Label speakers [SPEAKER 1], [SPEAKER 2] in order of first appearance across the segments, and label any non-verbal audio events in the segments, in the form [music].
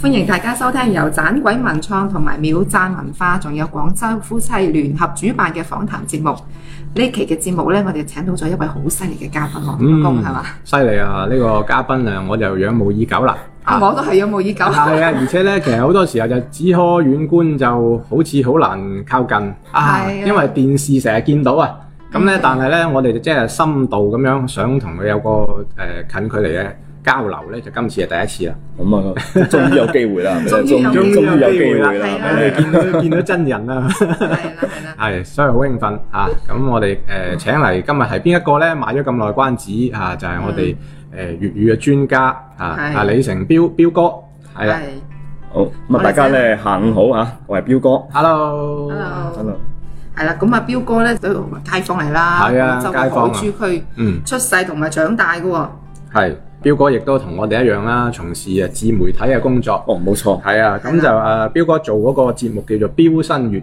[SPEAKER 1] 歡迎大家收聽由盞鬼文創同埋秒贊文化，仲有廣州夫妻聯合主辦嘅訪談節目。呢期嘅節目呢，我哋請到咗一位好犀利嘅嘉賓喎，老公係嘛？
[SPEAKER 2] 犀利啊！呢、個嘉賓啊，我就仰慕已久啦。
[SPEAKER 1] 啊，我都係仰慕已久。
[SPEAKER 2] 係啊，而且咧，其實好多時候就只可遠觀，就好似好難靠近啊，
[SPEAKER 1] 係啊
[SPEAKER 2] 因為電視成日見到啊。咁咧，但係咧，我哋就即係深度咁樣想同佢有個誒、呃近距離嘅交流咧，就今次係第一次啦。
[SPEAKER 1] [laughs]
[SPEAKER 3] 咁啊，終於有機會啦，
[SPEAKER 1] 終於有
[SPEAKER 3] 終
[SPEAKER 1] 機會
[SPEAKER 3] 終於有機會啦，
[SPEAKER 1] 係啊
[SPEAKER 2] 我
[SPEAKER 3] 係
[SPEAKER 2] 哋
[SPEAKER 3] 啊
[SPEAKER 2] 見到見到真人啦，
[SPEAKER 1] 係啦係啦。
[SPEAKER 2] [laughs] 係，所以好興奮啊！咁我哋誒、呃、請嚟今日係邊一個咧？賣咗咁耐關子啊，就係、我哋誒、呃、粵語嘅專家啊，
[SPEAKER 1] 係
[SPEAKER 2] 啊李成彪彪哥係啦。
[SPEAKER 1] 係
[SPEAKER 3] 好咁啊！大家咧下午好啊，我係彪哥
[SPEAKER 2] Hello，
[SPEAKER 1] ，hello。
[SPEAKER 3] ，hello，
[SPEAKER 1] 係啦，咁啊，彪哥咧都街坊嚟啦，
[SPEAKER 2] 係啊
[SPEAKER 1] 廣州
[SPEAKER 2] 街坊啊
[SPEAKER 1] 海珠區
[SPEAKER 2] 嗯，
[SPEAKER 1] 出世同埋長大嘅喎。
[SPEAKER 2] 係，彪哥亦都同我哋一樣啦，從事啊自媒體嘅工作。
[SPEAKER 3] 哦，冇錯，
[SPEAKER 2] 係啊，咁就誒，彪哥做嗰個節目叫做《彪新粵語》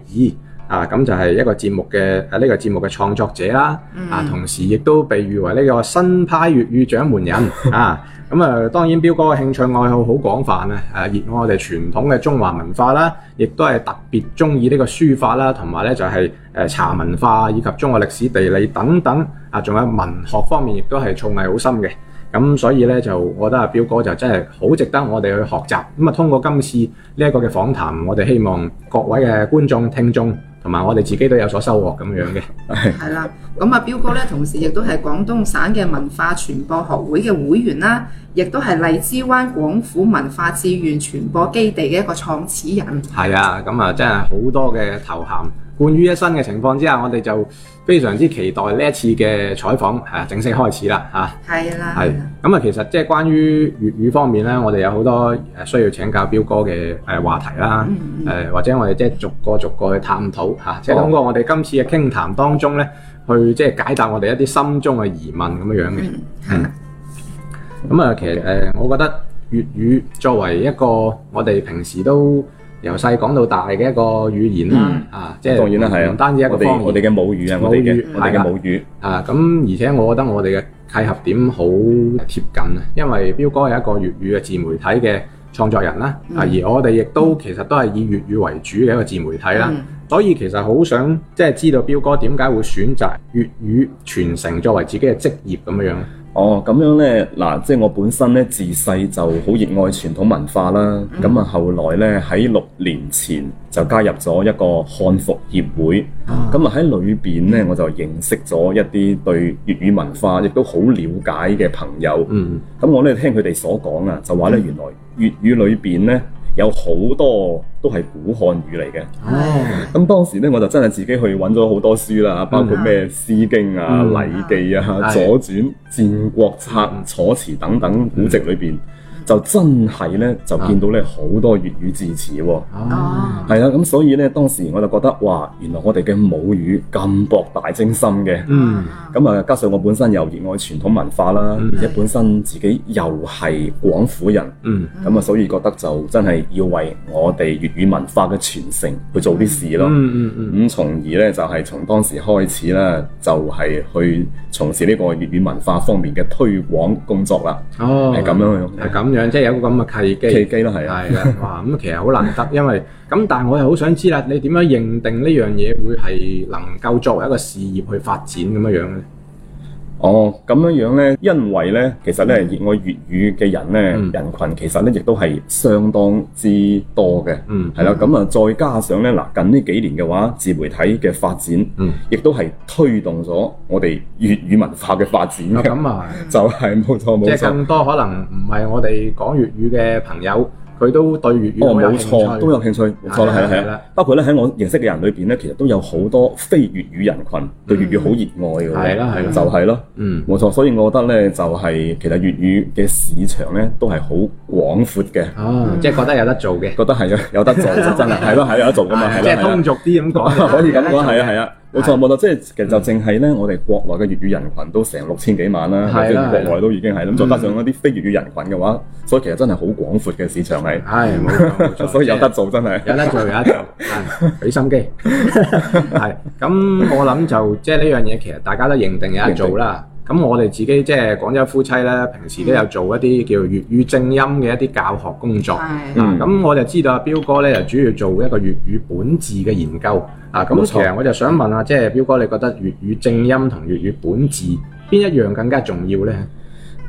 [SPEAKER 2] 啊，咁就係一個節目嘅啊誒呢個節目嘅創作者啦，啊，同時亦都被譽為呢個新派粵語掌門人 [laughs] 啊。咁啊，當然彪哥嘅興趣愛好好廣泛啊，誒熱愛我哋傳統嘅中華文化啦，亦都係特別中意呢個書法啦，同埋咧就係誒茶文化以及中國歷史地理等等啊，仲有文學方面亦都係造詣好深嘅。咁所以咧就，我覺得阿彪哥就真係好值得我哋去學習。咁啊，通過今次呢一個嘅訪談，我哋希望各位嘅觀眾、聽眾同埋我哋自己都有所收穫咁樣嘅。
[SPEAKER 1] 係啦，咁啊，彪哥咧，同時亦都係廣東省嘅文化傳播學會嘅會員啦，亦都係荔枝灣廣府文化志願傳播基地嘅一個創始人。
[SPEAKER 2] 係啊，咁啊，真係好多嘅頭銜冠於一身嘅情況之下，我哋就非常之期待呢一次嘅採訪啊，正式開始啦嚇。啊
[SPEAKER 1] 係啦，
[SPEAKER 2] 係咁啊，其實即係關於粵語方面咧，我哋有好多誒需要請教彪哥嘅誒話題啦，
[SPEAKER 1] 嗯
[SPEAKER 2] 誒、或者我哋即係逐個逐個去探討嚇，即係通過我哋今次嘅傾談當中咧，去即係解答我哋一啲心中嘅疑問咁樣樣嘅。
[SPEAKER 1] 係啦
[SPEAKER 2] 咁啊，其實誒、我覺得粵語作為一個我哋平時都由細講到大嘅一個語言啦，啊，即係
[SPEAKER 3] 嗯當然啦，係啊，
[SPEAKER 2] 唔單止一個
[SPEAKER 3] 我哋
[SPEAKER 2] 方
[SPEAKER 3] 我
[SPEAKER 2] 言
[SPEAKER 3] 哋。嘅母語啊，我哋嘅
[SPEAKER 2] 母語
[SPEAKER 3] 我哋
[SPEAKER 2] 係
[SPEAKER 3] 嘅
[SPEAKER 2] 啊
[SPEAKER 3] 母語，
[SPEAKER 2] 啊，咁而且我覺得我哋嘅契合點好貼近啊，因為彪哥係一個粵語嘅自媒體嘅創作人啦，啊、而我哋亦都其實都係以粵語為主嘅一個自媒體啦，
[SPEAKER 1] 嗯
[SPEAKER 2] 所以其實好想即係知道彪哥點解會選擇粵語傳承作為自己嘅職業咁樣樣。
[SPEAKER 3] 哦，咁樣咧，嗱，即係我本身咧自細就好熱愛傳統文化啦。
[SPEAKER 2] 嗯
[SPEAKER 3] 咁啊，後來咧喺六年前就加入咗一個漢服協會。咁啊喺裏邊咧，我就認識咗一啲對粵語文化亦都好了解嘅朋友。
[SPEAKER 2] 嗯，
[SPEAKER 3] 咁我咧聽佢哋所講啊，就話咧原來粵語裏邊咧有好多都係古漢語嚟嘅。
[SPEAKER 2] 哦，
[SPEAKER 3] 咁當時咧我就真係自己去揾咗好多書啦，包括咩《詩經》啊、
[SPEAKER 2] 嗯
[SPEAKER 3] 禮記》啊、
[SPEAKER 2] 係嗯
[SPEAKER 3] 《左傳》、《戰國策》、《楚辭》等等古籍裏邊，就真係咧就
[SPEAKER 2] 啊
[SPEAKER 3] 見到咧好多粵語字詞喎。
[SPEAKER 2] 哦，
[SPEAKER 3] 係啦，咁所以咧當時我就覺得哇，原來我哋嘅母語咁博大精深嘅。
[SPEAKER 2] 嗯，
[SPEAKER 3] 咁啊，加上我本身又熱愛傳統文化啦，而且本身自己又係廣府人，
[SPEAKER 2] 嗯，
[SPEAKER 3] 咁啊，所以覺得就真係要為我哋粵語文化嘅傳承去做啲事咯。
[SPEAKER 2] 嗯嗯嗯，
[SPEAKER 3] 咁從而咧就係從當時開始啦，就係去從事呢個粵語文化方面嘅推廣工作啦，
[SPEAKER 2] 哦，
[SPEAKER 3] 係咁樣
[SPEAKER 2] 係咁樣，即係有個咁嘅契機。
[SPEAKER 3] 契機啦，係啊。
[SPEAKER 2] 係啦，哇！咁其實好難得，因為咁，但係我又好想知啦，你點樣認定呢樣嘢會係能夠作為一個事業去發展咁樣樣咧？
[SPEAKER 3] 哦，咁樣樣咧，因為咧，其實咧熱愛粵語嘅人咧，
[SPEAKER 2] 嗯
[SPEAKER 3] 人群其實咧亦都係相當之多嘅。
[SPEAKER 2] 嗯
[SPEAKER 3] 係啦，咁啊，再加上咧，嗱，近呢幾年嘅話，自媒體嘅發展，
[SPEAKER 2] 嗯
[SPEAKER 3] 亦都係推動咗我哋粵語文化嘅發展
[SPEAKER 2] 啊
[SPEAKER 3] 嘅，
[SPEAKER 2] 咁啊，
[SPEAKER 3] [laughs] 就係冇錯
[SPEAKER 2] 即
[SPEAKER 3] 冇
[SPEAKER 2] 係
[SPEAKER 3] 錯，
[SPEAKER 2] 更多可能唔係我哋講粵語嘅朋友，佢都對粵語
[SPEAKER 3] 哦，
[SPEAKER 2] 好有
[SPEAKER 3] 冇
[SPEAKER 2] 興
[SPEAKER 3] 錯，
[SPEAKER 2] 趣，
[SPEAKER 3] 都有興趣，冇錯啦，
[SPEAKER 2] 係啦
[SPEAKER 3] 係啦，係
[SPEAKER 2] 係
[SPEAKER 3] 啦
[SPEAKER 2] 啦。
[SPEAKER 3] 包括咧喺我認識嘅人裏邊咧，其實都有好多非粵語人群對粵語好熱愛嘅喎。
[SPEAKER 2] 係啦係啦
[SPEAKER 3] 就係咯，
[SPEAKER 2] 嗯
[SPEAKER 3] 冇錯。所以我覺得咧，就係其實粵語嘅市場咧都係好廣闊嘅，
[SPEAKER 2] 啊，即係覺得有得做嘅，
[SPEAKER 3] 覺得係有
[SPEAKER 2] [laughs]
[SPEAKER 3] 有得做就真係係咯，係有得做噶嘛，係
[SPEAKER 2] 啊即
[SPEAKER 3] 啦，
[SPEAKER 2] 係
[SPEAKER 3] 係啦
[SPEAKER 2] 通。俗啲咁講，
[SPEAKER 3] 可以咁講，係啊係啊，冇錯冇錯，即係其實就淨係咧，我哋國內嘅粵語人群都成六千幾萬啦，
[SPEAKER 2] 嗯係啦嗯
[SPEAKER 3] 國內都已經係咁，再加上嗰啲非粵語人群嘅話，所以其實真係好廣闊嘅市場係，
[SPEAKER 2] 係冇錯冇錯，
[SPEAKER 3] [laughs] 所以有得做真係。
[SPEAKER 2] 有得做有得做，係俾心
[SPEAKER 3] [laughs]
[SPEAKER 2] 機。係咁，我諗就即係呢樣嘢，其實大家都認定有得做啦。咁我哋自己即係廣州夫妻咧，平時都有做一啲叫粵語正音嘅一啲教學工作。
[SPEAKER 1] 係
[SPEAKER 3] 嗯
[SPEAKER 2] 咁、我就知道阿彪哥咧就主要做一個粵語本字嘅研究啊。咁
[SPEAKER 3] 冇錯
[SPEAKER 2] 其實我就想問啊，即係彪哥，你覺得粵語正音同粵語本字邊一樣更加重要咧？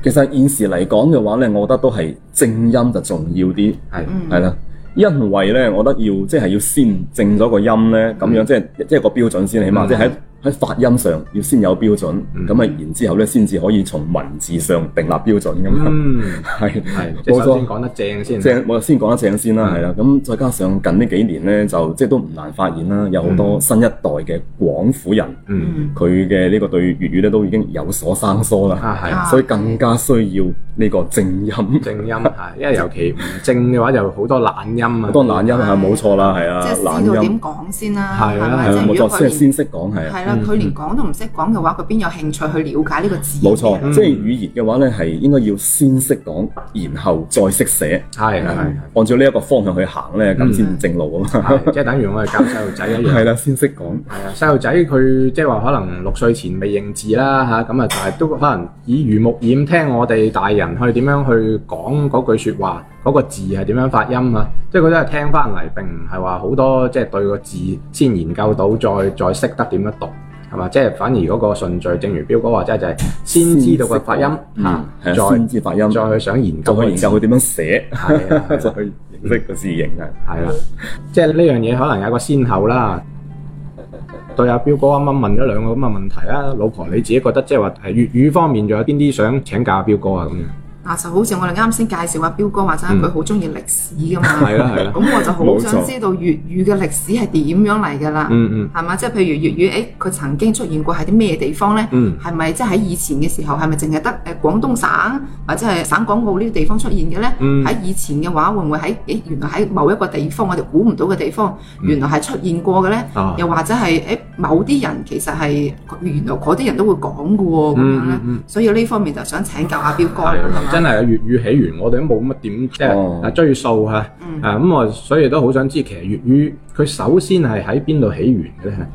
[SPEAKER 3] 其實現時嚟講嘅話咧，我覺得都係正音就重要啲，
[SPEAKER 2] 係
[SPEAKER 3] 係啦。因為咧，我覺得要即係要先正咗個音咧，咁樣即係即係個標準先，起
[SPEAKER 2] 嗯
[SPEAKER 3] 碼即係喺喺發音上要先有標準，
[SPEAKER 2] 嗯
[SPEAKER 3] 咁啊然之後咧先至可以從文字上訂立標準咁樣，
[SPEAKER 2] 嗯，
[SPEAKER 3] 係
[SPEAKER 2] 係即係
[SPEAKER 3] 冇
[SPEAKER 2] 首先
[SPEAKER 3] 錯。
[SPEAKER 2] 講得正先。
[SPEAKER 3] 正我先講得正先
[SPEAKER 2] 嗯
[SPEAKER 3] 啦，係啦，咁再加上近呢幾年咧，就即係都唔難發現啦，有好多新一代嘅廣府人，
[SPEAKER 2] 嗯
[SPEAKER 3] 佢嘅呢個對粵語咧都已經有所生疏啦。
[SPEAKER 2] 啊係。嗯
[SPEAKER 1] 啊
[SPEAKER 3] 所以更加需要呢個正音，好
[SPEAKER 2] 正音係，因為尤其唔正嘅話就好多懶音啊，
[SPEAKER 3] 多懶音係冇錯啦，係啊
[SPEAKER 4] 即係，
[SPEAKER 3] 懶
[SPEAKER 4] 知道
[SPEAKER 3] 音
[SPEAKER 4] 點講先啦，
[SPEAKER 2] 係啊
[SPEAKER 4] 係
[SPEAKER 3] 係
[SPEAKER 4] 咪？
[SPEAKER 3] 啊，
[SPEAKER 4] 即
[SPEAKER 3] 冇
[SPEAKER 4] 係如
[SPEAKER 3] 錯，
[SPEAKER 4] 果佢
[SPEAKER 3] 先
[SPEAKER 4] 連
[SPEAKER 3] 先識講係啊，
[SPEAKER 4] 係啦，佢連講都唔識講嘅話，佢邊有興趣去了解呢個字？
[SPEAKER 3] 冇錯，
[SPEAKER 2] 嗯
[SPEAKER 3] 即係語言嘅話咧係應該要先識講，然後再識寫，啊
[SPEAKER 2] 係係係
[SPEAKER 3] 按照呢一個方向去行咧，咁先正路啊嘛，
[SPEAKER 2] 係，即係等於我哋教細路仔一樣。
[SPEAKER 3] 係啦，先識講，
[SPEAKER 2] 係啊，細路仔佢即係話可能六歲前未認字啦嚇，咁啊，但係都可能耳濡目染聽我哋大人去點樣去講嗰句説話，嗰、個字係點樣發音啊，即係佢都係聽翻嚟，並唔係話好多即係對個字先研究到，再再識得點樣讀。係嘛？即係反而嗰個順序，正如彪哥話齋，就係先知道個發音
[SPEAKER 3] 嗯
[SPEAKER 2] 嚇，
[SPEAKER 3] 係啊，先
[SPEAKER 2] 再
[SPEAKER 3] 知發音，
[SPEAKER 2] 再去想研究
[SPEAKER 3] 再
[SPEAKER 2] 個
[SPEAKER 3] 去研
[SPEAKER 2] 字
[SPEAKER 3] 究佢點樣寫，
[SPEAKER 2] 係啊
[SPEAKER 3] 再去認識個字形啊。
[SPEAKER 2] 係啦， [laughs] 即係呢樣嘢可能有個先後啦。對阿彪哥啱啱問咗兩個咁嘅問題啦，老婆你自己覺得即係話誒粵語方面仲有邊啲想請教阿彪哥啊咁樣？
[SPEAKER 4] 嗱，就好似我哋啱先介紹阿彪哥話齋，佢好中意歷史噶嘛。
[SPEAKER 2] 嗯 [laughs] 係啊啦係啦
[SPEAKER 4] 咁我就好
[SPEAKER 3] 冇
[SPEAKER 4] 想
[SPEAKER 3] 錯
[SPEAKER 4] 知道粵語嘅歷史係點樣嚟㗎啦。
[SPEAKER 2] 嗯嗯
[SPEAKER 4] 係嘛？即係譬如粵語，誒、佢曾經出現過喺啲咩地方呢？
[SPEAKER 2] 嗯
[SPEAKER 4] 係咪即係喺以前嘅時候，係咪淨係得誒廣東省或者係省港澳呢啲地方出現嘅呢？喺、
[SPEAKER 2] 嗯
[SPEAKER 4] 以前嘅話，會唔會喺誒原來喺某一個地方我哋估唔到嘅地方，
[SPEAKER 2] 嗯
[SPEAKER 4] 原來係出現過嘅呢？
[SPEAKER 2] 啊
[SPEAKER 4] 又或者係誒某啲人其實係原來嗰啲人都會講嘅喎，咁樣
[SPEAKER 2] 嗯
[SPEAKER 4] 呢
[SPEAKER 2] 嗯嗯
[SPEAKER 4] 所以呢方面就想請教下彪哥啦，
[SPEAKER 2] 係啊
[SPEAKER 4] 係嘛
[SPEAKER 2] 真係粵語起源，我哋都冇乜點即
[SPEAKER 3] 哦
[SPEAKER 2] 係啊追溯嚇。
[SPEAKER 4] 嗯
[SPEAKER 2] 啊咁我所以都好想知其實粵語佢首先係喺邊度起源嘅咧？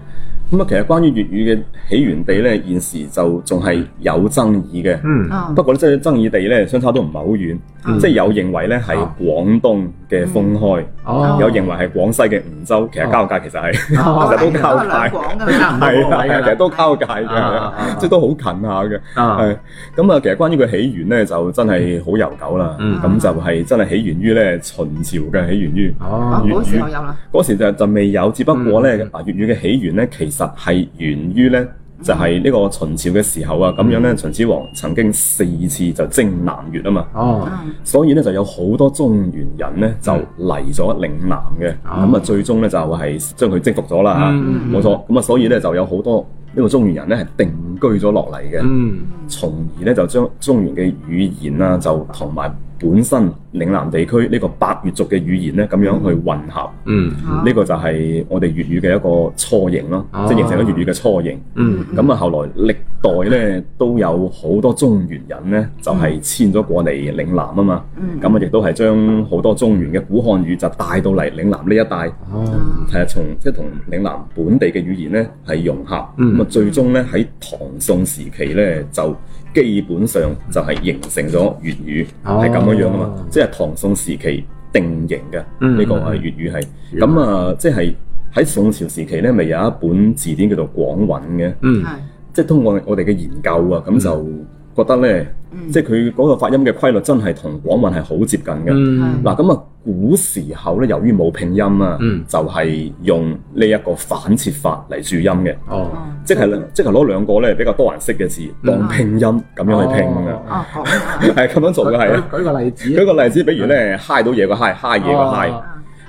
[SPEAKER 3] 咁啊，其實關於粵語嘅起源地咧，現時就仲係有爭議嘅。
[SPEAKER 2] 嗯
[SPEAKER 4] 嗯
[SPEAKER 3] 不過咧，即係爭議地咧，相差都唔係好遠。
[SPEAKER 4] 嗯
[SPEAKER 3] 即係有認為咧係廣東嘅封開，
[SPEAKER 2] 哦
[SPEAKER 3] 有認為係廣西嘅梧州，其實交界其實係其
[SPEAKER 2] 哦 [laughs]
[SPEAKER 3] 實都交
[SPEAKER 4] 都係兩
[SPEAKER 3] 界，
[SPEAKER 4] 廣㗎啦
[SPEAKER 3] 係啊，
[SPEAKER 2] 係啊
[SPEAKER 3] 其實都交界
[SPEAKER 2] 啊啊啊
[SPEAKER 3] 嘅，即係都好近下嘅。
[SPEAKER 2] 啊
[SPEAKER 3] 係咁啊，其實關於佢起源咧，就真係好悠久啦。
[SPEAKER 2] 嗯
[SPEAKER 3] 咁就係真係起源於咧秦朝嘅起源於。
[SPEAKER 4] 哦
[SPEAKER 2] 哦
[SPEAKER 4] 嗰時候有啦，
[SPEAKER 3] 嗰時就就未有，只不過
[SPEAKER 2] 嗯
[SPEAKER 3] 咧，啊、粵語嘅起源咧，其實係源於咧，就係、呢個秦朝嘅時候啊，咁樣
[SPEAKER 2] 嗯
[SPEAKER 3] 咧，秦始皇曾經四次就征南越啊嘛，
[SPEAKER 2] 哦
[SPEAKER 4] 嗯
[SPEAKER 3] 所以咧就有好多中原人
[SPEAKER 2] 嗯
[SPEAKER 3] 咧就嚟咗嶺南嘅，咁
[SPEAKER 2] 哦
[SPEAKER 3] 啊、最終咧就係將佢征服咗啦嚇，
[SPEAKER 2] 嗯
[SPEAKER 3] 冇、錯，咁啊所以咧就有好多呢個中原人咧係定居咗落嚟嘅。
[SPEAKER 2] 嗯
[SPEAKER 3] 從而咧就將中原嘅語言啊，就同埋本身嶺南地區呢個百越族嘅語言咧，咁樣去混合，
[SPEAKER 2] 嗯
[SPEAKER 4] 啊
[SPEAKER 3] 呢個就係我哋粵語嘅一個雛形咯，
[SPEAKER 2] 哦
[SPEAKER 3] 即係形成咗粵語嘅雛形。
[SPEAKER 2] 嗯
[SPEAKER 3] 咁啊，後來歷代咧都有好多中原人咧，就係遷咗過嚟嶺南啊嘛。
[SPEAKER 4] 嗯
[SPEAKER 3] 咁啊，亦都係將好多中原嘅古漢語就帶到嚟嶺南呢一帶，
[SPEAKER 2] 哦
[SPEAKER 3] 係啊，從即係同嶺南本地嘅語言咧係融合。咁啊、
[SPEAKER 2] 嗯
[SPEAKER 3] 最終咧喺唐宋時期咧就基本上就係形成咗粵語
[SPEAKER 2] 哦
[SPEAKER 3] 係咁樣樣啊嘛，即係唐宋時期定型嘅呢、
[SPEAKER 2] 嗯
[SPEAKER 3] 個係粵語係。咁啊，即係喺宋朝時期咧，咪有一本字典叫做《廣韻》嘅，
[SPEAKER 2] 嗯
[SPEAKER 4] 係
[SPEAKER 3] 即係通過我哋嘅研究啊，咁就覺得咧，
[SPEAKER 4] 嗯
[SPEAKER 3] 即係佢嗰個發音嘅規律真係同廣韻係好接近嘅。
[SPEAKER 2] 嗯
[SPEAKER 3] 嗱咁啊，古時候咧，由於冇拼音啊，
[SPEAKER 2] 嗯
[SPEAKER 3] 就係用呢一個反切法嚟注音嘅，
[SPEAKER 2] 哦，
[SPEAKER 3] 即係兩即係攞兩個咧比較多顏色嘅字當拼音咁樣去拼
[SPEAKER 2] 嗯哦
[SPEAKER 3] 嘅，
[SPEAKER 4] 哦，講
[SPEAKER 2] [laughs]
[SPEAKER 4] 啊
[SPEAKER 3] 係咁樣做嘅係啊。
[SPEAKER 2] 舉個例子，
[SPEAKER 3] 舉個例子，比如
[SPEAKER 2] 嗯
[SPEAKER 3] 咧嗨到嘢個嗨，嗨嘢
[SPEAKER 2] 哦
[SPEAKER 3] 個嗨，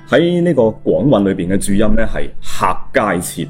[SPEAKER 3] 喺呢個廣韻裏邊嘅注音咧係客街切，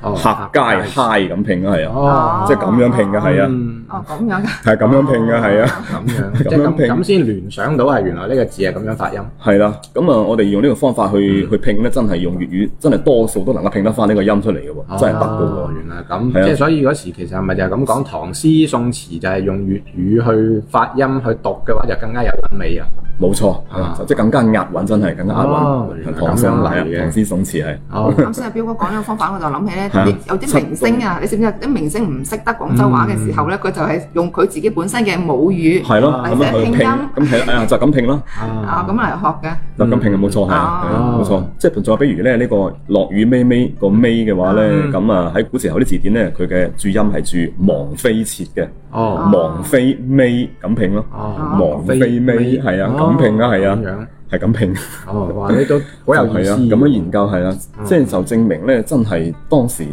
[SPEAKER 2] 哦
[SPEAKER 3] 客街嗨咁拼嘅係啊，
[SPEAKER 2] 哦，
[SPEAKER 3] 即係咁樣拼嘅係啊，
[SPEAKER 2] 嗯
[SPEAKER 4] 哦，咁樣嘅，
[SPEAKER 3] 係咁樣拼嘅係啊。
[SPEAKER 2] 咁樣，即係
[SPEAKER 3] 咁樣
[SPEAKER 2] 咁
[SPEAKER 3] 拼
[SPEAKER 2] 咁先聯想到係原來呢個字係咁樣發音。
[SPEAKER 3] 係啦，咁啊，我哋用呢個方法去、去拼咧，真係用粵語，真係多數都能夠拼得翻呢個音出嚟嘅喎，真係得嘅
[SPEAKER 2] 哦
[SPEAKER 3] 喎。
[SPEAKER 2] 原來咁，
[SPEAKER 3] 係啊
[SPEAKER 2] 即係所以嗰時其實係咪就係咁講？唐詩宋詞就係用粵語去發音去讀嘅話，就更加有韻味啊！
[SPEAKER 3] 冇錯，
[SPEAKER 2] 啊
[SPEAKER 3] 就即係更加押韻，真係更加押
[SPEAKER 2] 哦
[SPEAKER 3] 韻。
[SPEAKER 2] 原來
[SPEAKER 3] 唐
[SPEAKER 2] 咁
[SPEAKER 3] 詩
[SPEAKER 2] 樣嚟
[SPEAKER 3] 係啊
[SPEAKER 2] 嘅
[SPEAKER 3] 唐詩宋詞係 [laughs]
[SPEAKER 2] 哦，
[SPEAKER 4] 啱先阿彪哥講呢個方法，我就諗起咧
[SPEAKER 3] 係啊，
[SPEAKER 4] 有啲明星啊，你知唔知啊？啲明星唔識得廣州話嘅時候咧，佢就係用佢自己本身嘅母語
[SPEAKER 3] 係咯，
[SPEAKER 4] 或
[SPEAKER 3] 咁
[SPEAKER 4] 者
[SPEAKER 3] 樣去
[SPEAKER 4] 拼
[SPEAKER 3] 拼，
[SPEAKER 4] 音
[SPEAKER 3] 咁係啊，就咁拼啦，
[SPEAKER 4] 啊咁嚟學嘅。
[SPEAKER 3] 就咁拼嘅冇錯係啊，係啊
[SPEAKER 2] 哦
[SPEAKER 3] 冇錯。即係再比如咧，呢個落雨微微個微嘅話咧，
[SPEAKER 2] 嗯
[SPEAKER 3] 咁啊喺古時候啲字典咧，佢嘅注音係注忙飛切嘅，
[SPEAKER 2] 哦
[SPEAKER 4] 啊
[SPEAKER 3] 忙飛微咁拼咯，
[SPEAKER 2] 哦
[SPEAKER 3] 忙飛微係啊，咁拼啊係啊
[SPEAKER 2] 咁。樣
[SPEAKER 3] 係咁拼，
[SPEAKER 2] 哦，哇！你都好有意
[SPEAKER 3] 係
[SPEAKER 2] 思嗯
[SPEAKER 3] 啊，咁樣研究係啦，即係就證明咧，真係當時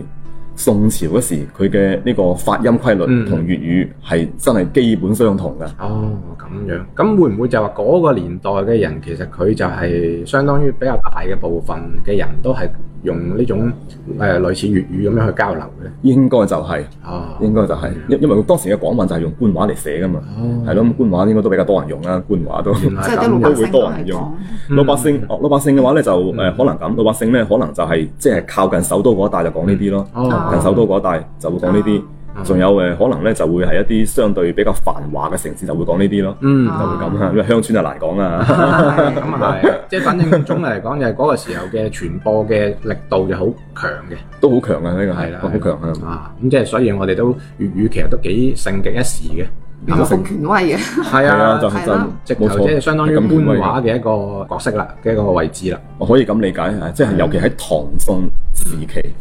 [SPEAKER 3] 宋朝嗰時佢嘅呢個發音規
[SPEAKER 2] 嗯
[SPEAKER 3] 律同粵語係真係基本相同嘅。
[SPEAKER 2] 哦，
[SPEAKER 3] 啊
[SPEAKER 2] 咁樣，咁會唔會就話嗰個年代嘅人其實佢就係相當於比較大嘅部分嘅人都係用呢種誒、呃、類似粵語咁樣去交流嘅咧？
[SPEAKER 3] 應該就係、
[SPEAKER 2] 哦，
[SPEAKER 3] 應該就係、因因為當時嘅廣韻就係用官話嚟寫噶嘛，係咯、咁官話應該都比較多人用啦，官話都。
[SPEAKER 2] 原來
[SPEAKER 4] 即係啲
[SPEAKER 2] 咁嗯
[SPEAKER 4] 老
[SPEAKER 2] 樣
[SPEAKER 4] 百姓都係講，
[SPEAKER 3] 老百姓，哦，老百姓嘅話咧就誒、
[SPEAKER 2] 嗯
[SPEAKER 3] 可能咁，老百姓咧可能就係即係靠近首都嗰一帶就講呢啲咯，
[SPEAKER 2] 哦
[SPEAKER 3] 近首都嗰一帶就會講呢啲
[SPEAKER 2] 哦，
[SPEAKER 3] 仲有誒可能咧就會係一啲相對比較繁華嘅城市就會講呢啲咯。
[SPEAKER 2] 嗯，
[SPEAKER 3] 就會咁啊，因為鄉村就難
[SPEAKER 2] [laughs]
[SPEAKER 3] 講啊。
[SPEAKER 2] 咁啊係，即係反正總嚟講就係嗰個時候嘅傳播嘅力度就好強嘅，
[SPEAKER 3] 都好強啊，呢個
[SPEAKER 2] 係啦，
[SPEAKER 3] 好強啊。
[SPEAKER 2] 啊！咁即係所以我哋都粵語其實都幾盛極一時嘅，
[SPEAKER 4] 原來好權威嘅，
[SPEAKER 2] 係
[SPEAKER 3] 係啊，就
[SPEAKER 4] 係啦
[SPEAKER 2] 直
[SPEAKER 3] 就
[SPEAKER 2] 頭即
[SPEAKER 3] 冇
[SPEAKER 2] 係
[SPEAKER 3] 錯，
[SPEAKER 2] 相當於
[SPEAKER 3] 係咁權威
[SPEAKER 2] 官話嘅一個角色啦，嘅一個位置啦。
[SPEAKER 3] 我可以咁理解啊，即係尤其喺唐宋時期，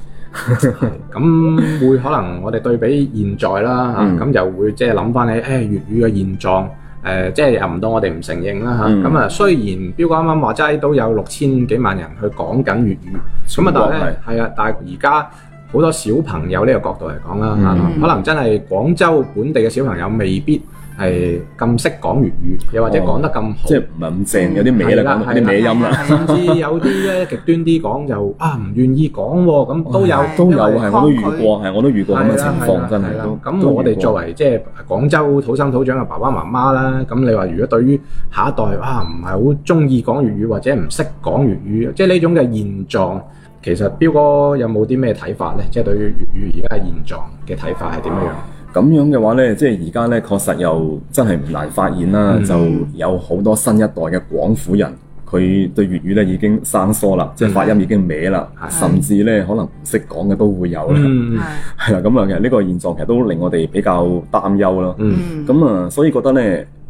[SPEAKER 2] 咁會可能我哋對比現在啦嚇，
[SPEAKER 3] 嗯
[SPEAKER 2] 咁、就會即係諗翻起誒粵語嘅現狀，誒、即係又唔到我哋唔承認啦嚇。
[SPEAKER 3] 嗯
[SPEAKER 2] 咁啊、雖然彪哥啱啱話齋都有六千幾萬人去講緊粵語，咁啊
[SPEAKER 3] 全
[SPEAKER 2] 但
[SPEAKER 3] 國
[SPEAKER 2] 係咧係啊，但係而家。好多小朋友呢個角度嚟講啦嚇，
[SPEAKER 4] 嗯
[SPEAKER 2] 可能真係廣州本地嘅小朋友未必係咁識講粵語，又或者講得咁好。
[SPEAKER 3] 哦即係唔係咁正，有啲歪啦，講
[SPEAKER 2] 係啦
[SPEAKER 3] 有啲歪音
[SPEAKER 4] 係啦
[SPEAKER 3] 啦。
[SPEAKER 2] 甚至有啲咧極端啲講就啊唔願意講喎，咁都有
[SPEAKER 4] 係
[SPEAKER 3] 哦都有
[SPEAKER 4] 因為
[SPEAKER 3] 係，我都遇
[SPEAKER 4] 抗拒
[SPEAKER 3] 過，係我都遇過咁嘅情
[SPEAKER 2] 係啦
[SPEAKER 3] 況，真係
[SPEAKER 2] 啦
[SPEAKER 3] 都。
[SPEAKER 2] 咁
[SPEAKER 3] 都
[SPEAKER 2] 我
[SPEAKER 3] 遇
[SPEAKER 2] 哋
[SPEAKER 3] 過
[SPEAKER 2] 作為即係廣州土生土長嘅爸爸媽媽啦，咁你話如果對於下一代啊唔係好中意講粵語或者唔識講粵語，即係呢種嘅現狀，其實彪哥有冇啲咩睇法咧？即係對於粵語而家嘅現狀嘅睇法係點樣樣？
[SPEAKER 3] 咁樣嘅話呢，即係而家呢，確實又真係唔難發現啦，
[SPEAKER 2] 嗯
[SPEAKER 3] 就有好多新一代嘅廣府人，佢對粵語呢已經生疏啦，即係發音已經歪啦，
[SPEAKER 2] 嗯係
[SPEAKER 3] 甚至呢可能唔識講嘅都會有啦，
[SPEAKER 2] 嗯
[SPEAKER 4] 係
[SPEAKER 3] 係啦、咁啊，其實呢個現狀其實都令我哋比較擔憂咯。
[SPEAKER 2] 嗯
[SPEAKER 4] 嗯
[SPEAKER 3] 咁啊、所以覺得呢，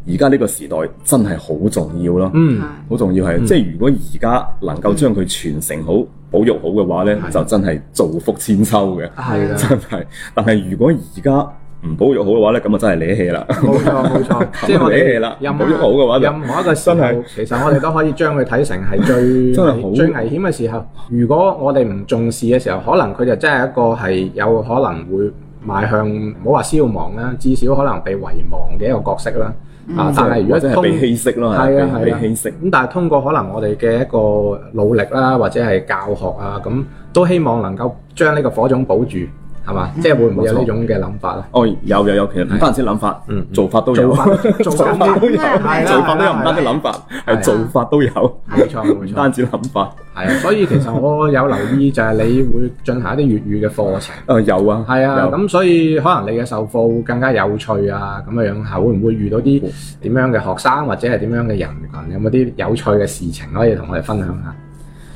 [SPEAKER 3] 而家呢個時代真係好重要咯。
[SPEAKER 2] 嗯
[SPEAKER 4] 係
[SPEAKER 3] 好重要係，即係如果而家能夠將佢傳承好、保育好嘅話呢，
[SPEAKER 2] 係啊
[SPEAKER 3] 就真係造福千秋嘅。
[SPEAKER 2] 係啦。
[SPEAKER 3] 真係。但係如果而家唔保育好嘅話咧，咁啊真係瀨氣啦。
[SPEAKER 2] 冇錯冇錯，即係我
[SPEAKER 3] 咁就
[SPEAKER 2] 哋
[SPEAKER 3] 你啦
[SPEAKER 2] 任
[SPEAKER 3] 冇喐好嘅話就
[SPEAKER 2] 任何一個時
[SPEAKER 3] 真
[SPEAKER 2] 候
[SPEAKER 3] 係，
[SPEAKER 2] 其實我哋都可以將佢睇成係最
[SPEAKER 3] 真係好
[SPEAKER 2] 最危險嘅時候。如果我哋唔重視嘅時候，可能佢就真係一個係有可能會邁向唔好話消亡啦，至少可能被遺忘嘅一個角色啦。啊，但係如果
[SPEAKER 3] 真嗯係
[SPEAKER 2] 通
[SPEAKER 3] 被稀釋咯，
[SPEAKER 2] 係啊
[SPEAKER 3] 係
[SPEAKER 2] 係啊
[SPEAKER 3] 被稀釋。
[SPEAKER 2] 咁但係通過可能我哋嘅一個努力啦，或者係教學啊，咁都希望能夠將呢個火種保住，係嘛？
[SPEAKER 3] 嗯
[SPEAKER 2] 即係會唔會有呢種嘅諗法咧？
[SPEAKER 3] 哦，有有有，其實唔單止諗法
[SPEAKER 2] 嗯，
[SPEAKER 3] 做法都有
[SPEAKER 2] 做，法做
[SPEAKER 3] 做
[SPEAKER 2] 法
[SPEAKER 3] 法都有，
[SPEAKER 4] 係
[SPEAKER 3] [laughs]
[SPEAKER 4] 啦
[SPEAKER 3] 做法都有，唔單止
[SPEAKER 2] 係啦
[SPEAKER 3] 諗法，
[SPEAKER 2] 啊係啦啊
[SPEAKER 3] 係做法都有，
[SPEAKER 2] 冇錯冇
[SPEAKER 3] 唔
[SPEAKER 2] 錯。
[SPEAKER 3] 單止諗法。
[SPEAKER 2] 係啊，所以其實我有留意就係你會進行一啲粵語嘅課程，
[SPEAKER 3] 啊，有啊，
[SPEAKER 2] 係啊，
[SPEAKER 3] 有
[SPEAKER 2] 咁所以可能你嘅授課會更加有趣啊，咁樣樣係會唔會遇到啲點樣嘅學生或者係點樣嘅人群，有冇啲有趣嘅事情可以同我哋分享下？ [laughs]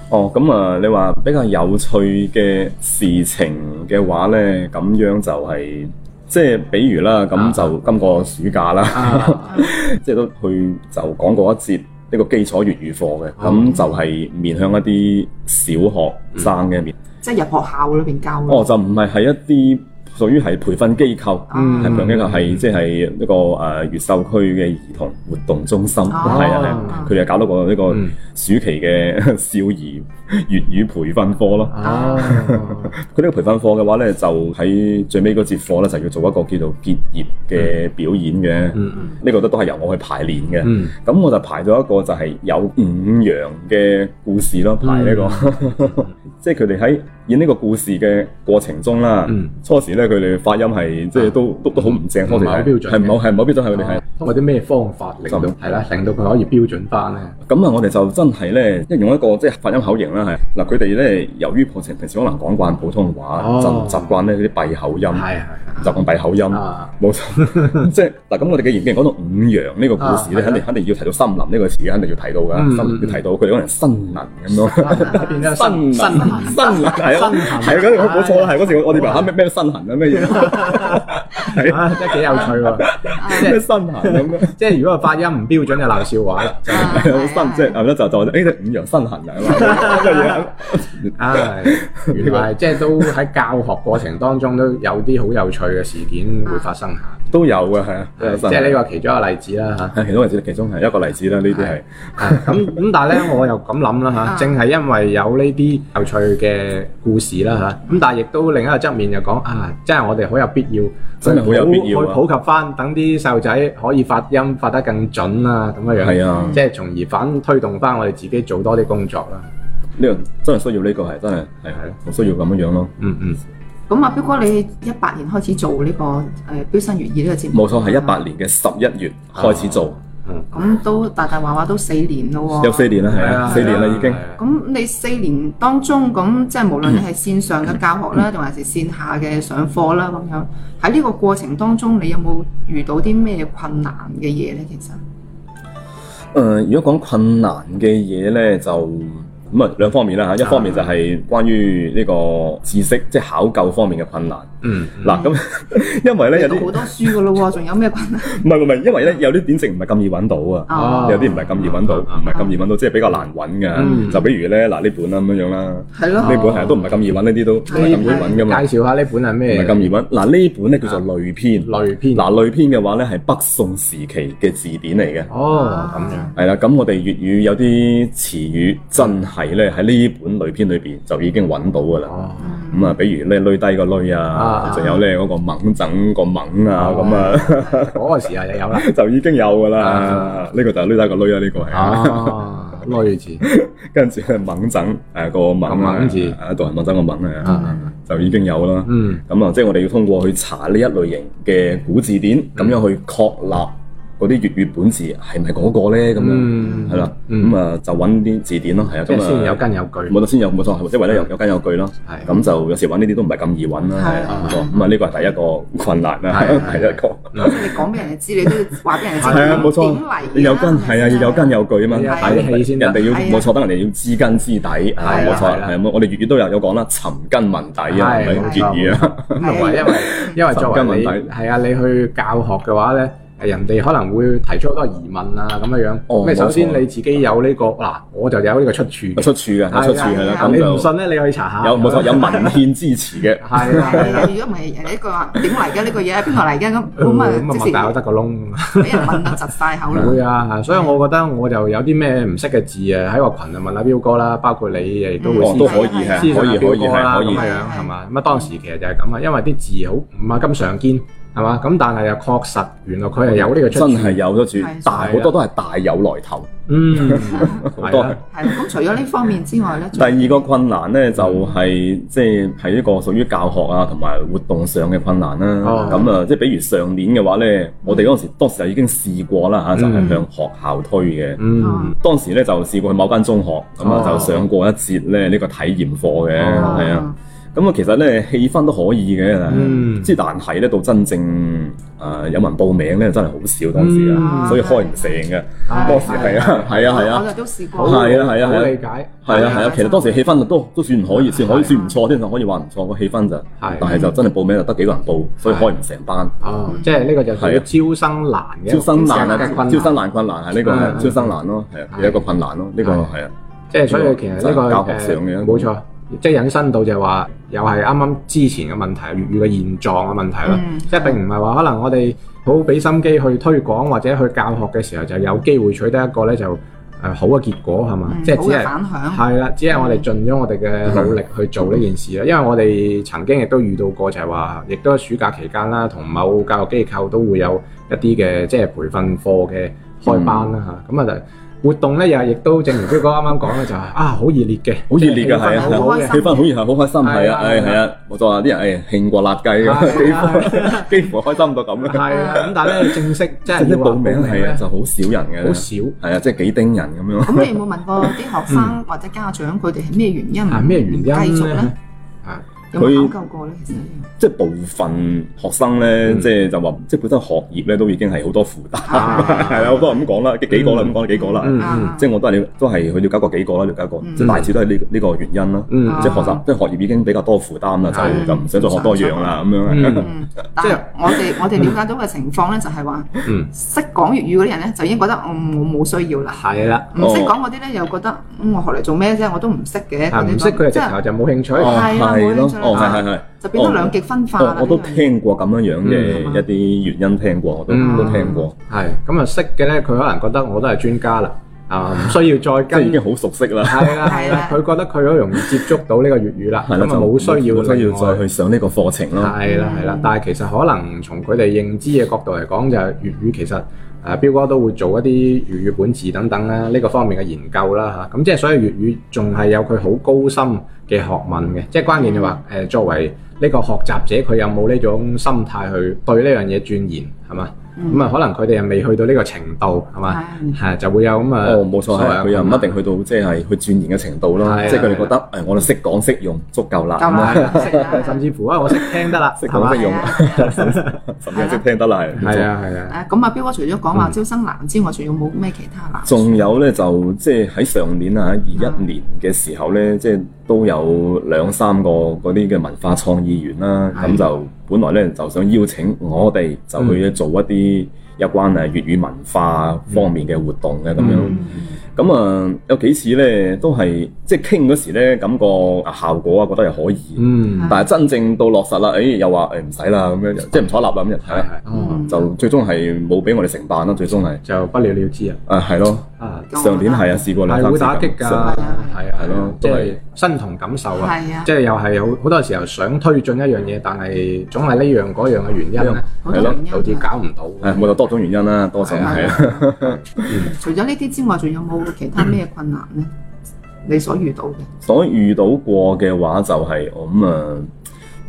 [SPEAKER 3] 哦，咁啊，你話比較有趣嘅事情嘅話咧，咁樣就係、即係比如啦，咁就今個暑假啦，
[SPEAKER 2] 啊，
[SPEAKER 3] [laughs] 即係都去就講過一節呢個基礎粵語課嘅，
[SPEAKER 2] 哦
[SPEAKER 3] 咁就係面向一啲小學生嘅面，
[SPEAKER 4] 即係入學校裏邊教
[SPEAKER 3] 哦
[SPEAKER 4] 咯，
[SPEAKER 3] 就唔係係一啲屬於係培訓機構，
[SPEAKER 4] 嗯
[SPEAKER 3] 係培訓機構係即係一個誒越秀區嘅兒童活動中心，係啊係啊，佢哋搞到個呢個
[SPEAKER 2] 嗯
[SPEAKER 3] 暑期嘅 [laughs] 少兒粵語培訓課咯。
[SPEAKER 2] 啊哦，
[SPEAKER 3] 佢呢個培訓課嘅話咧，就喺最尾嗰節課咧，就要做一個叫做結業嘅表演嘅。
[SPEAKER 2] 嗯嗯
[SPEAKER 3] 呢個都都係由我去排練嘅。
[SPEAKER 2] 嗯，
[SPEAKER 3] 咁我就排咗一個就係有五羊嘅故事
[SPEAKER 2] 嗯
[SPEAKER 3] 咯，排呢、個，
[SPEAKER 2] [laughs]
[SPEAKER 3] 即係佢哋喺演呢個故事嘅過程中啦。
[SPEAKER 2] 嗯啊
[SPEAKER 3] 初時咧，佢哋發音係即係都都都好唔正，初時
[SPEAKER 2] 唔
[SPEAKER 3] 係
[SPEAKER 2] 係好標準嘅啊
[SPEAKER 3] 係唔好係唔好標準，係佢哋係。
[SPEAKER 2] 通嗯過啲咩方法令到
[SPEAKER 3] 就
[SPEAKER 2] 係啦，令到佢可以標準翻咧？
[SPEAKER 3] 咁啊，我哋就真係咧，一用一個即係發音口型啦，係嗱，佢哋咧由於平時平時可能講慣普通話，
[SPEAKER 2] 哦
[SPEAKER 3] 就唔習慣咧啲閉口音，
[SPEAKER 2] 係啊係
[SPEAKER 3] 習慣閉口音。
[SPEAKER 2] 係啊，
[SPEAKER 3] 冇
[SPEAKER 2] [laughs]
[SPEAKER 3] 錯，即係嗱，咁我哋嘅演既然講到五羊呢個故事咧，
[SPEAKER 2] 啊
[SPEAKER 3] 肯定肯定要提到森林呢個詞嘅，肯定要提到噶，
[SPEAKER 2] 嗯
[SPEAKER 3] 森林要提到佢哋可能森林咁咯。
[SPEAKER 2] 變咗
[SPEAKER 3] 身痕，
[SPEAKER 2] 啊新
[SPEAKER 3] 身痕，係啊，係啊，嗰個冇錯啦，係嗰時我我哋話嚇咩咩身痕啊，咩嘢
[SPEAKER 2] 啊，真係幾有趣喎！
[SPEAKER 3] 咩身痕咁樣，
[SPEAKER 2] 即係如果個發音唔標準就鬧笑話啦，真係
[SPEAKER 3] 係啊身即係係咯，就就誒隻五羊身痕啊咁啊咁嘅嘢，
[SPEAKER 2] [laughs]
[SPEAKER 3] [laughs]
[SPEAKER 2] 唉，啊原來即係都喺教學過程當中都有啲好有趣嘅事件會發生下，
[SPEAKER 3] 都有嘅啊係啊，都有
[SPEAKER 2] 即
[SPEAKER 3] 身痕
[SPEAKER 2] 係呢個其中一個例子啦嚇。啊
[SPEAKER 3] 係其中例子，其中係一個例子啦，呢啲係 [laughs]
[SPEAKER 2] 咁咁，但係咧，我又咁諗啦
[SPEAKER 4] 啊
[SPEAKER 2] 嚇，正係因為有呢啲有趣嘅故事啦嚇，咁但係亦都另一個側面就講啊，即係我哋好有必要，
[SPEAKER 3] 真係好有必要啊
[SPEAKER 2] 去普及翻，等啲細路仔可以發音發得更準啊，咁樣樣，
[SPEAKER 3] 係啊
[SPEAKER 2] 即係從而反推動翻我哋自己做多啲工作啦。
[SPEAKER 3] 呢個真係需要呢個係真係係係好需要咁樣樣咯。
[SPEAKER 2] 嗯嗯，
[SPEAKER 4] 咁啊，彪哥，你一八年開始做呢、個誒《標新粵意》呢個節目，
[SPEAKER 3] 冇錯，係一八。年嘅十一月開始做，
[SPEAKER 2] 嗯，
[SPEAKER 4] 咁都大大話話都四年咯喎。
[SPEAKER 3] 有四年啦，係啊，四年啦已經
[SPEAKER 2] 係。啊
[SPEAKER 4] 咁你四年當中，咁即係無論你係線上嘅教學啦，定還是線下嘅上課啦，咁樣喺呢個過程當中，你有冇遇到啲咩困難嘅嘢呢？其實，
[SPEAKER 3] 誒、如果講困難嘅嘢咧，就咁啊兩方面啦嚇，一方面就係關於呢個知識即係考究方面嘅困難。
[SPEAKER 2] 嗯。
[SPEAKER 3] 嗱咁， [laughs] 因為咧有
[SPEAKER 4] 你
[SPEAKER 3] 啲
[SPEAKER 4] 讀
[SPEAKER 2] [laughs]
[SPEAKER 4] 好
[SPEAKER 3] 唔
[SPEAKER 4] 多書噶咯喎，仲有咩困難？
[SPEAKER 3] 係唔係，因為咧有啲典籍唔係咁易揾到啊。
[SPEAKER 2] 哦
[SPEAKER 3] 有啲唔係咁易揾到，
[SPEAKER 2] 啊
[SPEAKER 3] 唔係咁易揾到，即係比較難揾
[SPEAKER 2] 嗯
[SPEAKER 3] 㗎。就比如咧，嗱呢本啦咁樣樣啦，呢
[SPEAKER 4] 係咯，
[SPEAKER 3] 本係都唔係咁易揾，呢啲都唔係咁易揾㗎嘛，
[SPEAKER 2] 介紹下呢啊本係啊
[SPEAKER 3] 唔係
[SPEAKER 2] 咩？
[SPEAKER 3] 咁易揾。嗱呢本咧叫做類篇，
[SPEAKER 2] 類篇
[SPEAKER 3] 嗱類篇嘅話咧係北宋時期嘅字典嚟嘅。
[SPEAKER 2] 哦，咁樣。
[SPEAKER 3] 係啦，咁我哋粵語有啲詞語真係咧喺呢本類篇裏邊就已經揾到㗎啦。
[SPEAKER 2] 哦，
[SPEAKER 3] 咁啊，比如咧累低個累啊
[SPEAKER 2] 啊，
[SPEAKER 3] 仲有咧嗰個猛整個猛啊，咁啊 [laughs]
[SPEAKER 2] 嗰個時候就有啦。
[SPEAKER 3] 就已經有㗎啦
[SPEAKER 2] 啊。
[SPEAKER 3] 呢個就係累低個累啊，呢個係。
[SPEAKER 2] 哦，類字。
[SPEAKER 3] 跟住咧猛整誒個猛
[SPEAKER 2] 個
[SPEAKER 3] 啊
[SPEAKER 2] 猛字
[SPEAKER 3] 啊，讀係猛整個猛啊，
[SPEAKER 2] 嗯
[SPEAKER 3] 就已經有啦。
[SPEAKER 2] 嗯
[SPEAKER 3] 咁啊，即係我哋要通過去查呢一類型嘅古字典，咁樣去確立嗰啲粵語本字係咪嗰個咧咁樣。
[SPEAKER 2] 嗯
[SPEAKER 3] 係，啦，
[SPEAKER 2] 嗯
[SPEAKER 3] 咁啊就揾啲字典咯，係啊，
[SPEAKER 2] 即
[SPEAKER 3] 咁
[SPEAKER 2] 係
[SPEAKER 3] 啊
[SPEAKER 2] 先有根有據。
[SPEAKER 3] 冇得先有冇錯，因為咧有有根有據咯，
[SPEAKER 2] 係
[SPEAKER 3] 咁就有時揾呢啲都唔係咁易揾啦，係
[SPEAKER 4] 係
[SPEAKER 3] 啊
[SPEAKER 4] 啊
[SPEAKER 3] 冇錯咁啊呢個係第一個困難啦，
[SPEAKER 2] 係係嗯
[SPEAKER 3] 第一個
[SPEAKER 4] 即係你講俾人哋知，你都要話俾人哋知。
[SPEAKER 3] 係啊冇
[SPEAKER 4] 點嚟
[SPEAKER 3] 錯
[SPEAKER 4] 㗎，
[SPEAKER 3] 你有根係啊要有根有據啊嘛，
[SPEAKER 2] 你有
[SPEAKER 3] 係
[SPEAKER 2] 底氣先得
[SPEAKER 3] 人哋要
[SPEAKER 4] 係啊
[SPEAKER 3] 冇錯，等人哋要知根知底，係啊
[SPEAKER 2] 係
[SPEAKER 3] 冇
[SPEAKER 2] 啊
[SPEAKER 3] 錯
[SPEAKER 2] 係啊
[SPEAKER 3] 係啊我哋粵語都有有講啦，尋根問底啊，係咪
[SPEAKER 2] 係
[SPEAKER 3] 結語啊？
[SPEAKER 2] 咁同埋因為因為作為你
[SPEAKER 3] 神經問題
[SPEAKER 2] 係啊，你去教學嘅話咧。誒人哋可能會提出好多疑問啊，咁樣樣。
[SPEAKER 3] 哦
[SPEAKER 2] 咁你首先
[SPEAKER 3] 冇錯
[SPEAKER 2] 你自己有呢個嗱，我就有呢個出處
[SPEAKER 3] 有
[SPEAKER 2] 嘅。
[SPEAKER 3] 出處嘅，有出處係啦，
[SPEAKER 4] 係啊
[SPEAKER 3] 咁
[SPEAKER 2] 你唔啊
[SPEAKER 3] 就
[SPEAKER 2] 信咧，你去查下。
[SPEAKER 3] 有冇錯有文獻支持嘅，
[SPEAKER 2] 係啦係
[SPEAKER 4] 係
[SPEAKER 2] 啦
[SPEAKER 4] 啊，。如果唔係人哋一句話點嚟嘅呢個嘢係邊個嚟嘅咁，咁
[SPEAKER 2] 咁啊，擘大我
[SPEAKER 4] 啊
[SPEAKER 2] 得個窿。
[SPEAKER 4] 即時俾人問到窒晒
[SPEAKER 3] 嗯
[SPEAKER 4] 口啦。
[SPEAKER 2] 會啊，所以我覺得我就有啲咩唔識嘅字啊，喺個群啊問阿彪哥啦，包括你亦 [laughs] 都會
[SPEAKER 3] 哦
[SPEAKER 2] 私
[SPEAKER 3] 都
[SPEAKER 2] 信
[SPEAKER 3] 可以係
[SPEAKER 4] 啊
[SPEAKER 2] 私
[SPEAKER 3] 可以
[SPEAKER 2] 信
[SPEAKER 3] 可
[SPEAKER 2] 彪
[SPEAKER 3] 以
[SPEAKER 2] 哥啦
[SPEAKER 3] 係
[SPEAKER 2] 咁
[SPEAKER 3] 可以
[SPEAKER 2] 樣。樣係嘛？咁啊當時其實就係咁啊，因為啲字好唔係咁常見係嘛，咁但係又確實原來佢係有呢個出
[SPEAKER 3] 真
[SPEAKER 2] 處，
[SPEAKER 3] 係有出處
[SPEAKER 4] 係，
[SPEAKER 3] 大好多都係大有來頭。
[SPEAKER 2] 嗯，
[SPEAKER 3] [laughs]
[SPEAKER 2] 好
[SPEAKER 3] 多
[SPEAKER 4] 係啦咁除咗呢方面之外咧，
[SPEAKER 3] 第二個困難咧就
[SPEAKER 2] 嗯
[SPEAKER 3] 係即係係一個屬於教學啊同埋活動上嘅困難啦
[SPEAKER 2] 哦。
[SPEAKER 3] 咁啊，即係比如上年嘅話咧，我哋嗰陣時當時就已經試過啦啊嚇，就係
[SPEAKER 2] 嗯
[SPEAKER 3] 向學校推嘅。
[SPEAKER 2] 嗯
[SPEAKER 3] 當時咧就試過去某間中學，咁啊
[SPEAKER 2] 哦
[SPEAKER 3] 就上過一節咧呢個體驗課嘅，
[SPEAKER 2] 哦
[SPEAKER 3] 係啊。咁啊，其實咧氣氛都可以嘅，
[SPEAKER 2] 嗯
[SPEAKER 3] 即係但係咧到真正誒有人報名咧，真係好少當時啊，
[SPEAKER 4] 嗯
[SPEAKER 3] 所以開唔成嘅。
[SPEAKER 2] 唉
[SPEAKER 3] 當時係啊，係啊，係啊
[SPEAKER 4] 我。就都試過。
[SPEAKER 3] 係啊係啊係啊
[SPEAKER 2] 好理解，
[SPEAKER 3] 係啊
[SPEAKER 4] 係
[SPEAKER 3] 係啊
[SPEAKER 4] 啊，
[SPEAKER 3] 其實當時氣氛都都算可以，算可以算唔錯，啲人可以話唔錯個氣氛就，但係就真係報名就得幾個人報，所以開唔成班。
[SPEAKER 2] 哦，即係呢個就屬於招生難嘅，
[SPEAKER 3] 啊招生難
[SPEAKER 2] 嘅
[SPEAKER 3] 啊，
[SPEAKER 2] 困
[SPEAKER 3] 招生難困難係呢個
[SPEAKER 2] 係
[SPEAKER 3] 係
[SPEAKER 2] 係
[SPEAKER 3] 招生難咯，係啊，有一個困難咯，呢個係啊，
[SPEAKER 2] 即係所以其實呢個
[SPEAKER 3] 教學上嘅
[SPEAKER 2] 誒冇錯，即係引申到就係話又係啱啱之前嘅問題，粵語嘅現狀嘅問題啦。
[SPEAKER 4] 嗯
[SPEAKER 2] 即係並唔係話可能我哋好俾心機去推廣或者去教學嘅時候，就有機會取得一個咧就誒、呃好嘅結果係嘛？
[SPEAKER 4] 嗯
[SPEAKER 2] 即係
[SPEAKER 4] 好
[SPEAKER 2] 只
[SPEAKER 4] 嘅
[SPEAKER 2] 係。
[SPEAKER 4] 反響，
[SPEAKER 2] 係啊啦，只係我哋盡咗我哋嘅努力去做呢件事啊啦。因為我哋曾經亦都遇到過，就係話，亦都喺暑假期間啦，同某教育機構都會有一啲嘅即係培訓課嘅開班
[SPEAKER 4] 嗯
[SPEAKER 2] 啦嚇。咁啊、就活動咧又係亦都正如彪哥啱啱講咧，就係啊好熱烈嘅，
[SPEAKER 3] 好熱烈嘅
[SPEAKER 2] 氣氛
[SPEAKER 3] 係啊
[SPEAKER 2] 好好嘅
[SPEAKER 4] 係啊
[SPEAKER 3] 氣氛好熱係好開心係
[SPEAKER 2] 係啊
[SPEAKER 3] 啊，誒係啊，我就話啲人誒興過辣雞
[SPEAKER 2] 係啊
[SPEAKER 3] 咁，幾乎幾乎 [laughs] 開心到咁啦。
[SPEAKER 2] 係啦。咁但係咧正式即係
[SPEAKER 3] 即
[SPEAKER 2] 要
[SPEAKER 3] 係
[SPEAKER 2] 話
[SPEAKER 3] 報名係啊，
[SPEAKER 2] 咧
[SPEAKER 3] 就好少人嘅，
[SPEAKER 2] 好少
[SPEAKER 3] 係啊，即係幾丁人咁樣。
[SPEAKER 4] 咁你有冇問過啲學生或者家長佢哋係咩原因
[SPEAKER 2] 啊
[SPEAKER 4] 唔
[SPEAKER 2] 咩原因
[SPEAKER 4] 繼續
[SPEAKER 2] 咧
[SPEAKER 4] 咧？？
[SPEAKER 2] 啊
[SPEAKER 4] 有冇
[SPEAKER 3] 佢
[SPEAKER 4] 考究過咧？其實呢樣
[SPEAKER 3] 即係部分學生咧，
[SPEAKER 2] 嗯
[SPEAKER 3] 即係就話，即係本身學業咧都已經係好多負擔，
[SPEAKER 4] 啊
[SPEAKER 3] [laughs] 係啊，好多人咁講啦，幾幾個啦，咁講幾個啦，
[SPEAKER 2] 嗯
[SPEAKER 4] 啊
[SPEAKER 3] 即係我都係了都係去了解過幾個啦，了解過，
[SPEAKER 4] 嗯
[SPEAKER 3] 即係大致都係呢呢個原因啦。
[SPEAKER 2] 嗯
[SPEAKER 4] 啊
[SPEAKER 3] 即係學習，即係學業已經比較多負擔啦，
[SPEAKER 2] 係
[SPEAKER 3] 就就唔想再學多樣啦，咁 [laughs] 樣。
[SPEAKER 2] 嗯
[SPEAKER 4] 嗯，但
[SPEAKER 2] 即
[SPEAKER 4] 係
[SPEAKER 2] 係
[SPEAKER 4] 我哋我哋了解到嘅情況咧，就係話
[SPEAKER 2] 嗯
[SPEAKER 4] 識講粵語嗰啲人咧，就已經覺得嗯我冇需要啦。
[SPEAKER 2] 係啦，
[SPEAKER 4] 唔識講嗰啲咧，又覺得嗯我學嚟做咩啫？我都唔識嘅。
[SPEAKER 2] 啊
[SPEAKER 4] 佢哋
[SPEAKER 2] 唔
[SPEAKER 4] 講
[SPEAKER 2] 識佢哋直
[SPEAKER 4] 即係
[SPEAKER 2] 頭就冇興趣。
[SPEAKER 3] 哦
[SPEAKER 4] 係啊
[SPEAKER 3] 係
[SPEAKER 4] 冇興
[SPEAKER 3] 咯
[SPEAKER 4] 趣，啦
[SPEAKER 3] 哦，係係係。
[SPEAKER 4] 就變咗兩極分化啦
[SPEAKER 3] 哦。我都
[SPEAKER 4] 呢樣嘢
[SPEAKER 3] 聽過咁樣樣嘅
[SPEAKER 4] 嗯
[SPEAKER 3] 一啲原因，聽過我都
[SPEAKER 2] 嗯
[SPEAKER 3] 都聽過，
[SPEAKER 2] 係咁啊，識嘅咧，佢可能覺得我都係專家啦，啊唔需要再
[SPEAKER 3] 即係已
[SPEAKER 2] 跟
[SPEAKER 3] 經好熟悉啦。
[SPEAKER 2] 係啦，係
[SPEAKER 4] 係
[SPEAKER 2] 啦
[SPEAKER 4] 啦，
[SPEAKER 2] 佢覺得佢好容易接觸到呢個粵語啦，
[SPEAKER 3] [laughs] 係
[SPEAKER 2] 咁
[SPEAKER 3] 啦，
[SPEAKER 2] 啊
[SPEAKER 3] 就
[SPEAKER 2] 冇需要
[SPEAKER 3] 冇需
[SPEAKER 2] 另
[SPEAKER 3] 要
[SPEAKER 2] 外
[SPEAKER 3] 再去嗯上呢個課程咯。
[SPEAKER 2] 係啦係啦，但係其實可能從佢哋認知嘅角度嚟講，就係粵語其實誒彪哥都會做一啲粵語本字等等啦，呢個方面嘅研究啦嚇，咁即係所以粵語仲係有佢好高深嘅學問嘅，即係關鍵就話誒作為呢個學習者，佢有冇呢種心態去對呢樣嘢鑽研係嘛？
[SPEAKER 3] 嗯
[SPEAKER 2] 咁啊，可能佢哋又未去到呢個程度係嘛？係就會有咁啊，
[SPEAKER 3] 哦，冇錯，
[SPEAKER 2] 所謂
[SPEAKER 3] 係佢又唔一定去到即係去鑽研嘅程度咯
[SPEAKER 2] 係啊，啊
[SPEAKER 3] 即係佢哋覺
[SPEAKER 2] 係
[SPEAKER 3] 得誒，我哋識講識用足夠啦，
[SPEAKER 4] 夠啦，識啦
[SPEAKER 2] 甚至乎啊，我識聽得啦，
[SPEAKER 3] 識
[SPEAKER 2] 係嘛
[SPEAKER 3] 講識用，甚至係識聽得啦，係
[SPEAKER 2] 係。啊係啊，
[SPEAKER 4] 誒咁啊，彪哥除咗講話
[SPEAKER 2] 嗯
[SPEAKER 4] 招生難之外，仲有冇咩其他難？
[SPEAKER 3] 仲有咧就即係喺上年啊，二一年嘅時候咧，即係都有兩三個嗰啲嘅文化創意園啦，
[SPEAKER 4] 係
[SPEAKER 3] 咁就本來咧就想邀請我哋就
[SPEAKER 2] 嗯
[SPEAKER 3] 去做一啲有關誒粵語文化方面嘅活動嘅咁樣。
[SPEAKER 2] 嗯
[SPEAKER 3] 咁啊，有幾次咧都係即係傾嗰時咧，感覺啊效果啊覺得又可以，
[SPEAKER 2] 嗯，
[SPEAKER 3] 但係真正到落實啦，誒、又話誒唔使啦咁樣，即係唔採納啦咁就係
[SPEAKER 2] 係
[SPEAKER 3] 啦，
[SPEAKER 2] 係，
[SPEAKER 4] 嗯
[SPEAKER 3] 就最終係冇俾我哋承辦啦，最終係
[SPEAKER 2] 哦就不了了之啊，
[SPEAKER 3] 啊係咯，
[SPEAKER 2] 啊，
[SPEAKER 3] 上年係啊試過兩
[SPEAKER 2] 係
[SPEAKER 3] 三
[SPEAKER 2] 會
[SPEAKER 3] 次
[SPEAKER 2] 打擊
[SPEAKER 3] 咁
[SPEAKER 2] 㗎，係
[SPEAKER 3] 上
[SPEAKER 2] 啊係咯
[SPEAKER 3] 咯，
[SPEAKER 2] 即
[SPEAKER 3] 都
[SPEAKER 2] 係
[SPEAKER 3] 係
[SPEAKER 2] 身同感受啊，
[SPEAKER 4] 係啊
[SPEAKER 2] 即係又係好好多時候想推進一樣嘢，但係總係呢樣嗰樣嘅原因咧，
[SPEAKER 4] 好多原因
[SPEAKER 2] 導致
[SPEAKER 4] 啊
[SPEAKER 2] 搞唔到。
[SPEAKER 3] 誒我就多種原因啦，多種
[SPEAKER 2] 係啊
[SPEAKER 3] 係啊，
[SPEAKER 4] 除咗呢啲之外，仲有冇其他咩困難咧？你所遇到嘅
[SPEAKER 3] 所遇到過嘅話就係、我咁啊。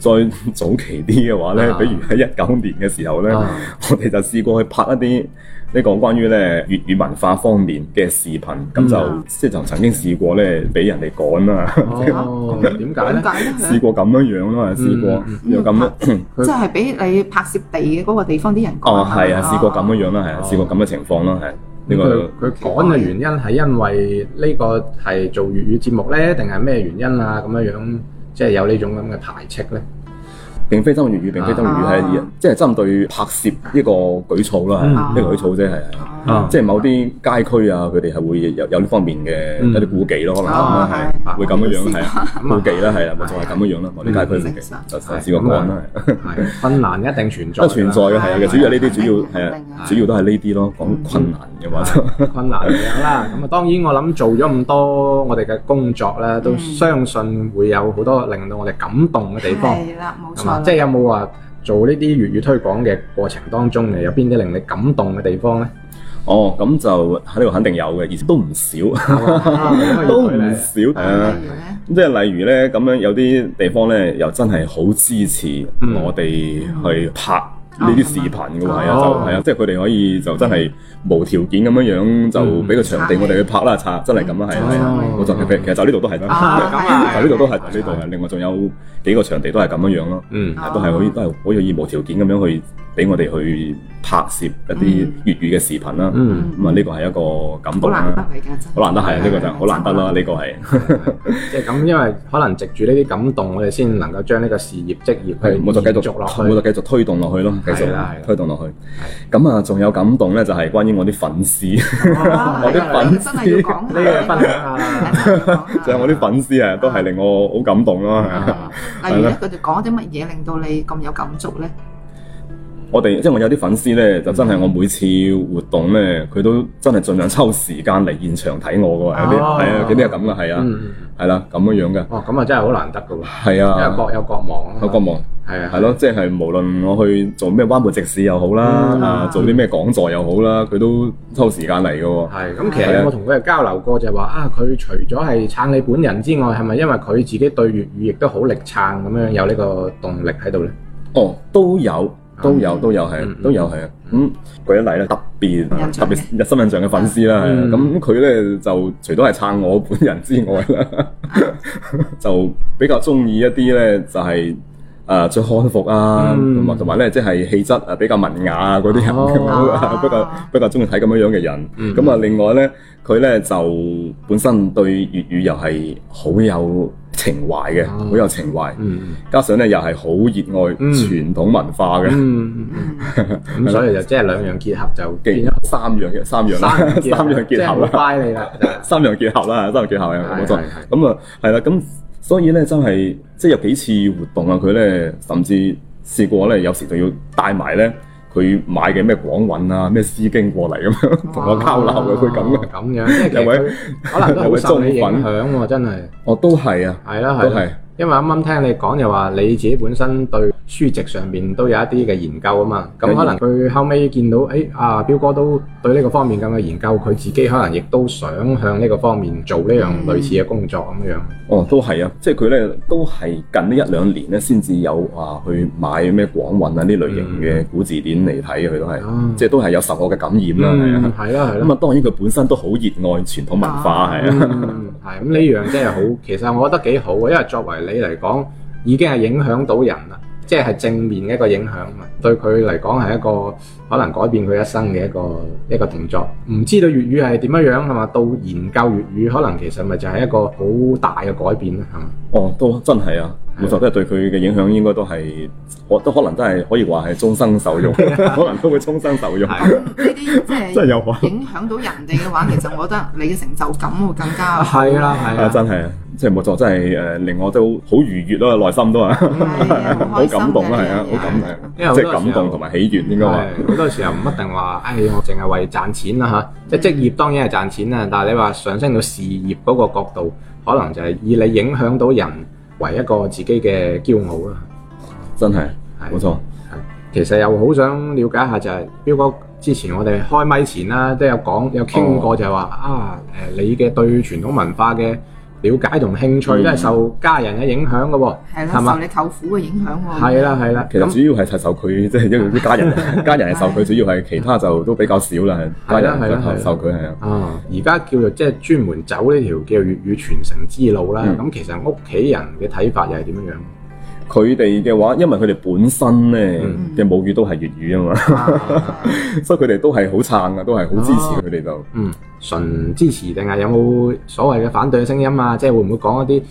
[SPEAKER 3] 再早期啲嘅話咧，
[SPEAKER 2] 啊
[SPEAKER 3] 比如喺一九年嘅時候咧，
[SPEAKER 2] 啊
[SPEAKER 3] 我哋就試過去拍一啲呢個關於咧粵語文化方面嘅視頻，咁就、
[SPEAKER 4] 嗯
[SPEAKER 3] 即係就曾經試過咧俾人哋趕啊啦，
[SPEAKER 2] 哦，點解咧
[SPEAKER 4] 點？解
[SPEAKER 3] [laughs] 試
[SPEAKER 4] 咧？
[SPEAKER 3] 過咁樣樣咯，試過
[SPEAKER 2] 嗯
[SPEAKER 3] 又咁樣。
[SPEAKER 2] 佢
[SPEAKER 4] 即係俾你拍攝地嘅嗰個地方啲人講
[SPEAKER 3] 哦，係啊，試過咁樣樣啦，係啊
[SPEAKER 2] 哦，
[SPEAKER 3] 試過咁嘅情況啦，係呢
[SPEAKER 2] 佢
[SPEAKER 3] 個
[SPEAKER 2] 佢趕嘅原因係因為呢個係做粵語節目咧，定係咩原因啊？咁樣樣即係有呢種咁嘅排斥咧。
[SPEAKER 3] 並非針對粵語，並非針對粵語
[SPEAKER 2] 啊
[SPEAKER 3] 係
[SPEAKER 4] 哦
[SPEAKER 3] 即係針對拍攝呢個舉措啦，係呢
[SPEAKER 4] 嗯
[SPEAKER 3] 個舉措啫，係
[SPEAKER 2] 啊
[SPEAKER 3] 係即係某啲街區啊，佢哋係會有有呢方面嘅
[SPEAKER 2] 嗯
[SPEAKER 3] 一啲顧忌咯，可能
[SPEAKER 4] 哦
[SPEAKER 3] 咁
[SPEAKER 4] 係
[SPEAKER 3] 係會咁樣樣係啊
[SPEAKER 2] 我
[SPEAKER 3] 顧
[SPEAKER 2] 都
[SPEAKER 3] 忌
[SPEAKER 2] 試過
[SPEAKER 3] 啦，係啊，冇錯係咁樣樣啦，我哋街區顧忌
[SPEAKER 4] 嗯
[SPEAKER 3] 就就試過趕啦，係
[SPEAKER 2] 係困難一定存在㗎，
[SPEAKER 3] 都存在嘅係啊嘅，主要係呢啲主要係
[SPEAKER 4] 肯定
[SPEAKER 3] 啊
[SPEAKER 4] 啊，
[SPEAKER 3] 主要都係呢啲咯，講困難嘅話就。
[SPEAKER 2] 困難嘅啦。咁啊，當然我諗做咗咁多我哋嘅工作咧，都
[SPEAKER 4] 嗯
[SPEAKER 2] 相信會有好多令到我哋感動嘅地方，
[SPEAKER 4] 係啦，冇
[SPEAKER 2] 係
[SPEAKER 4] 錯啦
[SPEAKER 2] 嘛？即係有冇話做呢啲粵語推廣嘅過程當中，你有邊啲令你感動嘅地方
[SPEAKER 4] [laughs]
[SPEAKER 2] 咧？
[SPEAKER 3] 哦，咁就喺呢度肯定有嘅，而且都唔少，
[SPEAKER 2] 都
[SPEAKER 3] 都唔少。係啊咁即
[SPEAKER 4] 例如咧，
[SPEAKER 3] 係例如咧，咁樣有啲地方咧，又真係好支持
[SPEAKER 2] 嗯
[SPEAKER 3] 我哋去拍呢啲視頻嘅喎，係啊，就
[SPEAKER 2] 哦
[SPEAKER 3] 係啊，即係佢哋可以就真係無條件咁樣樣就俾個場地我哋去拍啦，拆真係咁啦，係啊係啊，
[SPEAKER 2] 哦
[SPEAKER 3] 冇錯，其實其實就呢度都係
[SPEAKER 4] 啊
[SPEAKER 3] 啦，
[SPEAKER 2] 咁啊，
[SPEAKER 3] 就呢度都係，就呢度係，另外仲有幾個場地都係咁樣樣咯，
[SPEAKER 2] 嗯
[SPEAKER 4] 啊
[SPEAKER 3] 都係可以都係可以無條件咁樣去俾我哋去拍攝一啲
[SPEAKER 4] 嗯
[SPEAKER 3] 粵語嘅視頻啦。
[SPEAKER 2] 嗯。
[SPEAKER 3] 咁啊，呢個係一個感
[SPEAKER 4] 好
[SPEAKER 3] 動
[SPEAKER 4] 難得啊
[SPEAKER 3] 啦，
[SPEAKER 4] 嚟㗎，真係
[SPEAKER 3] 好難得係呢個就好難得啦，呢個係。
[SPEAKER 2] 即係咁，因為可能藉住呢啲感動，我哋先能夠將呢個事業職業去
[SPEAKER 3] [laughs] 係，我就繼續
[SPEAKER 2] 延續落去。
[SPEAKER 3] 我就繼續推動落去咯。繼
[SPEAKER 2] 係
[SPEAKER 3] 續
[SPEAKER 2] 啦係啦
[SPEAKER 3] 推動落去。咁啊，仲有感動咧，就係關於我啲粉
[SPEAKER 2] [laughs]
[SPEAKER 3] 絲。
[SPEAKER 4] [laughs] 我
[SPEAKER 3] 啲粉絲
[SPEAKER 4] 真係要講下
[SPEAKER 2] 呢個分享下啦
[SPEAKER 3] 就係我啲粉絲啊，都係令我好感動咯。
[SPEAKER 2] 啊
[SPEAKER 3] 啊
[SPEAKER 4] 例如咧，佢哋講啲乜嘢令到你咁有感
[SPEAKER 3] [laughs]
[SPEAKER 4] 觸咧？
[SPEAKER 3] 我哋即係我有啲粉絲咧，就真係我每次活動咧，佢都真係盡量抽時間嚟現場睇我㗎喎。有啲
[SPEAKER 2] 哦
[SPEAKER 3] 係啊，有啲係咁嘅，係啊，
[SPEAKER 2] 嗯，
[SPEAKER 3] 係啦，咁樣樣嘅，
[SPEAKER 2] 哦，咁啊真係好難得噶喎，
[SPEAKER 3] 係
[SPEAKER 2] 因為
[SPEAKER 3] 啊，
[SPEAKER 2] 各有各忙啊嘛，
[SPEAKER 3] 有國望。
[SPEAKER 2] 係啊，
[SPEAKER 3] 係咯，即係無論我去做咩灣畔直市又好啦，
[SPEAKER 2] 嗯
[SPEAKER 3] 啊做啲咩講座又好啦，佢都抽時間嚟嘅喎。
[SPEAKER 2] 係，咁其
[SPEAKER 3] 係啊
[SPEAKER 2] 實我同佢哋交流過就係話啊，佢除咗係撐你本人之外，係咪因為佢自己對粵語亦都好力撐咁樣有呢個動力喺度咧？
[SPEAKER 3] 哦，都有，都有，
[SPEAKER 4] 嗯
[SPEAKER 3] 都有係
[SPEAKER 2] 嗯，
[SPEAKER 3] 都有係。咁舉一例咧，特別
[SPEAKER 4] 象嘅
[SPEAKER 3] 特別日新印象嘅粉絲啦，係啊
[SPEAKER 2] 嗯
[SPEAKER 3] 咁佢咧就除咗係撐我本人之外
[SPEAKER 2] [laughs]
[SPEAKER 3] 啦，就比較中意一啲咧就係。誒着漢服啊，
[SPEAKER 2] 嗯
[SPEAKER 3] 同埋同埋咧，即係氣質啊比較文雅啊嗰啲人咁樣啊，[laughs]
[SPEAKER 4] 哦
[SPEAKER 3] 比較比較中意睇咁樣樣嘅人。
[SPEAKER 2] 嗯
[SPEAKER 3] 咁啊，另外咧，佢咧就本身對粵語又係好有情懷嘅，
[SPEAKER 2] 哦
[SPEAKER 3] 好有情懷。
[SPEAKER 2] 嗯
[SPEAKER 3] 加上咧又係好熱愛
[SPEAKER 2] 嗯
[SPEAKER 3] 傳統文化嘅，
[SPEAKER 2] 嗯，
[SPEAKER 4] 嗯
[SPEAKER 2] 咁所以就即係兩樣結合就變
[SPEAKER 3] 既
[SPEAKER 2] 咗
[SPEAKER 3] 然三樣嘅三樣啦，
[SPEAKER 2] 三
[SPEAKER 3] 三 [laughs] 樣
[SPEAKER 2] 即係
[SPEAKER 3] 結合啊
[SPEAKER 2] 好
[SPEAKER 3] 啦，
[SPEAKER 2] 乖你啦，
[SPEAKER 3] 三樣結合啦，三樣結合啊，
[SPEAKER 2] 係
[SPEAKER 3] 冇錯
[SPEAKER 2] 係係。
[SPEAKER 3] 咁啊，係啦，咁所以咧真係即係有幾次活動啊，佢咧甚至試過咧，有時仲要帶埋咧佢買嘅咩廣韻啊、咩詩經過嚟咁
[SPEAKER 2] 哦
[SPEAKER 3] 樣同我交流嘅，佢咁嘅。啊
[SPEAKER 2] 咁樣，即係其實佢可能都好受你影響喎，真係
[SPEAKER 3] 我都係啊，
[SPEAKER 2] 係啦，
[SPEAKER 3] 都
[SPEAKER 2] 係
[SPEAKER 3] 係
[SPEAKER 2] 啦。因為啱啱聽你講就話你自己本身對書籍上面都有一啲嘅研究啊嘛，咁可能佢後尾見到誒、哎啊彪哥都對呢個方面咁嘅研究，佢自己可能亦都想向呢個方面做呢樣類似嘅工作咁樣。
[SPEAKER 3] 哦，都係啊，即係佢咧都係近呢一兩年咧先至有啊去買咩廣韻啊呢類型
[SPEAKER 2] 嗯
[SPEAKER 3] 嘅古字典嚟睇，啊佢都係，
[SPEAKER 2] 哦
[SPEAKER 3] 嗯即係都係有受我嘅感染啦，係啊
[SPEAKER 2] 嗯，。係啦，係啦
[SPEAKER 3] 咁。啊，當然佢本身都好熱愛傳統文化，係啊，
[SPEAKER 2] 嗯，係咁呢樣真係好，其實我覺得幾好啊，因為作為你嚟講，已經係影響到人啦，即係正面嘅一個影響嘛。對佢嚟講係一個可能改變佢一生嘅一個一個動作。唔知道粵語係點樣樣係嘛？到研究粵語，可能其實咪就係一個好大嘅改變啦，啊係嘛？
[SPEAKER 3] 哦，都真係啊，
[SPEAKER 2] 係
[SPEAKER 3] 冇錯，都係對佢嘅影響應該都係，我都可能真係可以話係終生受用， [laughs] 可能都會終生受用，
[SPEAKER 2] 啊係
[SPEAKER 4] 咁呢啲即
[SPEAKER 3] 真係
[SPEAKER 4] 係
[SPEAKER 3] 有可能。
[SPEAKER 4] 影響到人哋嘅話，其實我覺得你嘅成就感會更加
[SPEAKER 2] 係啦，係
[SPEAKER 3] 啊，
[SPEAKER 2] 啦。
[SPEAKER 3] 真係啊，即係冇錯，真係誒令我都好愉悅咯，內心都啊，[laughs]
[SPEAKER 4] 係
[SPEAKER 3] 好感動啦，係啊，
[SPEAKER 4] 好開心嘅
[SPEAKER 3] 好感
[SPEAKER 2] 因為好多
[SPEAKER 3] 動，即
[SPEAKER 2] 時候
[SPEAKER 3] 係感動同埋喜悅應該話。
[SPEAKER 2] 係好多時候唔一定話，唉、我淨係為賺錢啦嚇，即係職業當然係賺錢啦，但係你話上升到事業嗰個角度，可能就係以你影響到人為一個自己嘅驕傲啦。
[SPEAKER 3] 真係
[SPEAKER 2] 係
[SPEAKER 3] 冇錯。
[SPEAKER 2] 其實又好想了解下就係、彪哥之前我哋開咪前啦，都有講有傾過就係話、啊誒，你嘅對傳統文化嘅了解同興趣
[SPEAKER 3] 嗯
[SPEAKER 2] 都係受家人嘅影響嘅喎，
[SPEAKER 4] 係
[SPEAKER 2] 係
[SPEAKER 4] 啦，
[SPEAKER 2] 嘛
[SPEAKER 4] 受你舅父嘅影響喎。
[SPEAKER 3] 啊
[SPEAKER 2] 係啦係啦，
[SPEAKER 3] 其實主要係受佢，即係因為啲家
[SPEAKER 2] [laughs]
[SPEAKER 3] 人，家人係受佢，主要係其他就都比較少啦，係家
[SPEAKER 2] 係啦
[SPEAKER 3] 人
[SPEAKER 2] 係啦
[SPEAKER 3] 就
[SPEAKER 2] 係啦
[SPEAKER 3] 受佢係啊。
[SPEAKER 2] 啊，而家叫做即係專門走呢條叫粵語傳承之路啦。
[SPEAKER 3] 嗯
[SPEAKER 2] 咁、其實屋企人嘅睇法又係點樣
[SPEAKER 3] 佢哋嘅話，因為佢哋本身咧
[SPEAKER 2] 嗯
[SPEAKER 3] 嘅母語都係粵語啊嘛，
[SPEAKER 2] 樣？
[SPEAKER 3] [laughs] 所以佢哋都係好撐啊，都係好支持佢哋就。
[SPEAKER 2] 嗯，純支持定係有冇所謂嘅反對嘅聲音啊？即係會唔會講一啲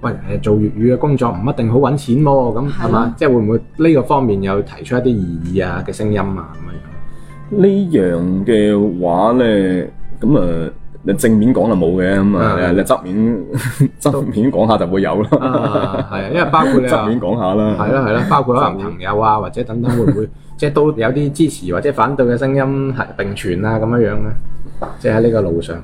[SPEAKER 2] 喂誒做粵語嘅工作唔一定好揾錢喎、咁係
[SPEAKER 4] 係啊
[SPEAKER 2] 嘛？即係會唔會呢個方面有提出一啲異議
[SPEAKER 3] [laughs]
[SPEAKER 2] 啊嘅聲音啊咁樣？
[SPEAKER 3] 呢樣嘅話咧，咁啊，你正面講就冇嘅，咁啊，
[SPEAKER 2] 嗯
[SPEAKER 3] 你側面 [laughs] 側面講下就會有啦，
[SPEAKER 2] 啊，係啊，因為包括你
[SPEAKER 3] [laughs] 側
[SPEAKER 2] 話
[SPEAKER 3] 面。講下啦。
[SPEAKER 2] 係啦係啦，包括可能朋友啊，或者等等，會唔會 [laughs] 即係都有啲支持或者反對嘅聲音係並存啊咁樣樣咧？即係喺呢個路上，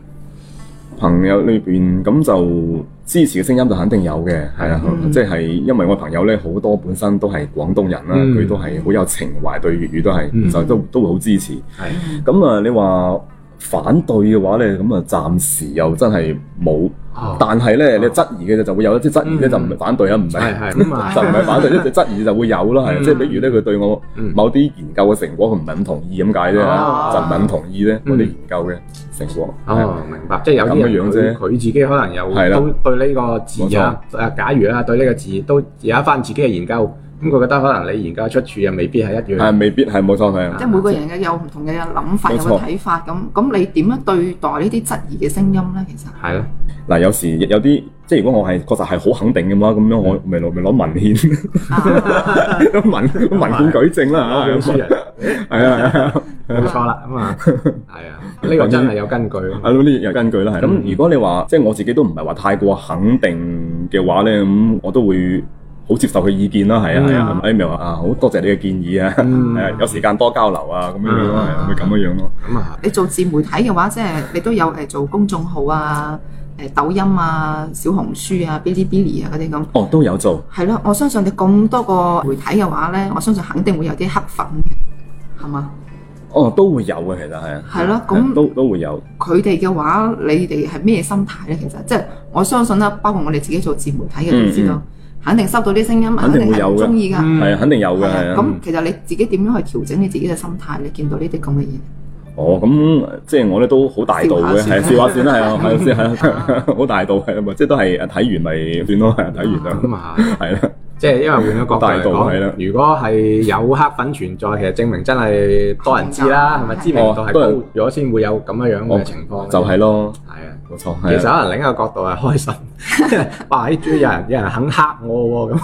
[SPEAKER 3] 朋友裏邊咁就支持嘅聲音就肯定有嘅，係啊，
[SPEAKER 4] 嗯
[SPEAKER 3] 即係因為我朋友咧好多本身都係廣東人啦，
[SPEAKER 2] 嗯
[SPEAKER 3] 佢、都係好有情懷對粵語都係，
[SPEAKER 2] 嗯
[SPEAKER 3] 就都都會好支持。
[SPEAKER 2] 係
[SPEAKER 3] 咁啊，你話反對嘅話咧，咁啊暫時又真係冇，
[SPEAKER 2] 哦
[SPEAKER 3] 但係咧你質疑嘅就會有，即係質疑咧
[SPEAKER 2] 嗯
[SPEAKER 3] 就唔係反對啊，唔係
[SPEAKER 2] 係。係咁啊，
[SPEAKER 3] 就唔係反對，即係質疑就會有啦，係
[SPEAKER 2] 嗯
[SPEAKER 3] 即係比如咧，佢對我
[SPEAKER 2] 嗯
[SPEAKER 3] 某啲研究嘅成果，佢唔係咁同意咁解啫，
[SPEAKER 2] 哦
[SPEAKER 3] 就唔係咁同意咧我啲
[SPEAKER 2] 嗯
[SPEAKER 3] 研究嘅成果。係
[SPEAKER 2] 哦，明白，即係有啲人
[SPEAKER 3] 咁樣樣啫
[SPEAKER 2] 佢佢自己可能有
[SPEAKER 3] 係啦
[SPEAKER 2] 都對呢個字啊，誒，假如啊，對呢個字都有一番自己嘅研究，咁佢覺得可能你研究出處又未必係一樣。
[SPEAKER 3] 係未必係冇錯係啊
[SPEAKER 4] 即係每個人嘅有唔同嘅諗法，
[SPEAKER 3] 冇
[SPEAKER 4] 有
[SPEAKER 3] 錯
[SPEAKER 4] 個睇法咁。咁你點樣對待呢啲質疑嘅聲音咧？其實
[SPEAKER 2] 係咯，
[SPEAKER 3] 嗱，有時有啲即係如果我係確實係好肯定嘅話，咁樣我咪攞咪攞文獻 [laughs]
[SPEAKER 4] 啊
[SPEAKER 3] 文文獻舉證
[SPEAKER 2] 我
[SPEAKER 3] 啦嚇
[SPEAKER 2] 本書
[SPEAKER 3] 咁啊，
[SPEAKER 2] 人
[SPEAKER 3] 係啊係啊。
[SPEAKER 2] 冇錯啦，咁
[SPEAKER 3] [laughs]
[SPEAKER 2] 啊，係啊，呢個真係有根據啊㗎嘛。
[SPEAKER 3] 係咯，啊呢啲有根據啦，係。
[SPEAKER 2] 嗯
[SPEAKER 3] 咁如果你話即係我自己都唔係話太過肯定嘅話咧，咁我都會好接受佢意見啦，係啊係啊
[SPEAKER 4] 嗯。
[SPEAKER 3] 咁咪話啊，好多謝你嘅建議啊，
[SPEAKER 2] 嗯
[SPEAKER 3] 係啊有時間多交流啊，咁樣樣咯，
[SPEAKER 4] 嗯
[SPEAKER 3] 係啊會咁樣樣咯。
[SPEAKER 2] 咁啊，
[SPEAKER 4] 你做自媒體嘅話，即係你都有誒做公眾號啊、誒抖音啊、小紅書啊、Bilibili 啊嗰啲咁。
[SPEAKER 3] 哦，都有做，
[SPEAKER 4] 係咯，我相信你咁多個媒體嘅話咧，我相信肯定會有啲黑粉嘅，係嘛？
[SPEAKER 3] 哦都會有嘅，其實係啊。
[SPEAKER 4] 係
[SPEAKER 3] 係
[SPEAKER 4] 咯，
[SPEAKER 3] 啊
[SPEAKER 4] 咁
[SPEAKER 3] 都都會有。
[SPEAKER 4] 佢哋嘅話，你哋係咩心態咧？其實即係我相信啦，包括我哋自己做自媒體嘅都知道，
[SPEAKER 3] 嗯
[SPEAKER 4] 肯定收到啲聲音，
[SPEAKER 3] 肯定會
[SPEAKER 4] 係
[SPEAKER 3] 有
[SPEAKER 4] 唔
[SPEAKER 3] 嘅
[SPEAKER 4] 中意㗎。
[SPEAKER 2] 嗯
[SPEAKER 3] 係啊，肯定有嘅，係
[SPEAKER 4] 係啊
[SPEAKER 3] 啊。
[SPEAKER 4] 咁其實你自己點樣去調整你自己嘅心態？你見到呢啲咁嘅嘢，
[SPEAKER 3] 哦，咁即係我咧都好大度嘅，
[SPEAKER 4] 笑下
[SPEAKER 3] 係
[SPEAKER 4] 先
[SPEAKER 3] 笑下先啦，係啊，係啊先係啊， [laughs] 好大度係啊，即係都係睇完咪算咯，係啊睇完啦，
[SPEAKER 2] 咁啊係。
[SPEAKER 3] 係啦，
[SPEAKER 2] 即係因為換個角度嚟
[SPEAKER 3] 大道理啦
[SPEAKER 2] 講，如果係有黑粉存在，其實證明真係多人知啦，係咪
[SPEAKER 4] 係
[SPEAKER 2] 知名度係
[SPEAKER 3] 哦
[SPEAKER 2] 高咗先會有咁樣樣嘅情況？
[SPEAKER 3] 就係咯，
[SPEAKER 2] 係啊。
[SPEAKER 3] 冇錯，
[SPEAKER 2] 其
[SPEAKER 3] 係
[SPEAKER 2] 實可
[SPEAKER 3] 啊。
[SPEAKER 2] 能另一個角度係開心， [laughs] 哇！咦終於有人有人肯黑我喎，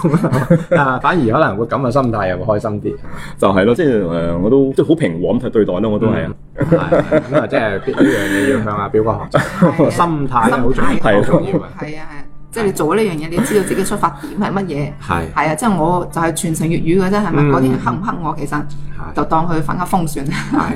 [SPEAKER 3] [laughs]
[SPEAKER 2] 咁啊，反而可能會咁嘅心態又會開心啲。
[SPEAKER 3] 就係咯，即係誒，呃我都即係好平和咁對待咯，我都係啊，
[SPEAKER 2] 係咁啊，即係呢樣嘢要向阿表哥學習，
[SPEAKER 4] 係啊
[SPEAKER 2] 心態咧好重要，
[SPEAKER 3] 係
[SPEAKER 2] 好重要嘅。
[SPEAKER 4] 係啊係啊，即係你做呢樣嘢，你知道自己出發點係乜嘢。
[SPEAKER 2] 係
[SPEAKER 4] 係啊，即係我就係全程粵語嘅啫，係咪？
[SPEAKER 2] 嗯
[SPEAKER 4] 嗰啲人黑唔黑我，其實
[SPEAKER 2] 係。
[SPEAKER 3] 啊
[SPEAKER 4] 就當佢反家風算。
[SPEAKER 2] 係啊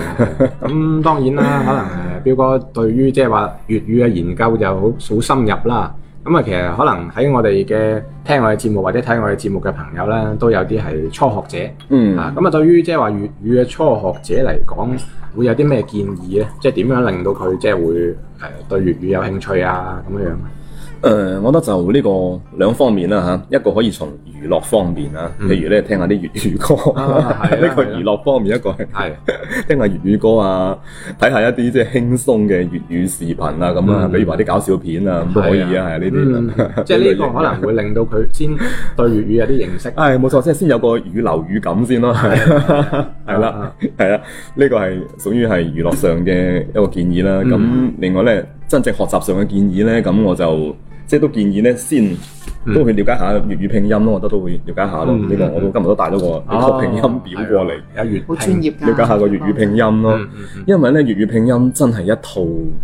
[SPEAKER 2] 咁當然啦，可能誒呃彪哥對於即係話粵語嘅研究就好好深入啦。咁啊，其實可能喺我哋嘅聽我哋節目或者睇我哋節目嘅朋友咧，都有啲係初學者、
[SPEAKER 3] 嗯，
[SPEAKER 2] 啊。咁啊，對於即係話粵語嘅初學者嚟講，會有啲咩建議咧？即係點樣令到佢即係會誒、呃、對粵語有興趣啊？咁樣樣。
[SPEAKER 3] 誒、呃我覺得就呢個兩方面啦嚇，一個可以從娛樂方面啦，
[SPEAKER 2] 嗯
[SPEAKER 3] 譬如咧聽下啲粵語歌，
[SPEAKER 2] 啊係啊
[SPEAKER 3] [laughs] 呢個
[SPEAKER 2] 係啊
[SPEAKER 3] 娛樂方面，一個係
[SPEAKER 2] 係啊
[SPEAKER 3] 聽下粵語歌啊，睇下一啲即係輕鬆嘅粵語視頻啊咁啊，
[SPEAKER 2] 嗯
[SPEAKER 3] 比如話啲搞笑片啊咁都可以啊，係啊呢
[SPEAKER 2] 嗯
[SPEAKER 3] 啲，
[SPEAKER 2] 即係呢個可能會令到佢先對粵語有啲認
[SPEAKER 3] [laughs]
[SPEAKER 2] 識。
[SPEAKER 3] 唉，冇錯，即係先有個語流語感先咯，係
[SPEAKER 2] 啊
[SPEAKER 3] 啦，係啦，呢個係屬於係娛樂上嘅一個建議啦。咁、
[SPEAKER 2] 嗯
[SPEAKER 3] 另外咧，真正學習上嘅建議咧，咁我就即係都建議咧，先
[SPEAKER 2] 嗯
[SPEAKER 3] 都去了解下粵語拼音咯，我覺得都會了解下咯。
[SPEAKER 2] 嗯
[SPEAKER 3] 呢、個我都今日都帶咗個粵語拼音表過嚟，
[SPEAKER 2] 哦，有粵
[SPEAKER 4] [laughs] 好
[SPEAKER 2] 拼
[SPEAKER 4] 專業㗎。
[SPEAKER 3] 了解下個粵語拼音咯。
[SPEAKER 2] 嗯嗯嗯
[SPEAKER 3] 因為咧粵語拼音真係一套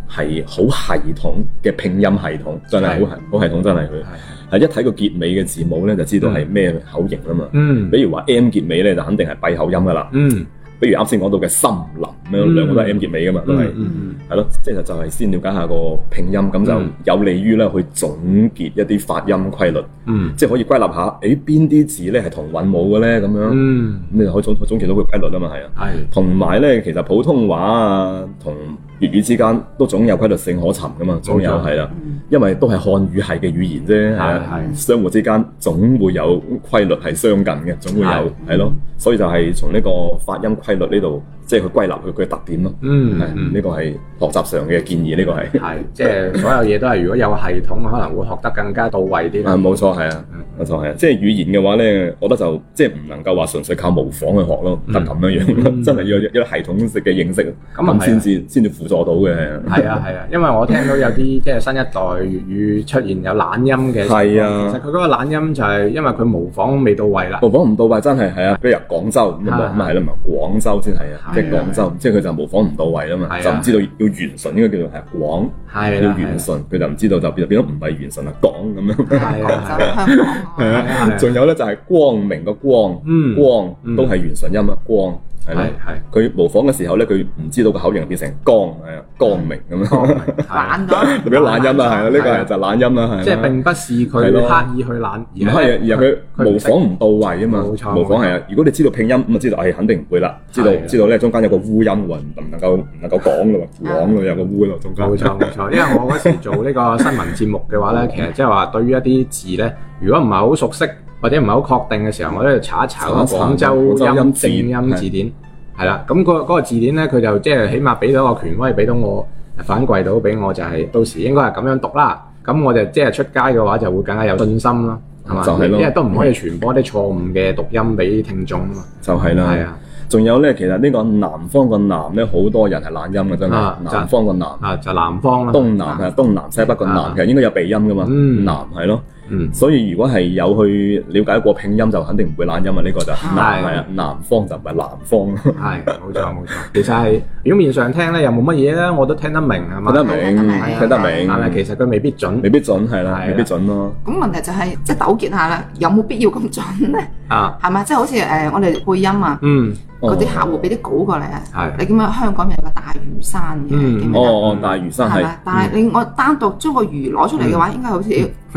[SPEAKER 3] 係好系統嘅拼音系統，真係好系好系統，真係佢
[SPEAKER 2] 係
[SPEAKER 3] 係一睇個結尾嘅字母咧就知道係咩口型啊啦嘛。
[SPEAKER 2] 嗯
[SPEAKER 3] 比如話 M 結尾咧就肯定係閉口音噶啦。
[SPEAKER 2] 嗯
[SPEAKER 3] 比如啱先講到嘅森林咁樣，
[SPEAKER 2] 嗯
[SPEAKER 3] 兩個都係 M 結尾噶嘛，都係
[SPEAKER 2] 嗯嗯
[SPEAKER 3] 係咯，即係就係先了解下個拼音，咁
[SPEAKER 2] 嗯
[SPEAKER 3] 就有利於咧去總結一啲發音規律，
[SPEAKER 2] 嗯
[SPEAKER 3] 即係可以歸納下，誒邊啲字咧係同韻母嘅咧咁樣，咁
[SPEAKER 2] 嗯
[SPEAKER 3] 你就可以總總結到佢規律啊嘛，係啊。
[SPEAKER 2] 係
[SPEAKER 3] 同埋咧，其實普通話啊同粵語之間都總有規律性可尋噶嘛，總有
[SPEAKER 2] 冇錯
[SPEAKER 3] 係啦，
[SPEAKER 4] 嗯
[SPEAKER 3] 因為都係漢語系嘅語言啫，係啊
[SPEAKER 2] 係，
[SPEAKER 3] 相互之間總會有規律係相近嘅，總會
[SPEAKER 2] 係嗯
[SPEAKER 3] 有係咯，所以就係從呢個發音規律呢度，即係佢歸納佢佢嘅特點咯。
[SPEAKER 2] 嗯
[SPEAKER 3] 係
[SPEAKER 2] 嗯
[SPEAKER 3] 呢個係學習上嘅建議，呢個係
[SPEAKER 2] 係，即係所有嘢都係如果有系統，可能會學得更加到位啲
[SPEAKER 3] 啊
[SPEAKER 2] 啦。
[SPEAKER 3] 冇錯係啊
[SPEAKER 2] 嗯，
[SPEAKER 3] 冇錯係啊，即係語言嘅話咧，我覺得就即係唔能夠話純粹靠模仿去學咯，唔得咁樣
[SPEAKER 2] 嗯
[SPEAKER 3] 樣， [laughs] 真係要有有系統式嘅認識，
[SPEAKER 2] 咁啊係啊
[SPEAKER 3] 咁先至先至輔助到嘅。係啊
[SPEAKER 2] 係啊係啊，因為我聽到有
[SPEAKER 3] [laughs]
[SPEAKER 2] 啲即係新一代粵語出現有懶音嘅情況，
[SPEAKER 3] 係啊
[SPEAKER 2] 其實佢嗰個懶音就係因為佢模仿未到位啦。
[SPEAKER 3] 模仿唔到啊！真係係啊，比如廣州咁
[SPEAKER 2] 啊
[SPEAKER 3] 啊，咁係啦，咪廣州先係啊
[SPEAKER 2] 係啊，
[SPEAKER 3] 即係廣州，即係佢就模仿唔到位啦
[SPEAKER 2] 係
[SPEAKER 3] 嘛，
[SPEAKER 2] 啊
[SPEAKER 3] 就唔知道要圓唇應該叫做係廣，
[SPEAKER 2] 係啊
[SPEAKER 3] 要
[SPEAKER 2] 啦，係啦
[SPEAKER 3] 圓唇，佢就唔知道就變變咗唔係圓唇啦，廣咁樣。
[SPEAKER 2] 係啊 [laughs]
[SPEAKER 4] 就香港
[SPEAKER 3] 係 [laughs]
[SPEAKER 4] 喎。
[SPEAKER 2] 係啊
[SPEAKER 3] 啊，仲有咧就係光明個光，
[SPEAKER 2] 嗯嗯
[SPEAKER 3] 光都係圓唇音啊，光係啦
[SPEAKER 2] 係。係
[SPEAKER 3] 佢模仿嘅時候咧，佢唔知道個口型變成光係啊，光明咁
[SPEAKER 2] 光明
[SPEAKER 3] 樣，
[SPEAKER 2] 係
[SPEAKER 4] 懶咗，
[SPEAKER 3] 特別懶音啊啦，係啦，呢個係就懶音啦，係啦。
[SPEAKER 2] 啊
[SPEAKER 3] 啊
[SPEAKER 2] 即係並不是
[SPEAKER 3] 係
[SPEAKER 2] 佢
[SPEAKER 3] 咯
[SPEAKER 2] 刻意去懶，
[SPEAKER 3] 唔係，而係佢模仿唔到位啊嘛，
[SPEAKER 2] 冇錯
[SPEAKER 3] 模仿係啊。如果你知道拼音咁就知道，誒肯定唔會啦。知道
[SPEAKER 2] 係啊
[SPEAKER 3] 知道咧，中間有個烏音喎，唔能夠唔能夠講咯喎，講咯有個烏咯中間。
[SPEAKER 2] 冇錯冇錯，因為我嗰時做呢個新聞節目嘅話咧，其實即係話對於一啲字咧，如果唔係好熟悉或者唔係好確定嘅時候，我都要查一查嗰個廣州
[SPEAKER 3] 查一
[SPEAKER 2] 音
[SPEAKER 3] 查廣
[SPEAKER 2] 正
[SPEAKER 3] 州音
[SPEAKER 2] 音字典，係啦。咁嗰嗰個字典咧，佢就即係起碼俾到個權威，俾到我呃反饋到俾我，就係到時應該係咁樣讀啦。咁我就即係出街嘅話，就會更加有信心咯。係嘛？
[SPEAKER 3] 就係咯
[SPEAKER 2] 因為都唔可以傳播啲錯誤嘅讀音俾聽眾啊嘛。
[SPEAKER 3] 就係啦。
[SPEAKER 2] 係啊，
[SPEAKER 3] 仲有咧，其實呢個南方個南咧，好多人係懶音嘅，真係
[SPEAKER 2] 啊。
[SPEAKER 3] 南方個南，
[SPEAKER 2] 啊就南方啦，
[SPEAKER 3] 東南係東南西北個
[SPEAKER 2] 啊
[SPEAKER 3] 南，其實應該有鼻音噶嘛。
[SPEAKER 2] 嗯
[SPEAKER 3] 南係咯，
[SPEAKER 2] 嗯
[SPEAKER 3] 所以如果係有去了解過拼音，就肯定唔會懶音啊。呢個就
[SPEAKER 4] 係
[SPEAKER 3] 南係啊，南方就唔係南方，
[SPEAKER 2] [laughs] 係冇錯冇錯。其實係表面上聽咧又冇乜嘢咧，我都聽得明係嘛
[SPEAKER 3] 睇得，
[SPEAKER 4] 係
[SPEAKER 3] 明
[SPEAKER 4] 係係，
[SPEAKER 3] 睇得
[SPEAKER 2] 但係
[SPEAKER 3] 明，
[SPEAKER 2] 其實佢未必準
[SPEAKER 3] 未必準係啦
[SPEAKER 2] 係，啊
[SPEAKER 3] 未必準咯。
[SPEAKER 4] 咁問題就係、即係糾結下啦，有冇必要咁準咧？
[SPEAKER 2] 啊。
[SPEAKER 4] 係咪？即係好似誒、呃我哋配音啊，
[SPEAKER 2] 嗯
[SPEAKER 4] 嗰啲
[SPEAKER 3] 哦
[SPEAKER 4] 客戶俾啲稿過嚟啊
[SPEAKER 2] 係，
[SPEAKER 4] 你見唔見香港有個大嶼山嘅？
[SPEAKER 2] 嗯
[SPEAKER 4] 記唔記得
[SPEAKER 3] 哦哦，大嶼山
[SPEAKER 4] 係
[SPEAKER 3] 係嗯
[SPEAKER 4] 咪？但係你我單獨將個魚攞出嚟嘅話，應該好似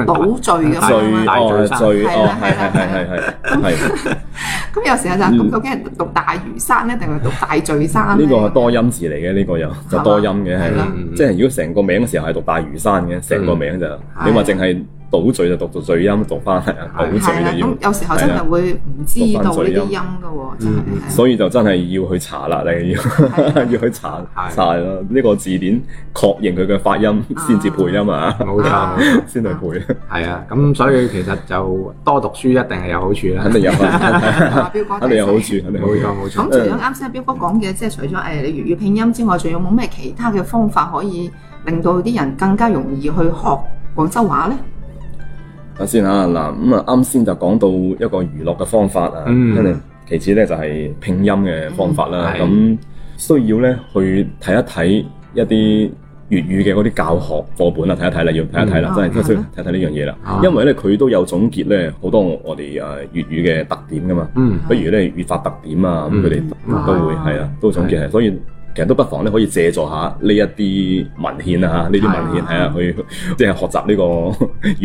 [SPEAKER 4] 倒序咁
[SPEAKER 2] 大
[SPEAKER 4] 樣
[SPEAKER 3] 最
[SPEAKER 4] 啊嘛
[SPEAKER 2] 大嶼
[SPEAKER 3] 哦
[SPEAKER 2] 山
[SPEAKER 3] 最
[SPEAKER 4] 係
[SPEAKER 3] 哦
[SPEAKER 4] 啦
[SPEAKER 3] 係係係係係係
[SPEAKER 4] 咁有時候就係咁究竟係讀大嶼山咧，定係讀大嶼山
[SPEAKER 3] 嗯呢
[SPEAKER 4] 呢
[SPEAKER 3] 個係多音字嚟嘅，呢個又就多音嘅啊係
[SPEAKER 4] 係
[SPEAKER 3] 啦
[SPEAKER 4] 咯。
[SPEAKER 2] 嗯
[SPEAKER 3] 即係如果成個名嘅時候係讀大嶼山嘅，成個名就你話淨係倒嘴就讀到嘴音，讀翻係啊倒嘴
[SPEAKER 4] 係啦，
[SPEAKER 3] 就要啊
[SPEAKER 4] 咁，有時候真係會唔知道呢啲音嘅喎，真
[SPEAKER 2] 嗯
[SPEAKER 4] 係。啊
[SPEAKER 3] 所以就真係要去查啦，你要 [laughs] 要去查
[SPEAKER 2] 啊係
[SPEAKER 3] 查啦，呢個字典確認佢嘅發音先至配音啊，
[SPEAKER 2] 冇錯冇錯。
[SPEAKER 3] 先去配，
[SPEAKER 2] 係啊，咁所以其實就多讀書一定係有好處啦
[SPEAKER 3] 肯。
[SPEAKER 2] [laughs]
[SPEAKER 3] 定有啊，
[SPEAKER 4] 啊彪哥
[SPEAKER 3] 肯定有好處，肯定有好
[SPEAKER 2] 冇
[SPEAKER 3] 處
[SPEAKER 2] 錯。冇錯，
[SPEAKER 4] 咁除咗啱先阿彪哥講嘅，即係除咗誒你粵語拼音之外，仲有冇咩其他嘅方法可以令到啲人更加容易去學廣州話咧？
[SPEAKER 3] 睇先啊，嗱咁啊，啱先就講到一個娛樂嘅方法啊，
[SPEAKER 2] 嗯
[SPEAKER 3] 跟住其次咧就係拼音嘅方法啦。咁、
[SPEAKER 2] 嗯
[SPEAKER 3] 需要咧去睇一睇一啲粵語嘅嗰啲教學課本啊，睇一睇啦，要睇一睇啦，真
[SPEAKER 4] 嗯
[SPEAKER 3] 係
[SPEAKER 4] 啊
[SPEAKER 3] 需要睇一睇呢樣嘢啦。
[SPEAKER 2] 啊
[SPEAKER 3] 因為咧佢都有總結咧好多我哋誒啊粵語嘅特點噶嘛，
[SPEAKER 2] 嗯
[SPEAKER 3] 比如咧粵法特點啊，咁
[SPEAKER 2] 嗯
[SPEAKER 3] 佢哋
[SPEAKER 2] 嗯
[SPEAKER 3] 都會係啊，都總結係，所以。其實都不妨咧，可以借助下呢一啲文獻啊，呢啲文獻係啊，去 [laughs] 即係學習呢個 [laughs] 粵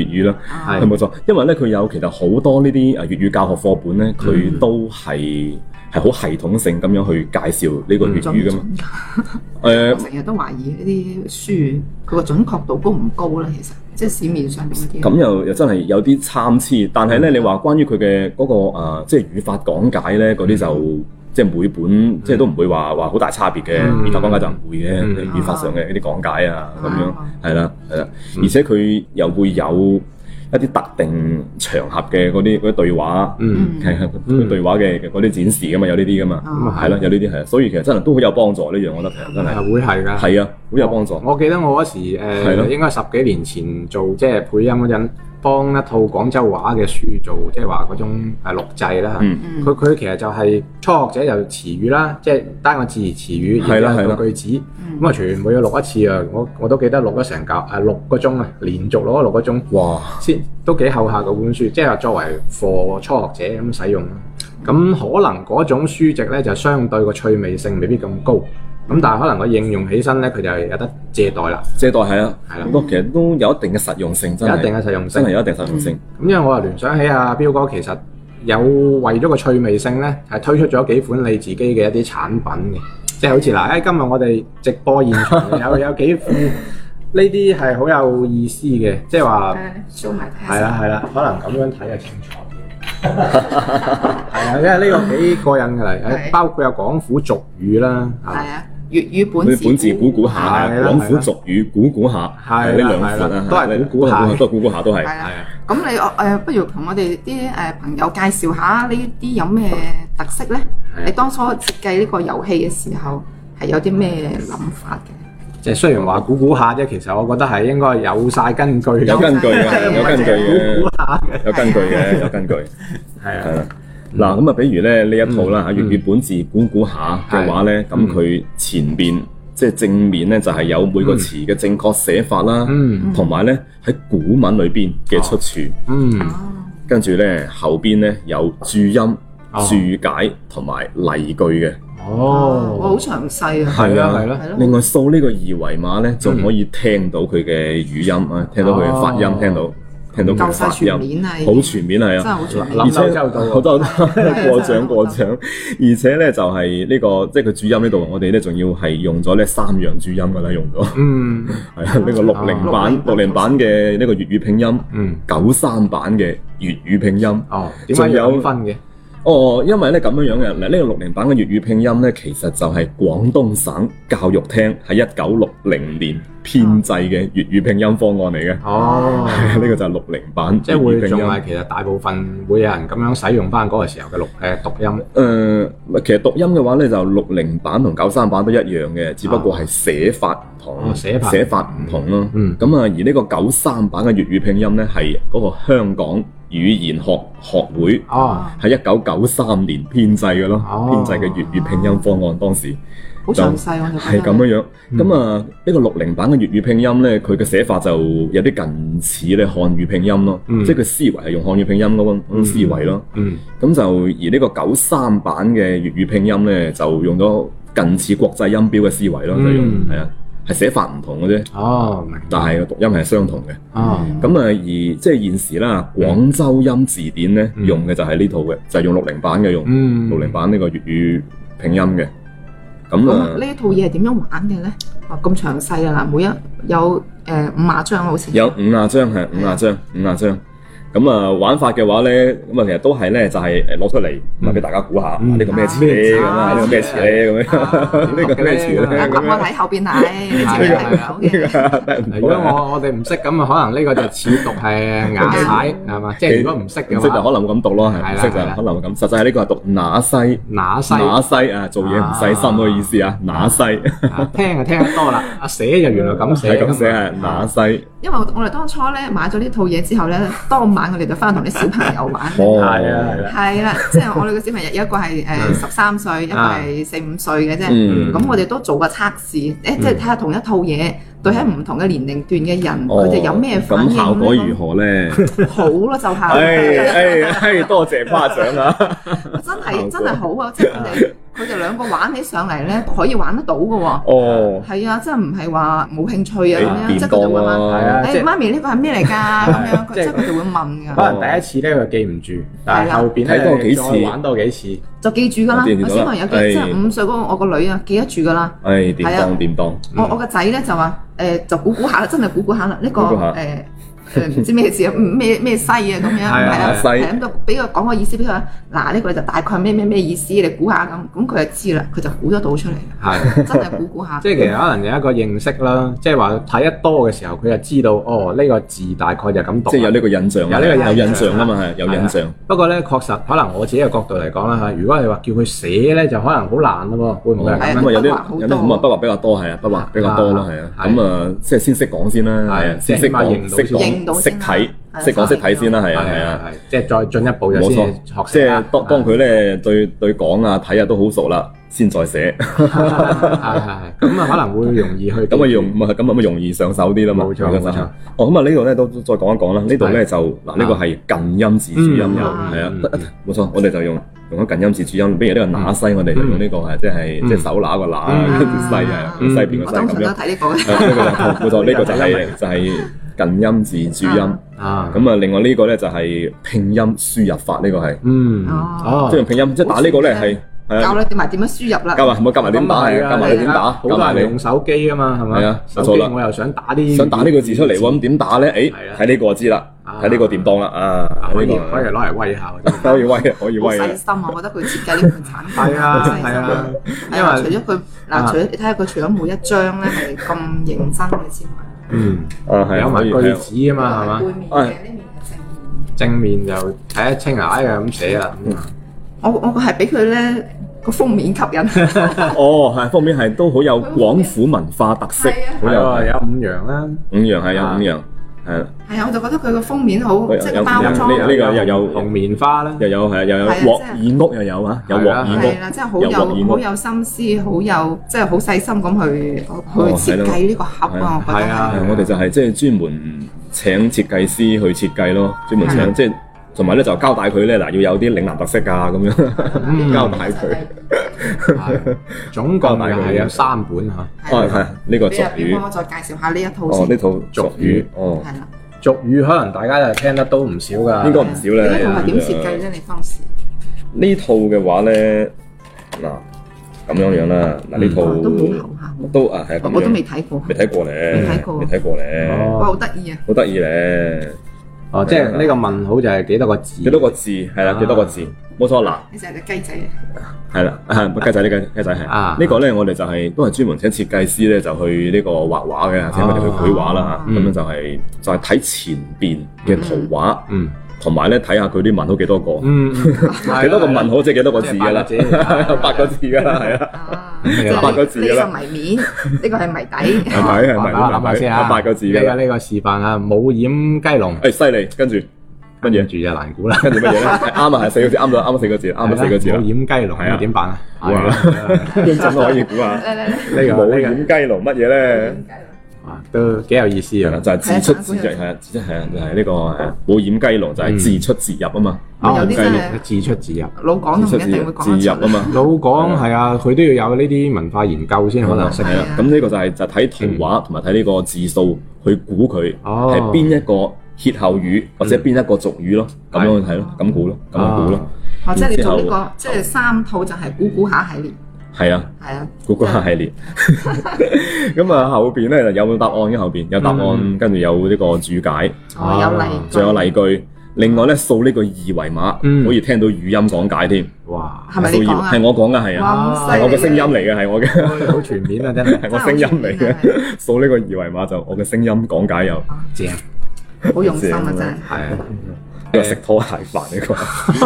[SPEAKER 3] 語啦。
[SPEAKER 2] 係
[SPEAKER 3] 係冇錯，因為咧佢有其實好多呢啲誒啊粵語教學課本咧，佢都係係好系統性咁樣去介紹呢個粵
[SPEAKER 4] 準
[SPEAKER 3] 語
[SPEAKER 4] 唔
[SPEAKER 3] 噶嘛。
[SPEAKER 4] 準？
[SPEAKER 3] 誒
[SPEAKER 4] 我成日都懷疑呢啲書佢個準確度高唔高咧？其實即係市面上面嗰啲。
[SPEAKER 3] 咁又又真係有啲參差，但係
[SPEAKER 2] 嗯
[SPEAKER 3] 咧你話關於佢嘅嗰個誒即係語法講解咧嗰啲就。即係每本即係都唔會話話好大差別嘅，
[SPEAKER 2] 嗯
[SPEAKER 3] 語法講解就唔會嘅，
[SPEAKER 2] 嗯
[SPEAKER 3] 語法上嘅一啲講解啊咁樣
[SPEAKER 4] 啊
[SPEAKER 3] 係啦係啦，
[SPEAKER 2] 嗯
[SPEAKER 3] 而且佢又會有一啲特定場合嘅嗰啲嗰啲對話，
[SPEAKER 2] 嗯，
[SPEAKER 3] 係係
[SPEAKER 2] 嗯
[SPEAKER 3] 佢對話嘅嘅嗰啲展示㗎嘛，有呢啲㗎嘛，
[SPEAKER 2] 咁
[SPEAKER 4] 啊
[SPEAKER 2] 啊
[SPEAKER 3] 係
[SPEAKER 2] 係
[SPEAKER 3] 啦，
[SPEAKER 2] 啦，
[SPEAKER 3] 有呢啲係，所以其實真係都好有幫助呢樣，我覺得其實真係
[SPEAKER 2] 係會係㗎。
[SPEAKER 3] 係啊，好有幫助。
[SPEAKER 2] 我記得我嗰時
[SPEAKER 3] 係
[SPEAKER 2] 誒
[SPEAKER 3] 咯
[SPEAKER 2] 應該十幾年前做即係配音嗰陣，幫一套廣州話嘅書做即係話嗰種誒錄製啦。
[SPEAKER 3] 嗯，
[SPEAKER 4] 嗯
[SPEAKER 2] 佢佢其實就係初學者就詞語啦，即係單個字詞語，
[SPEAKER 3] 係啦
[SPEAKER 2] 然之後
[SPEAKER 3] 係
[SPEAKER 2] 個句子，
[SPEAKER 4] 嗯
[SPEAKER 2] 咁啊全部要錄一次啊！我我都記得錄咗成嚿誒六個鐘啊，連續錄咗六個鐘。
[SPEAKER 3] 哇，
[SPEAKER 2] 先都幾厚下嗰本書，即係話作為課初學者咁使用啦。咁可能嗰種書籍咧就相對個趣味性未必咁高，咁但係可能個應用起身咧，佢就有得借代啦，
[SPEAKER 3] 借代係啊，
[SPEAKER 2] 係啦
[SPEAKER 3] 好多其實都有一定嘅實用性，
[SPEAKER 2] 有
[SPEAKER 3] 真
[SPEAKER 2] 一定
[SPEAKER 3] 係
[SPEAKER 2] 嘅實用性
[SPEAKER 3] 真係。有一定實用性。
[SPEAKER 2] 咁因為我又聯想起阿彪哥其實有為咗個趣味性咧，係推出咗幾款你自己嘅一啲產品嘅，即係好似嗱，誒、哎今日我哋直播現場有有幾款呢啲係好有意思嘅，即係話。
[SPEAKER 4] show 埋睇下
[SPEAKER 2] 係啊
[SPEAKER 4] 先
[SPEAKER 2] 啦係啦，可能咁樣睇就清楚啲。係啊，因為呢個幾過癮㗎嚟，誒
[SPEAKER 4] 係
[SPEAKER 2] 包括有廣府俗語啦，
[SPEAKER 4] 係啊，粵語
[SPEAKER 3] 我
[SPEAKER 4] 本
[SPEAKER 3] 哋本字估估下啊，
[SPEAKER 2] 係啦
[SPEAKER 3] 廣府俗語估估下，
[SPEAKER 2] 係啦
[SPEAKER 3] 呢兩款
[SPEAKER 2] 係啦
[SPEAKER 3] 啊，
[SPEAKER 2] 都係估估下
[SPEAKER 3] 都係估估下，都係
[SPEAKER 4] 係
[SPEAKER 2] 係
[SPEAKER 4] 啦。
[SPEAKER 2] 啊，
[SPEAKER 4] 咁你誒、呃不如同我哋啲誒朋友介紹下呢啲有咩特色咧
[SPEAKER 2] 係啊？
[SPEAKER 4] 你當初設計呢個遊戲嘅時候係有啲咩諗法嘅？
[SPEAKER 2] 即係雖然話估估下啫，其實我覺得係應該有晒根據
[SPEAKER 3] 有
[SPEAKER 2] 嘅，
[SPEAKER 3] 根據嘅，有根據嘅，有根據嘅，有根據。
[SPEAKER 2] 係
[SPEAKER 3] 係
[SPEAKER 2] 啊，
[SPEAKER 3] 啦。嗱，咁啊，比如咧呢一套啦
[SPEAKER 2] 嗯
[SPEAKER 3] 嚇，粵語本字估估下嘅話咧，咁佢前面即係正面咧就係有每個詞嘅正確寫法啦，
[SPEAKER 2] 嗯
[SPEAKER 3] 同埋咧喺古文裏邊嘅出處，
[SPEAKER 2] 嗯
[SPEAKER 4] 哦，
[SPEAKER 3] 跟住咧後邊咧有注音
[SPEAKER 2] 哦、
[SPEAKER 3] 注解同埋例句嘅。
[SPEAKER 4] 哇好
[SPEAKER 2] 哦，
[SPEAKER 4] 詳細啊！
[SPEAKER 2] 係啊係啦，
[SPEAKER 4] 係咯
[SPEAKER 3] 另外掃呢個二維碼咧，仲可以聽到佢嘅語音
[SPEAKER 4] 嗯
[SPEAKER 3] 啊，聽到佢嘅發
[SPEAKER 2] 哦
[SPEAKER 3] 音，聽到聽到佢
[SPEAKER 4] 夠
[SPEAKER 3] 嘅
[SPEAKER 4] 晒
[SPEAKER 3] 發
[SPEAKER 4] 全
[SPEAKER 3] 音，
[SPEAKER 4] 面啊，已經
[SPEAKER 3] 好全面係啊
[SPEAKER 4] 真。係好全面。
[SPEAKER 2] 諗
[SPEAKER 3] 而
[SPEAKER 2] 得好周
[SPEAKER 3] 且
[SPEAKER 2] 到啊
[SPEAKER 3] [laughs] 好
[SPEAKER 4] [laughs]
[SPEAKER 3] 多過
[SPEAKER 4] 真係
[SPEAKER 3] 獎過獎，而且咧就係呢個即係佢主音呢度，我哋咧仲要係用咗呢三樣主音噶啦，用咗 [laughs]
[SPEAKER 2] 嗯
[SPEAKER 3] 係啊
[SPEAKER 4] 哦
[SPEAKER 3] 呢個六零版六零版嘅呢個粵語拼音，
[SPEAKER 2] 嗯，
[SPEAKER 3] 九三版嘅粵語拼音，
[SPEAKER 2] 哦，點解
[SPEAKER 3] 仲有
[SPEAKER 2] 有分嘅？
[SPEAKER 3] 哦，因為咧咁樣樣嘅，嗱、呢個六零版嘅粵語拼音咧，其實就係廣東省教育廳喺一九六零年編制嘅粵語拼音方案嚟嘅。
[SPEAKER 2] 哦，
[SPEAKER 3] [laughs] 呢個就係六零版
[SPEAKER 2] 即
[SPEAKER 3] 粵
[SPEAKER 2] 係
[SPEAKER 3] 語
[SPEAKER 2] 會
[SPEAKER 3] 拼
[SPEAKER 2] 仲
[SPEAKER 3] 音。
[SPEAKER 2] 係其實大部分會有人咁樣使用翻嗰個時候嘅錄誒讀音。
[SPEAKER 3] 誒、呃其實讀音嘅話咧，就六零版同九三版都一樣嘅，只不過係寫法唔同，
[SPEAKER 2] 哦寫法
[SPEAKER 3] 唔同咯。
[SPEAKER 2] 嗯
[SPEAKER 3] 咁啊，而呢個九三版嘅粵語拼音咧，係嗰個香港語言學學會
[SPEAKER 2] 哦，
[SPEAKER 3] 喺一九九三年編制嘅咯，
[SPEAKER 2] 哦
[SPEAKER 3] 編制嘅粵語拼音方案當時。
[SPEAKER 4] 好詳細我就
[SPEAKER 3] 係
[SPEAKER 4] 覺
[SPEAKER 3] 咁
[SPEAKER 4] 得。
[SPEAKER 3] 樣樣，
[SPEAKER 2] 嗯
[SPEAKER 3] 咁啊呢個六零版嘅粵語拼音呢，佢嘅寫法就有啲近似咧漢語拼音咯，
[SPEAKER 2] 嗯
[SPEAKER 3] 即係佢思維係用漢語拼音嗰種嗰種思維咯。
[SPEAKER 2] 嗯，
[SPEAKER 3] 咁就而呢個九三版嘅粵語拼音呢，就用咗近似國際音標嘅思維咯，就用
[SPEAKER 2] 嗯
[SPEAKER 3] 係啊，係寫法唔同嘅啫，
[SPEAKER 2] 哦，明白。
[SPEAKER 3] 但係個讀音係相同嘅。
[SPEAKER 2] 哦，
[SPEAKER 3] 咁啊，而即係現時啦，廣州音字典呢，
[SPEAKER 2] 嗯
[SPEAKER 3] 用嘅就係呢套嘅，就係用六零版嘅用
[SPEAKER 2] 嗯，
[SPEAKER 3] 六零版呢個粵語拼音嘅。咁啊
[SPEAKER 4] 咁。呢一套嘢係點樣玩嘅咧？哦，咁詳細啊嗱，每一有誒五廿張好似。
[SPEAKER 3] 有五廿張係五廿張，五廿張。咁啊玩法嘅話咧，咁啊其實都係咧就係誒攞出嚟，咁啊俾大家估下啊
[SPEAKER 2] 嗯
[SPEAKER 3] 呢個咩詞咧咁啊，
[SPEAKER 4] 啊
[SPEAKER 3] 呢個咩詞咧咁
[SPEAKER 4] 啊
[SPEAKER 3] 樣，呢個咩詞咧
[SPEAKER 4] 啊咁
[SPEAKER 3] 咁
[SPEAKER 4] 我
[SPEAKER 3] 樣。
[SPEAKER 4] 睇後邊睇，你自己睇唔到
[SPEAKER 3] 呢個
[SPEAKER 4] 嘅。
[SPEAKER 3] [laughs] 睇唔
[SPEAKER 2] 如果
[SPEAKER 3] 到啊
[SPEAKER 2] 我我哋唔識咁，可能呢個就似讀係牙踩係嘛？即係如果唔識嘅
[SPEAKER 3] 唔識就
[SPEAKER 2] 話，
[SPEAKER 3] 可能會咁讀咯，係
[SPEAKER 2] 係
[SPEAKER 3] 唔
[SPEAKER 2] 啦
[SPEAKER 3] 識就
[SPEAKER 2] 係啦
[SPEAKER 3] 可能會咁。實際係呢個係讀那西。
[SPEAKER 2] 那西
[SPEAKER 3] 那西啊，做嘢唔細心嗰個意思啊，那西
[SPEAKER 2] 啊聽就聽得多啦，啊寫就原來咁啊寫
[SPEAKER 3] 係
[SPEAKER 2] 㗎嘛
[SPEAKER 3] 咁寫係那西，
[SPEAKER 4] 因為我我哋當初咧買咗呢套嘢之後咧，當晚我哋就翻同啲小朋友玩。
[SPEAKER 2] 係
[SPEAKER 3] 哦，
[SPEAKER 2] 啊係啊
[SPEAKER 4] 係啦，即係我哋嘅小朋友，有一個係誒十三歲，一個係四五歲嘅啫。
[SPEAKER 3] 嗯
[SPEAKER 4] 咁我哋都做過測試，誒即係睇下同一套嘢對喺唔同嘅年齡段嘅人，佢哋有咩反應
[SPEAKER 3] 哦咁
[SPEAKER 4] 呢
[SPEAKER 3] 效果如？何咧？
[SPEAKER 4] 好咯，就效
[SPEAKER 3] 哎哎哎，多謝誇獎啊！
[SPEAKER 4] 真係真係好啊！即係
[SPEAKER 3] [laughs]
[SPEAKER 4] 佢哋佢哋兩個玩起上嚟咧，可以玩得到嘅喎。
[SPEAKER 3] 哦，
[SPEAKER 4] 係啊，真係唔係話冇興趣啊咁
[SPEAKER 3] 你
[SPEAKER 4] 樣，
[SPEAKER 3] 便
[SPEAKER 4] 即係佢
[SPEAKER 3] 當
[SPEAKER 4] 就會問。
[SPEAKER 2] 係啊
[SPEAKER 3] 啊，
[SPEAKER 2] 即係
[SPEAKER 4] 哎誒媽咪呢個係咩
[SPEAKER 2] [laughs]
[SPEAKER 4] 嚟㗎？咁樣，佢
[SPEAKER 2] 即
[SPEAKER 4] 即
[SPEAKER 2] 係
[SPEAKER 4] 係佢哋會
[SPEAKER 2] [laughs]
[SPEAKER 4] 問
[SPEAKER 2] 可
[SPEAKER 4] 㗎，
[SPEAKER 2] 能第一次咧佢記唔住，但係後邊
[SPEAKER 3] 睇多幾
[SPEAKER 2] 咧
[SPEAKER 3] 次
[SPEAKER 2] 再玩多幾次，
[SPEAKER 4] 就記住㗎啦
[SPEAKER 3] 我記住。
[SPEAKER 4] 我
[SPEAKER 3] 咗啦
[SPEAKER 4] 小朋友記，
[SPEAKER 3] 哎
[SPEAKER 4] 即係五歲嗰個我個女啊，記得住㗎啦。
[SPEAKER 3] 哎，點
[SPEAKER 4] 係啊
[SPEAKER 3] 當點當。
[SPEAKER 2] 嗯
[SPEAKER 4] 我我個仔咧就話誒，就估估下啦，真係估估下啦。呢個
[SPEAKER 3] 估估下
[SPEAKER 4] 誒誒唔知咩事
[SPEAKER 2] [laughs]
[SPEAKER 4] 啊，嗯咩咩西啊咁樣，係
[SPEAKER 2] 啊
[SPEAKER 4] 啦，
[SPEAKER 3] 西
[SPEAKER 4] 係咁就俾佢講個意思俾佢話。嗱呢個就大概咩咩咩意思，你估下咁，咁佢就知啦，佢就估得到出嚟，
[SPEAKER 2] 係。
[SPEAKER 4] 真係估估下。
[SPEAKER 2] 即係其實可能有一個認識啦，即係話睇得多嘅時候，佢就知道哦呢、個字大概就咁讀。
[SPEAKER 3] 即係有呢個印象，
[SPEAKER 2] 有呢個印象
[SPEAKER 3] 有印象啊嘛，係有印象。
[SPEAKER 2] 不過咧，確實可能我自己嘅角度嚟講啦嚇，如果係話叫佢寫咧，就可能好難咯喎，會唔會係
[SPEAKER 4] 係
[SPEAKER 2] 咁
[SPEAKER 4] 啊
[SPEAKER 2] 樣？
[SPEAKER 3] 咁啊有啲
[SPEAKER 4] 筆畫好多
[SPEAKER 3] 有啲咁啊筆畫比較多係啊，筆畫比較多咯係啊。
[SPEAKER 2] 啊
[SPEAKER 3] 咁啊即係先識講先啦，係
[SPEAKER 2] 係
[SPEAKER 3] 啊，
[SPEAKER 2] 即係
[SPEAKER 3] 先識講
[SPEAKER 2] 起碼認到
[SPEAKER 3] 識
[SPEAKER 4] 認到
[SPEAKER 3] 講識
[SPEAKER 4] 先啦
[SPEAKER 3] 睇
[SPEAKER 4] 係啊
[SPEAKER 3] 識講識睇先啦，係啊係啊。
[SPEAKER 2] 係，即係再進一步就
[SPEAKER 3] 冇
[SPEAKER 2] 先
[SPEAKER 3] 錯
[SPEAKER 2] 學，
[SPEAKER 3] 即
[SPEAKER 2] 識啦
[SPEAKER 3] 係當當佢咧對對講啊睇啊都好熟啦，先再寫，
[SPEAKER 2] 係係係咁啊，可能會容易去
[SPEAKER 3] 咁啊容咁啊咁啊容易上手啲啦嘛。
[SPEAKER 2] 冇錯
[SPEAKER 3] 上手
[SPEAKER 2] 冇錯
[SPEAKER 3] 哦，咁啊呢度咧都都再講一講啦。呢度咧就嗱呢個係近音字
[SPEAKER 2] Ừ.
[SPEAKER 3] 主音
[SPEAKER 2] 嗯
[SPEAKER 3] 啦，係啊
[SPEAKER 2] 嗯。
[SPEAKER 3] 冇錯，我哋就用用咗近音字主音，比如呢個那西，我哋就用呢個係即係即係手拿個拿，
[SPEAKER 2] 嗯
[SPEAKER 3] 跟住西啊，
[SPEAKER 4] 嗯
[SPEAKER 3] 西邊
[SPEAKER 4] 我
[SPEAKER 3] 個西咁
[SPEAKER 4] 通常都
[SPEAKER 3] 樣。
[SPEAKER 4] 睇呢個
[SPEAKER 2] [laughs]
[SPEAKER 4] 嘅。
[SPEAKER 3] 係呢個就冇錯，呢個就係就係近音字主音。
[SPEAKER 2] 啊
[SPEAKER 3] 咁啊，另外呢個咧就係拼音輸入法，呢個係
[SPEAKER 2] 嗯
[SPEAKER 4] 哦
[SPEAKER 2] Ờ.
[SPEAKER 3] 即係用拼音，即係打呢個咧係係
[SPEAKER 4] 教
[SPEAKER 3] 啊，
[SPEAKER 4] 你點埋點樣輸入啦。
[SPEAKER 3] 夾埋冇夾埋點打係啊，夾埋你點打，
[SPEAKER 2] 好
[SPEAKER 3] 夾埋
[SPEAKER 2] 多人
[SPEAKER 3] 你
[SPEAKER 2] 用手機啊嘛，係咪？
[SPEAKER 3] 係啊
[SPEAKER 2] 手
[SPEAKER 3] 冇
[SPEAKER 2] 機
[SPEAKER 3] 錯啦
[SPEAKER 2] 我又想打啲
[SPEAKER 3] 想打呢個字出嚟喎，咁點打咧？誒
[SPEAKER 2] 係啊，
[SPEAKER 3] 睇呢個就知啦，睇呢個點當啦啊，
[SPEAKER 2] 啊可
[SPEAKER 3] 呢
[SPEAKER 2] 以可以
[SPEAKER 3] 個
[SPEAKER 2] 攞嚟威下。
[SPEAKER 3] 可以威，可以
[SPEAKER 4] 好
[SPEAKER 3] 威啊
[SPEAKER 4] 細！心啊！我覺得佢設計呢款產品
[SPEAKER 2] 係啊
[SPEAKER 4] 好細心
[SPEAKER 2] 係啊
[SPEAKER 4] 係啊，
[SPEAKER 2] 因
[SPEAKER 4] 除
[SPEAKER 2] 為
[SPEAKER 4] 咗佢
[SPEAKER 2] 啊
[SPEAKER 4] 嗱，除咗你睇下佢除咗每一張咧係咁認真嘅之外，
[SPEAKER 2] 嗯，
[SPEAKER 3] 啊係啊，
[SPEAKER 2] 有
[SPEAKER 3] 可
[SPEAKER 2] 埋
[SPEAKER 3] 以
[SPEAKER 2] 句子啊嘛，係嘛？
[SPEAKER 4] 背面嘅呢面係正
[SPEAKER 2] 正面
[SPEAKER 4] 面。
[SPEAKER 2] 就睇得清啊，哎呀咁寫啦，
[SPEAKER 4] 我我係俾佢咧個封面吸 [laughs] 引，
[SPEAKER 3] 哦，係方面係都好有廣府文化特色，
[SPEAKER 4] 係啊
[SPEAKER 3] 好
[SPEAKER 2] 有啊
[SPEAKER 3] 有
[SPEAKER 2] 有五樣啦，
[SPEAKER 3] 五樣係有
[SPEAKER 2] 啊
[SPEAKER 3] 五樣，係啊
[SPEAKER 4] 係啊，我就覺得佢個封面好，
[SPEAKER 3] 有
[SPEAKER 4] 即係
[SPEAKER 3] 有
[SPEAKER 4] 個包
[SPEAKER 3] 有
[SPEAKER 4] 裝
[SPEAKER 3] 呢個又有
[SPEAKER 2] 紅棉花啦，
[SPEAKER 3] 又有係啊又有
[SPEAKER 4] 係啊
[SPEAKER 3] 鑊
[SPEAKER 4] 即
[SPEAKER 3] 耳屋又有啊，有鑊
[SPEAKER 2] 係啊
[SPEAKER 3] 耳
[SPEAKER 4] 係
[SPEAKER 3] 屋
[SPEAKER 4] 啦，即係好
[SPEAKER 3] 有鑊耳
[SPEAKER 4] 有
[SPEAKER 3] 屋
[SPEAKER 4] 好有心思，好有即係好細心咁去去
[SPEAKER 3] 哦係
[SPEAKER 4] 設
[SPEAKER 3] 咯
[SPEAKER 4] 計呢個盒
[SPEAKER 2] 係
[SPEAKER 3] 係啊，
[SPEAKER 4] 啊我覺得
[SPEAKER 2] 啊
[SPEAKER 4] 係
[SPEAKER 3] 係我哋就係即係專門請設計師去設計咯，專門
[SPEAKER 4] 係
[SPEAKER 3] 請即係同埋咧就交代佢咧嗱要有啲嶺南特色啊嗯咁
[SPEAKER 4] 嗯
[SPEAKER 3] 樣 [laughs] 交代佢。
[SPEAKER 4] 啊
[SPEAKER 2] 係總共又係有三本嚇。
[SPEAKER 3] 哦，係
[SPEAKER 4] 係
[SPEAKER 3] 呢個
[SPEAKER 4] 你
[SPEAKER 3] 俗
[SPEAKER 4] 入邊啊幫
[SPEAKER 3] 語
[SPEAKER 4] 我，再介紹下呢一套
[SPEAKER 3] 哦
[SPEAKER 4] 先
[SPEAKER 3] 呢，套俗
[SPEAKER 2] 俗語
[SPEAKER 3] 語，哦
[SPEAKER 4] 係啦。
[SPEAKER 2] 俗語可能大家就聽得都唔少㗎，哦
[SPEAKER 3] 應該唔少啦啊
[SPEAKER 4] 呢套係點設計咧？你當時
[SPEAKER 3] 呢套嘅話咧嗱咁樣樣啦，嗱
[SPEAKER 2] 嗯
[SPEAKER 4] 哦都
[SPEAKER 3] 呢套
[SPEAKER 4] 好厚下，
[SPEAKER 3] 都啊係咁
[SPEAKER 4] 我都
[SPEAKER 3] 樣
[SPEAKER 4] 未睇過，
[SPEAKER 3] 未睇過咧，
[SPEAKER 4] 未睇過
[SPEAKER 3] 未睇過咧。
[SPEAKER 2] 哦
[SPEAKER 4] 哇好得意啊！
[SPEAKER 3] 好得意咧。
[SPEAKER 2] 哦，即係呢個問號就係幾多個字？
[SPEAKER 3] 幾多個字係
[SPEAKER 2] 啊
[SPEAKER 3] 啦，幾多個字，冇錯嗱，
[SPEAKER 4] 呢就係只雞仔啊，
[SPEAKER 3] 係啦， [laughs] 啊雞仔呢個雞仔係
[SPEAKER 2] 啊
[SPEAKER 3] 呢個咧，我哋就係都係專門請設計師咧，就去呢個畫畫嘅，請佢哋去繪畫啦嚇，
[SPEAKER 2] 啊嗯
[SPEAKER 3] 咁樣就係就係睇前邊嘅圖畫，
[SPEAKER 2] 嗯
[SPEAKER 3] 同埋咧睇下佢啲問號幾多個，
[SPEAKER 2] 嗯，
[SPEAKER 3] 幾
[SPEAKER 2] 幾
[SPEAKER 3] 多個問號即係幾多個字㗎啦，
[SPEAKER 2] 即係八個
[SPEAKER 3] [laughs] 八個字㗎啦，係啊。
[SPEAKER 4] 啊，
[SPEAKER 2] 有
[SPEAKER 4] 呢
[SPEAKER 3] 八個字
[SPEAKER 4] 呢
[SPEAKER 3] 啦
[SPEAKER 4] 個謎
[SPEAKER 3] [laughs]
[SPEAKER 4] 面，呢個係謎底。
[SPEAKER 3] 係 [laughs] 咪？係咪？
[SPEAKER 2] 諗下先啊，
[SPEAKER 3] 八個字
[SPEAKER 2] 呢個
[SPEAKER 3] 嘅，
[SPEAKER 2] 呢個示範啊，冇掩雞籠，
[SPEAKER 3] 誒犀利，跟住乜嘢？
[SPEAKER 2] 住就難估啦。
[SPEAKER 3] 跟住乜嘢
[SPEAKER 2] [laughs]
[SPEAKER 3] 咧？係啱啊，係四個字，啱咗，啱咗四個字，啱咗啊四個字啦
[SPEAKER 2] 冇。掩雞籠，
[SPEAKER 3] 係啊
[SPEAKER 2] 咁點辦啊？
[SPEAKER 3] 哇認真可以估下，
[SPEAKER 4] 嚟嚟嚟，
[SPEAKER 2] 呢個
[SPEAKER 3] 冇
[SPEAKER 2] 呢
[SPEAKER 3] 掩雞籠乜嘢咧？
[SPEAKER 2] 個啊都幾有意思
[SPEAKER 3] 係啦，
[SPEAKER 2] 啊！
[SPEAKER 3] 就係自出自入，係啊，即係就係呢個誒冇掩雞籠，就係自出自入啊嘛，
[SPEAKER 2] 啊
[SPEAKER 4] 有啲真係
[SPEAKER 2] 自出自入。
[SPEAKER 4] 老廣
[SPEAKER 3] 自出
[SPEAKER 4] 都唔
[SPEAKER 3] 自
[SPEAKER 4] 一定會
[SPEAKER 3] 入，
[SPEAKER 4] 講
[SPEAKER 3] 自
[SPEAKER 4] 得
[SPEAKER 3] 入
[SPEAKER 4] 出
[SPEAKER 3] 啊嘛。
[SPEAKER 2] 老港係啊，佢都要有呢啲文化研究先可能識。
[SPEAKER 3] 係啦，咁呢個就係就睇圖畫同埋睇呢個字數去估佢
[SPEAKER 2] 哦
[SPEAKER 3] 係邊一個歇後語或者邊一個俗語咯，咁樣去睇咯，咁估咯，咁樣估咯，
[SPEAKER 4] 哦，即係你做呢
[SPEAKER 3] 之後
[SPEAKER 4] 個，即係三套就係估估下系列，
[SPEAKER 3] 係啊。
[SPEAKER 4] 係啊，
[SPEAKER 3] 嗰個系列。咁啊，後邊咧有冇答案嘅後邊有答案，
[SPEAKER 2] 嗯
[SPEAKER 3] 跟住有呢個注解，
[SPEAKER 4] 哦有例，
[SPEAKER 3] 仲有例句。另外咧，掃呢個二維碼
[SPEAKER 2] 嗯
[SPEAKER 3] 可以聽到語音講解添。
[SPEAKER 2] 哇，
[SPEAKER 4] 係咪你講啊
[SPEAKER 3] 係我講嘅，係啊，
[SPEAKER 4] 哇，
[SPEAKER 3] 係我
[SPEAKER 4] 咁犀利
[SPEAKER 3] 嘅聲音嚟嘅，係我嘅， [laughs]
[SPEAKER 2] 好全面啊，真係
[SPEAKER 3] 係我聲音嚟
[SPEAKER 4] 真係好全面
[SPEAKER 3] 嘅。掃呢個二維碼就我嘅聲音講解有。
[SPEAKER 2] 正
[SPEAKER 4] 好用心啊，真係。
[SPEAKER 2] 係啊！
[SPEAKER 3] 呢個食拖鞋飯呢個，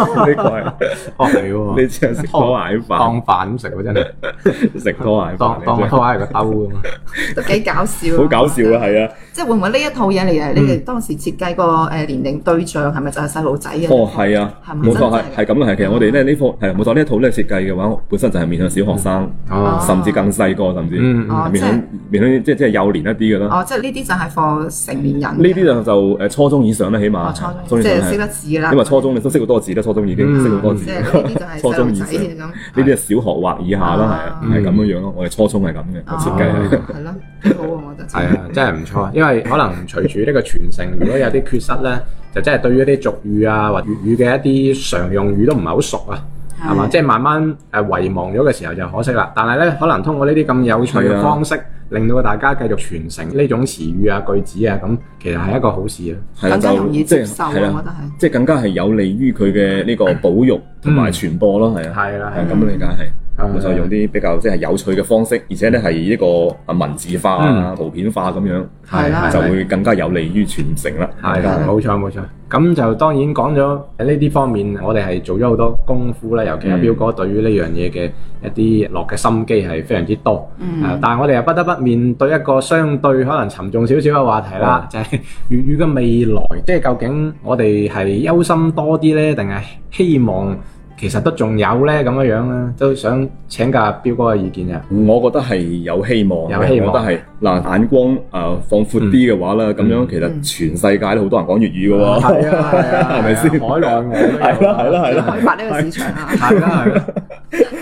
[SPEAKER 3] [laughs] 呢個係
[SPEAKER 2] 哦係喎，
[SPEAKER 3] 呢隻係食拖鞋飯，
[SPEAKER 2] 當飯咁食喎， [laughs] 真係
[SPEAKER 3] 食拖鞋
[SPEAKER 2] 當
[SPEAKER 3] 飯
[SPEAKER 2] 當個
[SPEAKER 3] 呢隻
[SPEAKER 2] 拖鞋個兜咁啊！
[SPEAKER 4] 都幾搞笑，
[SPEAKER 3] 好搞笑啊，！係啊。嗯
[SPEAKER 4] 即係會唔會呢一套嘢嚟係你哋當時設計個誒年齡對象係咪就係細路仔啊？
[SPEAKER 3] 哦，係啊，
[SPEAKER 4] 係咪
[SPEAKER 3] 冇錯，係
[SPEAKER 4] 真係哦
[SPEAKER 3] 係咁啊嘅，係其實我哋咧呢科係冇錯，呢一套咧設計嘅話，本身就係面向小學生，
[SPEAKER 2] 哦
[SPEAKER 3] 甚至更細個，甚至
[SPEAKER 2] 嗯
[SPEAKER 4] 哦
[SPEAKER 3] 面向面向即係即係幼年一啲嘅啦。
[SPEAKER 4] 哦，即係呢啲就係 for 成年人嘅。
[SPEAKER 3] 呢啲就就誒初中以上啦，起
[SPEAKER 4] 哦
[SPEAKER 3] 碼
[SPEAKER 4] 初
[SPEAKER 3] 中以
[SPEAKER 4] 中即
[SPEAKER 3] 上
[SPEAKER 4] 係識
[SPEAKER 3] 係，
[SPEAKER 4] 得字啦。
[SPEAKER 3] 因為初中你都識好多字啦，初中已經
[SPEAKER 2] 嗯
[SPEAKER 3] 識好多字
[SPEAKER 4] 哦即係呢啲就係
[SPEAKER 3] 初
[SPEAKER 4] 細
[SPEAKER 3] 中
[SPEAKER 4] 路
[SPEAKER 3] 以
[SPEAKER 4] 仔
[SPEAKER 3] 上
[SPEAKER 4] 嘅咁。
[SPEAKER 3] 呢啲係小學或以下啦，係
[SPEAKER 2] 嗯
[SPEAKER 3] 係咁樣樣咯。我哋初中係咁嘅個 [laughs] 設計係，
[SPEAKER 4] 哦係咯，幾好啊！我覺得
[SPEAKER 2] 係啊，真係唔錯，因為可能隨住呢個傳承，如果有啲缺失咧，就真係對於一啲俗語啊或粵語嘅一啲常用語都唔係好熟啊，係嘛？即係慢慢誒遺忘咗嘅時候就可惜啦。但係咧，可能通過呢啲咁有趣
[SPEAKER 3] 係啊
[SPEAKER 2] 嘅方式，令到大家繼續傳承呢種詞語啊、句子啊，咁其實係一個好事啊。
[SPEAKER 3] 係啦
[SPEAKER 4] 更加
[SPEAKER 3] 就
[SPEAKER 4] 容
[SPEAKER 3] 即
[SPEAKER 4] 易接
[SPEAKER 3] 係
[SPEAKER 4] 受啊！我
[SPEAKER 3] 係啦
[SPEAKER 4] 覺得係。
[SPEAKER 3] 即係更加係有利於佢嘅呢個保育同埋傳播咯，係啊。
[SPEAKER 2] 嗯係啦，
[SPEAKER 3] 係咁理解係。
[SPEAKER 2] 係
[SPEAKER 3] 我就用啲比較即係有趣嘅方式，而且咧係呢個啊文字化
[SPEAKER 2] 嗯
[SPEAKER 3] 啊、圖片化咁樣，
[SPEAKER 4] 係啦
[SPEAKER 3] 就會更加有利於傳承啦。
[SPEAKER 2] 係啊
[SPEAKER 4] 係
[SPEAKER 2] 冇錯冇錯。咁就當然講咗喺呢啲方面，我哋係做咗好多功夫啦。尤其阿
[SPEAKER 3] 嗯
[SPEAKER 2] 彪哥對於呢樣嘢嘅一啲落嘅心機係非常之多。
[SPEAKER 4] 嗯
[SPEAKER 2] 啊但係我哋又不得不面對一個相對可能沉重少少嘅話題
[SPEAKER 3] 嗯
[SPEAKER 2] 啦，就係粵語嘅未來，即係究竟我哋係憂心多啲呢，定係希望其實都仲有呢？咁樣樣咧，都想請教阿彪哥嘅意見啊。
[SPEAKER 3] 我覺得係有希望，
[SPEAKER 2] 有希望嗯
[SPEAKER 3] 我覺得係嗱眼光誒放闊啲嘅話咧，咁樣其實全世界都好多人講粵語嘅喎。
[SPEAKER 2] 係啊係啊
[SPEAKER 3] 係咪先
[SPEAKER 2] 海內外
[SPEAKER 3] [laughs] 係
[SPEAKER 2] 係
[SPEAKER 3] 啦係啦係啦，
[SPEAKER 4] 開發呢個市場啊！
[SPEAKER 2] 係啦係啦。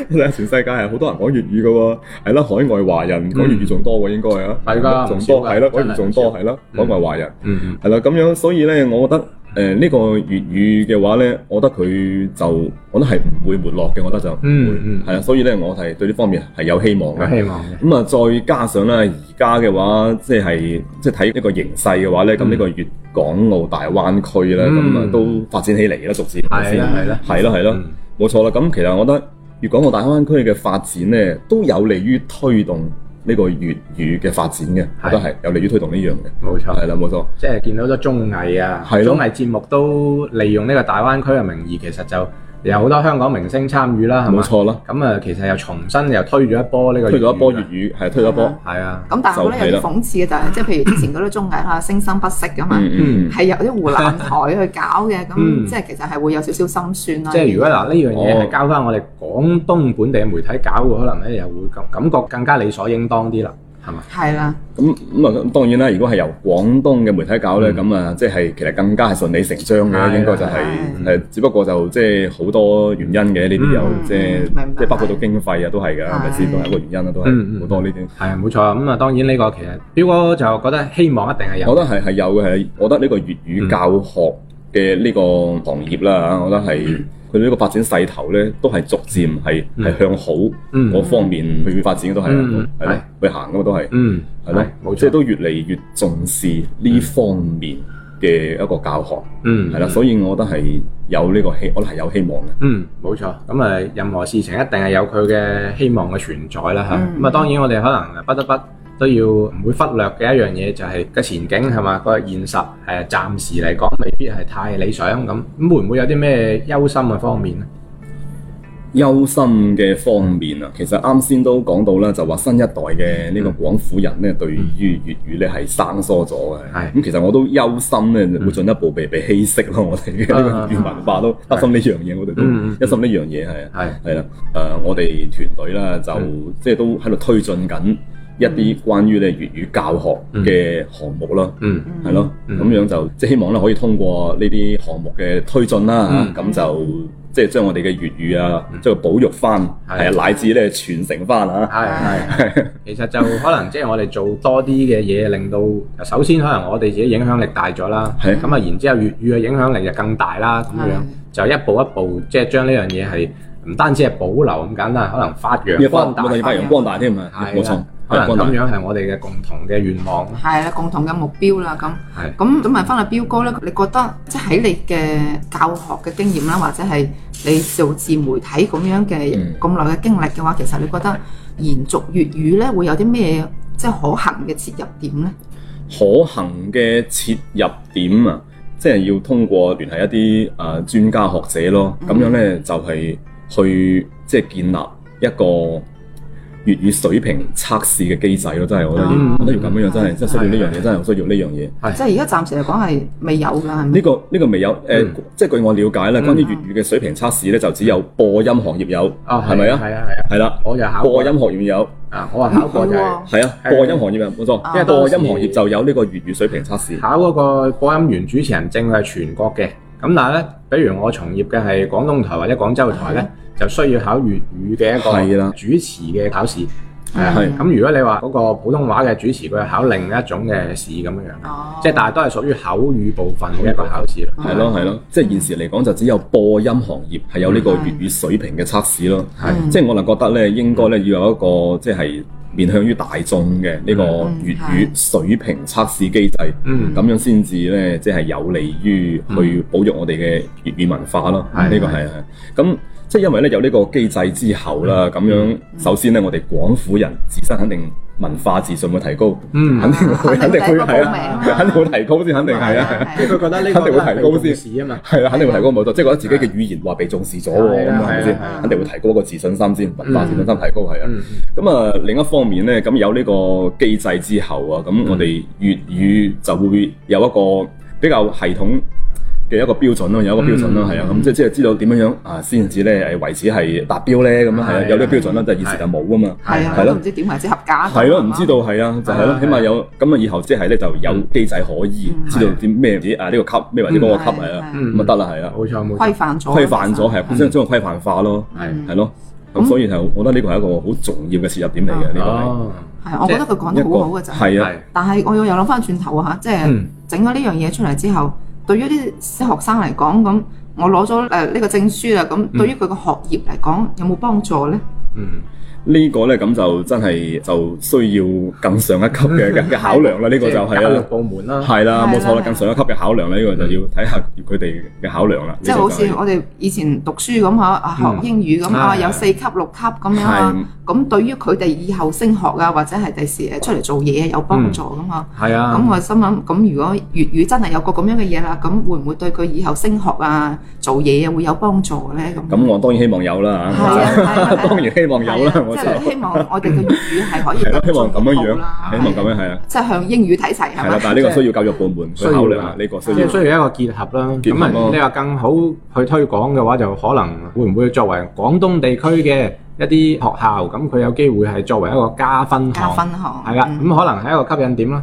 [SPEAKER 3] 全世界係好多人講粵語嘅喎，係啦，海外華人講粵語仲多喎，應該係啊，
[SPEAKER 2] 嗯係㗎
[SPEAKER 3] 仲
[SPEAKER 2] 唔少
[SPEAKER 3] 多
[SPEAKER 2] 㗎
[SPEAKER 3] 係啦，講粵
[SPEAKER 2] 真係
[SPEAKER 3] 語仲
[SPEAKER 2] 唔少
[SPEAKER 3] 多係啦，海外華人。
[SPEAKER 2] 嗯嗯。
[SPEAKER 3] 係啦，咁樣所以咧，我覺得誒呃呢、個粵語嘅話咧，我覺得佢就我覺得係唔會沒落嘅，我覺得就唔會
[SPEAKER 2] 嗯嗯
[SPEAKER 3] 係啦，所以咧我係對呢方面係有希望
[SPEAKER 2] 有
[SPEAKER 3] 嘅。
[SPEAKER 2] 希望嘅。
[SPEAKER 3] 咁啊，再加上咧，而家嘅話，即係即係睇呢個形勢嘅話咧，咁呢、個粵港澳大灣區咧，咁啊、
[SPEAKER 2] 嗯
[SPEAKER 3] 都發展起嚟啦，逐漸係咪
[SPEAKER 2] 係
[SPEAKER 3] 先
[SPEAKER 2] 啦係啦
[SPEAKER 3] 係啦係啦
[SPEAKER 2] 嗯，
[SPEAKER 3] 冇錯啦。咁其實我覺得粵港澳大灣區嘅發展咧，都有利於推動呢個粵語嘅發展嘅，我覺得係有利於推動呢樣嘅。
[SPEAKER 2] 冇錯
[SPEAKER 3] 係啦，冇錯。
[SPEAKER 2] 即係見到好多綜藝啊，
[SPEAKER 3] 係咯
[SPEAKER 2] 綜藝節目都利用呢個大灣區嘅名義，其實就有好多香港明星參與啦，係
[SPEAKER 3] 冇
[SPEAKER 2] 嘛？
[SPEAKER 3] 錯啦，
[SPEAKER 2] 咁啊，其實又重新又推咗一波呢個
[SPEAKER 3] 推咗一波粵
[SPEAKER 2] 語
[SPEAKER 3] 語，係推咗一波，
[SPEAKER 2] 㗎，係啊，
[SPEAKER 4] 咁但係我覺得有啲諷刺嘅就係，即係譬如之前嗰啲綜藝啦，聲生不息咁啊嘛，
[SPEAKER 3] 嗯嗯
[SPEAKER 4] 係由啲湖南台去搞嘅，
[SPEAKER 2] 嗯
[SPEAKER 4] 咁即係其實係會有少少心酸啦。
[SPEAKER 2] 即係如果嗱呢樣嘢
[SPEAKER 3] 哦
[SPEAKER 2] 係交翻我哋廣東本地嘅媒體搞嘅，可能咧又會感感覺更加理所應當啲啦，係嘛？
[SPEAKER 4] 係啦，
[SPEAKER 3] 咁咁啊，咁當然啦，如果係由廣東嘅媒體搞咧，咁啊，即係其實更加係順理成章
[SPEAKER 2] 嗯係啊
[SPEAKER 3] 嘅，應該就係誒，只不過就即係好多原因嘅呢啲有
[SPEAKER 4] 嗯
[SPEAKER 3] 即係
[SPEAKER 4] 明白
[SPEAKER 3] 即係包括到經費啊，都係㗎，係咪先？
[SPEAKER 4] 係
[SPEAKER 3] 都係一個原因啦，啊都
[SPEAKER 2] 嗯
[SPEAKER 3] 係
[SPEAKER 2] 嗯
[SPEAKER 3] 好多呢啲。
[SPEAKER 2] 係啊冇錯啊，咁啊當然呢個其實彪哥就覺得希望一定係有
[SPEAKER 3] 我覺得係係有嘅，係我覺得呢個粵
[SPEAKER 2] 嗯
[SPEAKER 3] 語教學嘅呢個行業啦，啊我覺得係佢呢個發展勢頭咧，都係逐漸係
[SPEAKER 2] 嗯
[SPEAKER 3] 係向好
[SPEAKER 2] 嗯
[SPEAKER 3] 嗰方面去發展嘅，都係
[SPEAKER 2] 嗯
[SPEAKER 3] 係咯
[SPEAKER 2] 係
[SPEAKER 3] 去行㗎嘛，都係。
[SPEAKER 2] 嗯
[SPEAKER 3] 係咯，
[SPEAKER 2] 冇錯
[SPEAKER 3] 即係都越嚟越重視呢方面嘅一個教學，
[SPEAKER 2] 嗯，
[SPEAKER 3] 係啦，所以我覺得係有呢個希，我覺得係有希望嘅。
[SPEAKER 2] 嗯，冇錯。咁誒，任何事情一定係有佢嘅希望嘅存在啦嚇。
[SPEAKER 4] 嗯
[SPEAKER 2] 咁啊，當然我哋可能不得不都要唔會忽略嘅一樣嘢，就係個前景係嘛，個現實誒暫時嚟講未必係太理想咁。咁會唔會有啲咩憂心嘅方面咧？
[SPEAKER 3] 憂心嘅方面啊，其實啱先都講到啦，就話新一代嘅呢
[SPEAKER 2] 嗯
[SPEAKER 3] 個廣府人咧，對於粵語咧係生疏咗嘅。
[SPEAKER 2] 係
[SPEAKER 3] 咁，其實我都憂心咧，會進一步被被稀釋咯。我哋嘅呢個粵語文化都
[SPEAKER 2] 嗯啊
[SPEAKER 3] 擔心呢樣嘢，我哋都
[SPEAKER 2] 嗯嗯
[SPEAKER 3] 憂心呢樣嘢係啊。
[SPEAKER 2] 係
[SPEAKER 3] 係啦，誒、我哋團隊啦，就
[SPEAKER 2] 嗯
[SPEAKER 3] 即係都喺度推進緊一啲關於咧粵語教學嘅項目啦。
[SPEAKER 2] 嗯
[SPEAKER 4] 嗯
[SPEAKER 3] 係咯，
[SPEAKER 2] 嗯
[SPEAKER 3] 咁樣就即係希望咧可以通過呢啲項目嘅推進啦
[SPEAKER 2] 嗯，
[SPEAKER 3] 咁就即係將我哋嘅粵語啊，將佢保育翻，係啊，
[SPEAKER 2] 係
[SPEAKER 3] 乃至咧傳承翻啊，
[SPEAKER 2] 係係。其實就可能即係我哋做多啲嘅嘢，令到首先可能我哋自己影響力大咗啦。
[SPEAKER 3] 係
[SPEAKER 2] 咁啊，然之後粵語嘅影響力就更大啦。咁樣就一步一步即係將呢樣嘢係唔單止係保留咁簡單，可能發
[SPEAKER 3] 要
[SPEAKER 2] 揚
[SPEAKER 3] 翻
[SPEAKER 2] 光大
[SPEAKER 3] 我。哋要發揚光大添啊，
[SPEAKER 2] 係
[SPEAKER 3] 冇錯
[SPEAKER 2] 啦，可能
[SPEAKER 3] 光大
[SPEAKER 2] 咁樣係我哋嘅共同嘅願望。
[SPEAKER 4] 係啦，共同嘅目標啦，咁
[SPEAKER 2] 係
[SPEAKER 4] 咁咁問翻阿彪哥咧，你覺得即係喺你嘅教學嘅經驗啦，或者係你做自媒體咁
[SPEAKER 3] 嗯
[SPEAKER 4] 樣嘅咁耐嘅經歷嘅話，其實你覺得延續粵語咧會有啲咩即係可行嘅切入點咧？
[SPEAKER 3] 可行嘅切入點啊，即係要通過聯繫一啲誒專家學者咯，咁樣咧就係去即係建立一個粵語水平測試嘅機制咯，真係我覺得
[SPEAKER 4] 嗯
[SPEAKER 3] 要，我覺得要咁樣真係，真係需要呢樣
[SPEAKER 2] 係
[SPEAKER 3] 嘢，真係好需要呢樣嘢。
[SPEAKER 4] 即係而家暫時嚟講係未有㗎，係咪
[SPEAKER 3] 呢、？個呢、個未有誒，呃
[SPEAKER 2] 嗯
[SPEAKER 3] 即係據我了解咧，
[SPEAKER 2] 嗯
[SPEAKER 3] 關於粵語嘅水平測試咧，就只有播音行業有，
[SPEAKER 2] 啊，
[SPEAKER 3] 係咪啊？
[SPEAKER 2] 係啊，係啊。
[SPEAKER 3] 係啦，
[SPEAKER 2] 我就考
[SPEAKER 3] 播
[SPEAKER 2] 過
[SPEAKER 3] 音行業有，
[SPEAKER 2] 啊，我話考過就係
[SPEAKER 3] 係啊，
[SPEAKER 2] 係
[SPEAKER 3] 播音行業有冇錯，因為
[SPEAKER 4] 啊
[SPEAKER 3] 播音行業就有呢個粵語水平測試。
[SPEAKER 2] 考嗰個播音員主持人證，佢係全國嘅。咁但係咧，比如我從業嘅係廣東台或者廣州台咧，就需要考粵語嘅一
[SPEAKER 3] 嗯係
[SPEAKER 2] 個
[SPEAKER 3] 啦
[SPEAKER 2] 主持嘅考試。係啊
[SPEAKER 4] 係
[SPEAKER 2] 咁如果你話嗰個普通話嘅主持，佢係考另一種嘅試咁樣樣，
[SPEAKER 4] 哦
[SPEAKER 2] 即係但係都係屬於口語部分嘅一個考試咯。
[SPEAKER 3] 係咯係咯，即係現時嚟講就只有播音行業係有呢個粵語水平嘅測試咯。
[SPEAKER 2] 嗯係
[SPEAKER 4] 嗯
[SPEAKER 3] 即係我能覺得咧，應該咧要有一個即係面向於大眾嘅呢個粵語水平測試機制，咁、
[SPEAKER 2] 嗯
[SPEAKER 3] 樣先至咧即係有利於去保育我哋嘅粵語文化咯。
[SPEAKER 2] 係
[SPEAKER 3] 呢個係係咁。即係因為咧有呢個機制之後啦，
[SPEAKER 2] 嗯
[SPEAKER 3] 咁樣首先咧，我哋廣府人自身肯定文化自信會提高，
[SPEAKER 2] 嗯
[SPEAKER 3] 肯定會肯定會係啊，
[SPEAKER 4] 肯定會提高
[SPEAKER 3] 肯定會提高
[SPEAKER 4] 名啊
[SPEAKER 3] 先，肯定係啊。
[SPEAKER 2] 即係佢覺得呢個
[SPEAKER 3] 肯定會提高先
[SPEAKER 2] 試啊嘛。
[SPEAKER 3] 係啦，肯定會提高冇錯，即係覺得自己嘅語言話被重視咗喎，
[SPEAKER 2] 係
[SPEAKER 3] 咁
[SPEAKER 2] 啊
[SPEAKER 3] 啊係咪先
[SPEAKER 2] 係啊係啊？
[SPEAKER 3] 肯定會提高個自信心先，文化
[SPEAKER 2] 嗯
[SPEAKER 3] 自信心提高係啊。
[SPEAKER 2] 嗯
[SPEAKER 3] 咁啊，另一方面咧，咁有呢個機制之後啊，咁我哋粵語就會有一個比較系統嘅一個標準咯，有一個標準咯，
[SPEAKER 2] 嗯
[SPEAKER 3] 係啊，咁即係即係知道點樣樣啊，先至咧誒為止係達標咧，咁樣
[SPEAKER 2] 係
[SPEAKER 3] 係啊
[SPEAKER 2] 啊，
[SPEAKER 3] 有呢個標準啦，但係現時就冇啊嘛。
[SPEAKER 4] 係啊，
[SPEAKER 3] 係
[SPEAKER 4] 我
[SPEAKER 3] 咯
[SPEAKER 4] 都唔知點為之合格。
[SPEAKER 3] 係咯，唔知道係啊，就係
[SPEAKER 2] 係啊
[SPEAKER 3] 咯，起
[SPEAKER 2] 係啊
[SPEAKER 3] 碼有咁啊，以後即係咧就有機制可以
[SPEAKER 4] 嗯
[SPEAKER 3] 知道啲咩啲啊呢個級咩或者嗰個級係啊，
[SPEAKER 4] 嗯
[SPEAKER 2] 嗯
[SPEAKER 3] 咁啊得啦係啊。
[SPEAKER 2] 冇錯冇錯
[SPEAKER 4] 規。範咗。
[SPEAKER 3] 規範咗，係
[SPEAKER 4] 嗯
[SPEAKER 3] 將將佢規範化咯，
[SPEAKER 2] 係
[SPEAKER 3] 係咯。
[SPEAKER 4] 咁
[SPEAKER 3] 咁所以係，我覺得呢個係一個好重要嘅切入點嚟嘅，呢
[SPEAKER 2] 哦，
[SPEAKER 4] 係，我覺得佢講
[SPEAKER 3] 個係一
[SPEAKER 4] 得
[SPEAKER 3] 個
[SPEAKER 4] 好好嘅就係
[SPEAKER 3] 係啊
[SPEAKER 2] 係，
[SPEAKER 4] 但係我又又諗翻轉頭啊嚇，即係
[SPEAKER 2] 嗯
[SPEAKER 4] 整咗呢樣嘢出嚟之後，對於啲小學生嚟講，咁我攞咗誒呢個證書啦，咁對於佢嘅學業嚟講有冇幫助咧？
[SPEAKER 2] 嗯，
[SPEAKER 3] 呢個咧咁就真係就需要更上一級嘅
[SPEAKER 4] [laughs]
[SPEAKER 3] 嘅嘅考量啦。呢個就
[SPEAKER 2] 即係嗯
[SPEAKER 3] 係
[SPEAKER 2] 教育
[SPEAKER 3] 啊，
[SPEAKER 2] 部門啦。
[SPEAKER 3] 係啦，
[SPEAKER 4] 係啦
[SPEAKER 3] 冇錯
[SPEAKER 4] 係
[SPEAKER 3] 啦，
[SPEAKER 4] 啦
[SPEAKER 3] 更上一級嘅考量啦。呢個就要睇下佢哋嘅考量啦。
[SPEAKER 4] 即係
[SPEAKER 3] 呢個
[SPEAKER 4] 好
[SPEAKER 3] 就
[SPEAKER 4] 似我哋以前讀書咁嚇，啊
[SPEAKER 2] 嗯
[SPEAKER 4] 學英語咁啊，
[SPEAKER 2] 係
[SPEAKER 4] 有四級六級咁樣啊
[SPEAKER 3] 係，
[SPEAKER 4] 咁對於佢哋以後升學啊，或者係第時誒出嚟做嘢有幫助噶嘛。
[SPEAKER 2] 係啊。
[SPEAKER 4] 咁我心諗，咁如果粵語真係有個咁樣嘅嘢啦，咁會唔會對佢以後升學啊、做嘢啊會有幫助咧？咁
[SPEAKER 3] 咁我當然希望有啦，
[SPEAKER 4] 係啊係啊係啊
[SPEAKER 3] 我就 [laughs] 當然希望有啦
[SPEAKER 4] 係啊，
[SPEAKER 3] 我就
[SPEAKER 4] 即係希望我哋嘅粵語係可以
[SPEAKER 3] 係啊咯，希
[SPEAKER 4] 更
[SPEAKER 3] 望咁樣
[SPEAKER 4] 進步
[SPEAKER 3] 樣，
[SPEAKER 4] 啦
[SPEAKER 3] 希望咁樣係啊，
[SPEAKER 4] 即係向英語睇齊係
[SPEAKER 3] 係
[SPEAKER 4] 咪
[SPEAKER 3] 啦。？但係呢個需要教育部門去考量啊，呢個需
[SPEAKER 2] 即
[SPEAKER 3] 要
[SPEAKER 2] 係。需要一個結合啦。
[SPEAKER 3] 結
[SPEAKER 2] 咁
[SPEAKER 3] 合
[SPEAKER 2] 啊
[SPEAKER 3] 咯，
[SPEAKER 2] 你話更好去推廣嘅話，就可能會唔會作為廣東地區嘅一啲學校，咁佢有機會係作為一個加分
[SPEAKER 4] 加
[SPEAKER 2] 項，
[SPEAKER 4] 分項
[SPEAKER 2] 係啦，
[SPEAKER 4] 嗯
[SPEAKER 2] 咁可能係一個吸引點啦。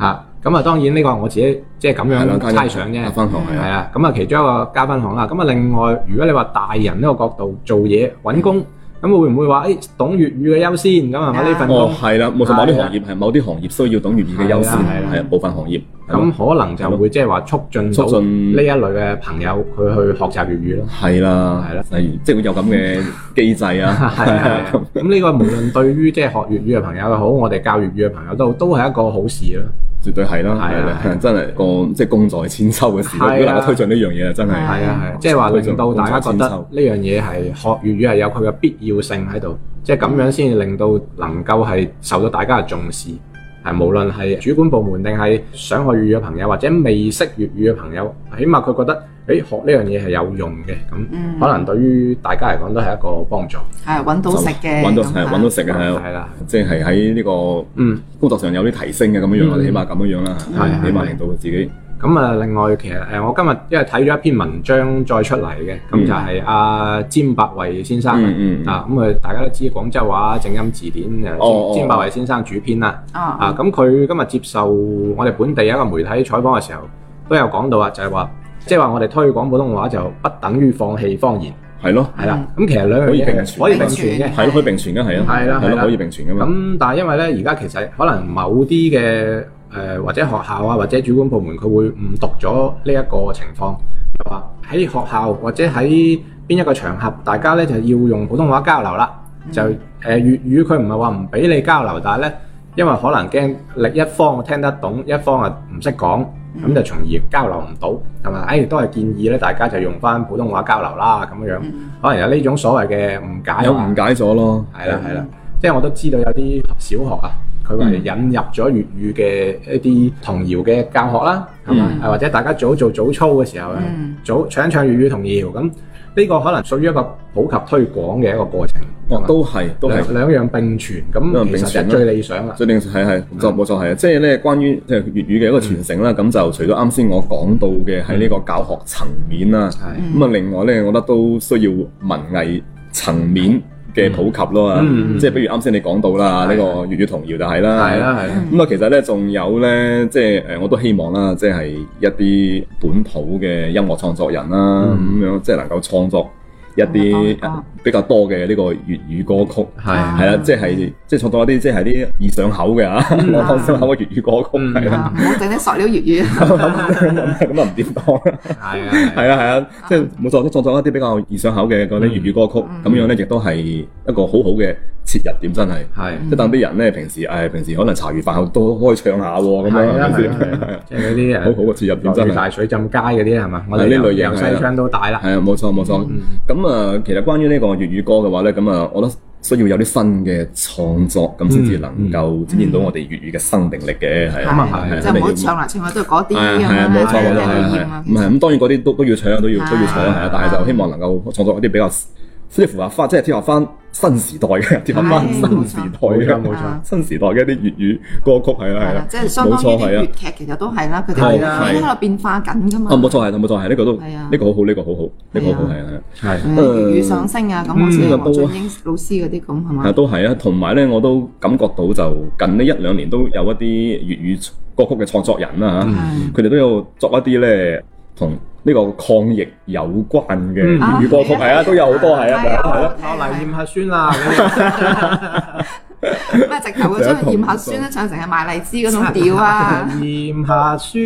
[SPEAKER 2] 嚇，咁啊當然呢個我自己即係咁
[SPEAKER 3] 嗯係啦
[SPEAKER 2] 樣猜想啫。
[SPEAKER 3] 分行係
[SPEAKER 2] 係
[SPEAKER 3] 啊，
[SPEAKER 2] 啊，咁啊其中一個加分項啦。咁啊另外，如果你話大人呢個角度做嘢揾
[SPEAKER 3] 嗯
[SPEAKER 2] 工，咁會唔會話誒懂粵語嘅優先
[SPEAKER 4] 啊
[SPEAKER 2] 咁係咪呢份
[SPEAKER 3] 哦
[SPEAKER 2] 工？
[SPEAKER 3] 係啦，冇錯，某啲
[SPEAKER 2] 係啊
[SPEAKER 3] 行業係某啲行業需要懂粵語嘅優先，
[SPEAKER 2] 係啦係啦
[SPEAKER 3] 係啊，部分行業
[SPEAKER 2] 咁可能就會即係話促進到
[SPEAKER 3] 促進
[SPEAKER 2] 呢一類嘅朋友佢去學習粵語咯。
[SPEAKER 3] 係啦，
[SPEAKER 2] 係啦，
[SPEAKER 3] 例如即係會有咁嘅機制
[SPEAKER 2] [laughs]
[SPEAKER 3] 啊，
[SPEAKER 2] 係啊，咁呢個無論對於即係學粵語嘅朋友又好，我哋教粵語嘅朋友都好都係一個好事啊咯。
[SPEAKER 3] 絕對係啦，
[SPEAKER 2] 係
[SPEAKER 3] 係
[SPEAKER 2] 啊
[SPEAKER 3] 啦，真係個即係功在千秋嘅時
[SPEAKER 2] 係啊
[SPEAKER 3] 代，如果能夠推進呢樣嘢，真係
[SPEAKER 4] 係
[SPEAKER 2] 係啊係啊，即係話令到大家覺得呢樣嘢係學粵語係有佢嘅必要性喺度，即係咁樣先至令到能夠係受到大家嘅重視。係無論係主管部門定係想學粵語嘅朋友，或者未識粵語嘅朋友，起碼佢覺得誒學呢樣嘢係有用嘅，
[SPEAKER 4] 嗯
[SPEAKER 2] 咁可能對於大家嚟講都係一個幫助。
[SPEAKER 4] 係揾到
[SPEAKER 3] 就
[SPEAKER 4] 食嘅，
[SPEAKER 3] 揾到
[SPEAKER 4] 咁
[SPEAKER 3] 係
[SPEAKER 4] 啊
[SPEAKER 3] 揾到食嘅係啊，
[SPEAKER 2] 係啦，
[SPEAKER 3] 即係喺呢個
[SPEAKER 2] 嗯。
[SPEAKER 3] 工作上有啲提升嘅咁樣樣啦，
[SPEAKER 2] 嗯
[SPEAKER 3] 起碼咁樣樣啦，
[SPEAKER 2] 係啊
[SPEAKER 3] 起
[SPEAKER 2] 係
[SPEAKER 3] 碼令到自己
[SPEAKER 2] 咁啊，另外其實誒，我今日因為睇咗一篇文章再出嚟嘅，咁
[SPEAKER 3] 嗯
[SPEAKER 2] 就係阿詹百維先生啊
[SPEAKER 3] 嗯嗯嗯
[SPEAKER 2] 啊，咁佢大家都知廣州話正音字典誒，
[SPEAKER 3] 哦哦
[SPEAKER 2] 詹百維先生主編啦。
[SPEAKER 4] 啊
[SPEAKER 2] 啊，咁佢今日接受我哋本地一個媒體採訪嘅時候，都有講到啊，就係話，即係話我哋推廣普通話就不等於放棄方言，
[SPEAKER 3] 係咯，
[SPEAKER 2] 係啊啦。咁其實兩樣嘢係可
[SPEAKER 3] 可
[SPEAKER 2] 以
[SPEAKER 3] 以
[SPEAKER 2] 並
[SPEAKER 3] 並
[SPEAKER 2] 存
[SPEAKER 4] 存
[SPEAKER 2] 嘅。
[SPEAKER 3] 係咯，可以並存嘅係啊，
[SPEAKER 2] 係啦係啦
[SPEAKER 3] 係咯，可以並存嘅嘛，
[SPEAKER 2] 咁但係因為咧，而家其實可能某啲嘅誒或者學校啊，或者主管部門佢會誤讀咗呢一個情況，就話喺學校或者喺邊一個場合，大家咧就要用普通話交流啦。就誒粵語佢唔係話唔俾你交流，但係咧因為可能驚另一方聽得懂，一方啊唔識講。咁就從而交流唔到，係咪？誒、都係建議咧，大家就用翻普通話交流啦，咁樣，可能有呢種所謂嘅誤解啊。
[SPEAKER 3] 有誤解咗咯，
[SPEAKER 2] 係啦係啦，即係我都知道有啲小學啊，佢
[SPEAKER 3] 嗯
[SPEAKER 2] 話引入咗粵語嘅一啲童謠嘅教學啦，係嘛？
[SPEAKER 3] 嗯
[SPEAKER 2] 啊或者大家早做早操嘅時候啊
[SPEAKER 4] 嗯，
[SPEAKER 2] 早唱一唱粵語童謠，咁呢個可能屬於一個普及推廣嘅一個過程，係啊
[SPEAKER 3] 哦
[SPEAKER 2] 嘛
[SPEAKER 3] 都係都係。
[SPEAKER 2] 兩兩樣並存，
[SPEAKER 3] 兩
[SPEAKER 2] 咁
[SPEAKER 3] 樣並
[SPEAKER 2] 其實
[SPEAKER 3] 存
[SPEAKER 2] 就
[SPEAKER 3] 啦
[SPEAKER 2] 最理想啊啦。
[SPEAKER 3] 最令係係冇錯冇錯係啊！即係咧，關於即係粵語嘅一個傳承啦，咁、就除咗啱先我講到嘅喺呢個教學層面啦，咁啊、
[SPEAKER 2] 係
[SPEAKER 3] 另外咧，我覺得都需要文藝層面嘅普及咯啊！
[SPEAKER 2] 嗯嗯
[SPEAKER 3] 即係比如啱先你講到
[SPEAKER 2] 係
[SPEAKER 3] 啦，
[SPEAKER 2] 啊
[SPEAKER 3] 呢個粵語童謠就係啦，
[SPEAKER 2] 係啦係啦，
[SPEAKER 3] 咁啊，其實咧仲有咧，即係誒，我都希望啦，即係一啲本土嘅音樂創作人啦，咁、
[SPEAKER 2] 嗯
[SPEAKER 3] 樣即係能夠創作一
[SPEAKER 4] 嗯
[SPEAKER 3] 啲呃
[SPEAKER 4] 嗯嗯
[SPEAKER 3] 比較多嘅呢個粵語歌曲，
[SPEAKER 2] 係啊
[SPEAKER 3] 係啦，即係即係創作一啲即係啲易上口嘅啊，放心口嘅粵語歌曲，係啦，
[SPEAKER 4] 啊唔好整啲塑料粵
[SPEAKER 3] [laughs]
[SPEAKER 4] 語，
[SPEAKER 3] 咁啊唔掂當啦。
[SPEAKER 2] 係啊係啊。
[SPEAKER 3] 係啦係啦，即係冇錯，都創作一啲比較易上口嘅嗰啲粵語歌曲，
[SPEAKER 4] 嗯
[SPEAKER 3] 咁樣咧亦都係一個好好嘅切入點，真係。
[SPEAKER 2] 係啊
[SPEAKER 3] 即係等啲人咧，平時誒平時可能茶餘飯後都可以唱下喎，咁樣
[SPEAKER 2] 係
[SPEAKER 3] 係
[SPEAKER 2] 啊
[SPEAKER 3] 咪
[SPEAKER 2] 係啊
[SPEAKER 3] 先？
[SPEAKER 2] 係啊，即係嗰啲誒
[SPEAKER 3] 好好嘅切入點
[SPEAKER 2] 落
[SPEAKER 3] 真
[SPEAKER 2] 雨
[SPEAKER 3] 係。
[SPEAKER 2] 大水浸街嗰啲係嘛？我哋
[SPEAKER 3] 係呢類
[SPEAKER 2] 由
[SPEAKER 3] 型
[SPEAKER 2] 由
[SPEAKER 3] 係
[SPEAKER 2] 西
[SPEAKER 3] 啊
[SPEAKER 2] 窗到大啦。
[SPEAKER 3] 係啊，冇錯冇錯。
[SPEAKER 4] 嗯
[SPEAKER 3] 咁啊、其實關於呢個粵語歌嘅話咧，咁啊，我覺得需要有啲新嘅創作，咁先至能
[SPEAKER 4] 嗯
[SPEAKER 3] 夠展現到我哋粵語嘅生命力嘅，係
[SPEAKER 2] 咁啊係
[SPEAKER 3] 係
[SPEAKER 4] 就唔好
[SPEAKER 3] 真係要
[SPEAKER 4] 唱嚟唱去都係嗰
[SPEAKER 3] 係
[SPEAKER 4] 啲咁
[SPEAKER 3] 啊係
[SPEAKER 4] 樣
[SPEAKER 3] 啊，冇錯冇錯，
[SPEAKER 4] 係
[SPEAKER 3] 係
[SPEAKER 4] 厭
[SPEAKER 3] 啊
[SPEAKER 4] 啊，
[SPEAKER 3] 唔係咁當然嗰啲都都要搶都要都要搶係啊
[SPEAKER 2] 係，
[SPEAKER 3] 但係就希望能夠創作一啲比較即係符合翻，即係貼合翻新時代嘅， [laughs] 貼合翻
[SPEAKER 4] 係
[SPEAKER 3] 新時代
[SPEAKER 2] 冇錯
[SPEAKER 3] 嘅
[SPEAKER 2] 冇
[SPEAKER 4] 係啊
[SPEAKER 2] 錯，
[SPEAKER 3] 新時代嘅一啲粵語歌曲係啦啊係
[SPEAKER 4] 係啦啊
[SPEAKER 3] 啦，，
[SPEAKER 4] 即係相當於
[SPEAKER 3] 冇錯係
[SPEAKER 4] 啲
[SPEAKER 3] 啊
[SPEAKER 4] 粵劇其實都係啦，佢
[SPEAKER 2] 係
[SPEAKER 3] 啊
[SPEAKER 4] 哋已經喺度變化緊㗎嘛。
[SPEAKER 3] 啊冇錯係冇錯係呢個都
[SPEAKER 4] 係啊
[SPEAKER 3] 呢個好好呢個好好呢個好好係啊係啊。呃
[SPEAKER 2] 係
[SPEAKER 4] 誒嗯粵語上升啊，咁好似
[SPEAKER 3] 嗯
[SPEAKER 4] 黃俊英老師嗰啲咁係
[SPEAKER 3] 啊，
[SPEAKER 4] 嘛？
[SPEAKER 3] 都係啊，同埋咧，我都感覺到就近呢一兩年都有一啲粵語歌曲嘅創作人啦、嚇，
[SPEAKER 4] 係
[SPEAKER 3] 佢哋、都有作一啲咧同呢個抗疫有關嘅粵語歌曲，係啊，都有好多係啊，係咯，
[SPEAKER 2] 落嚟驗下酸啦。咁
[SPEAKER 4] 咩直頭佢
[SPEAKER 3] 啊
[SPEAKER 4] 將佢驗核酸咧唱成係賣荔枝嗰種調啊，
[SPEAKER 2] 樣驗下酸。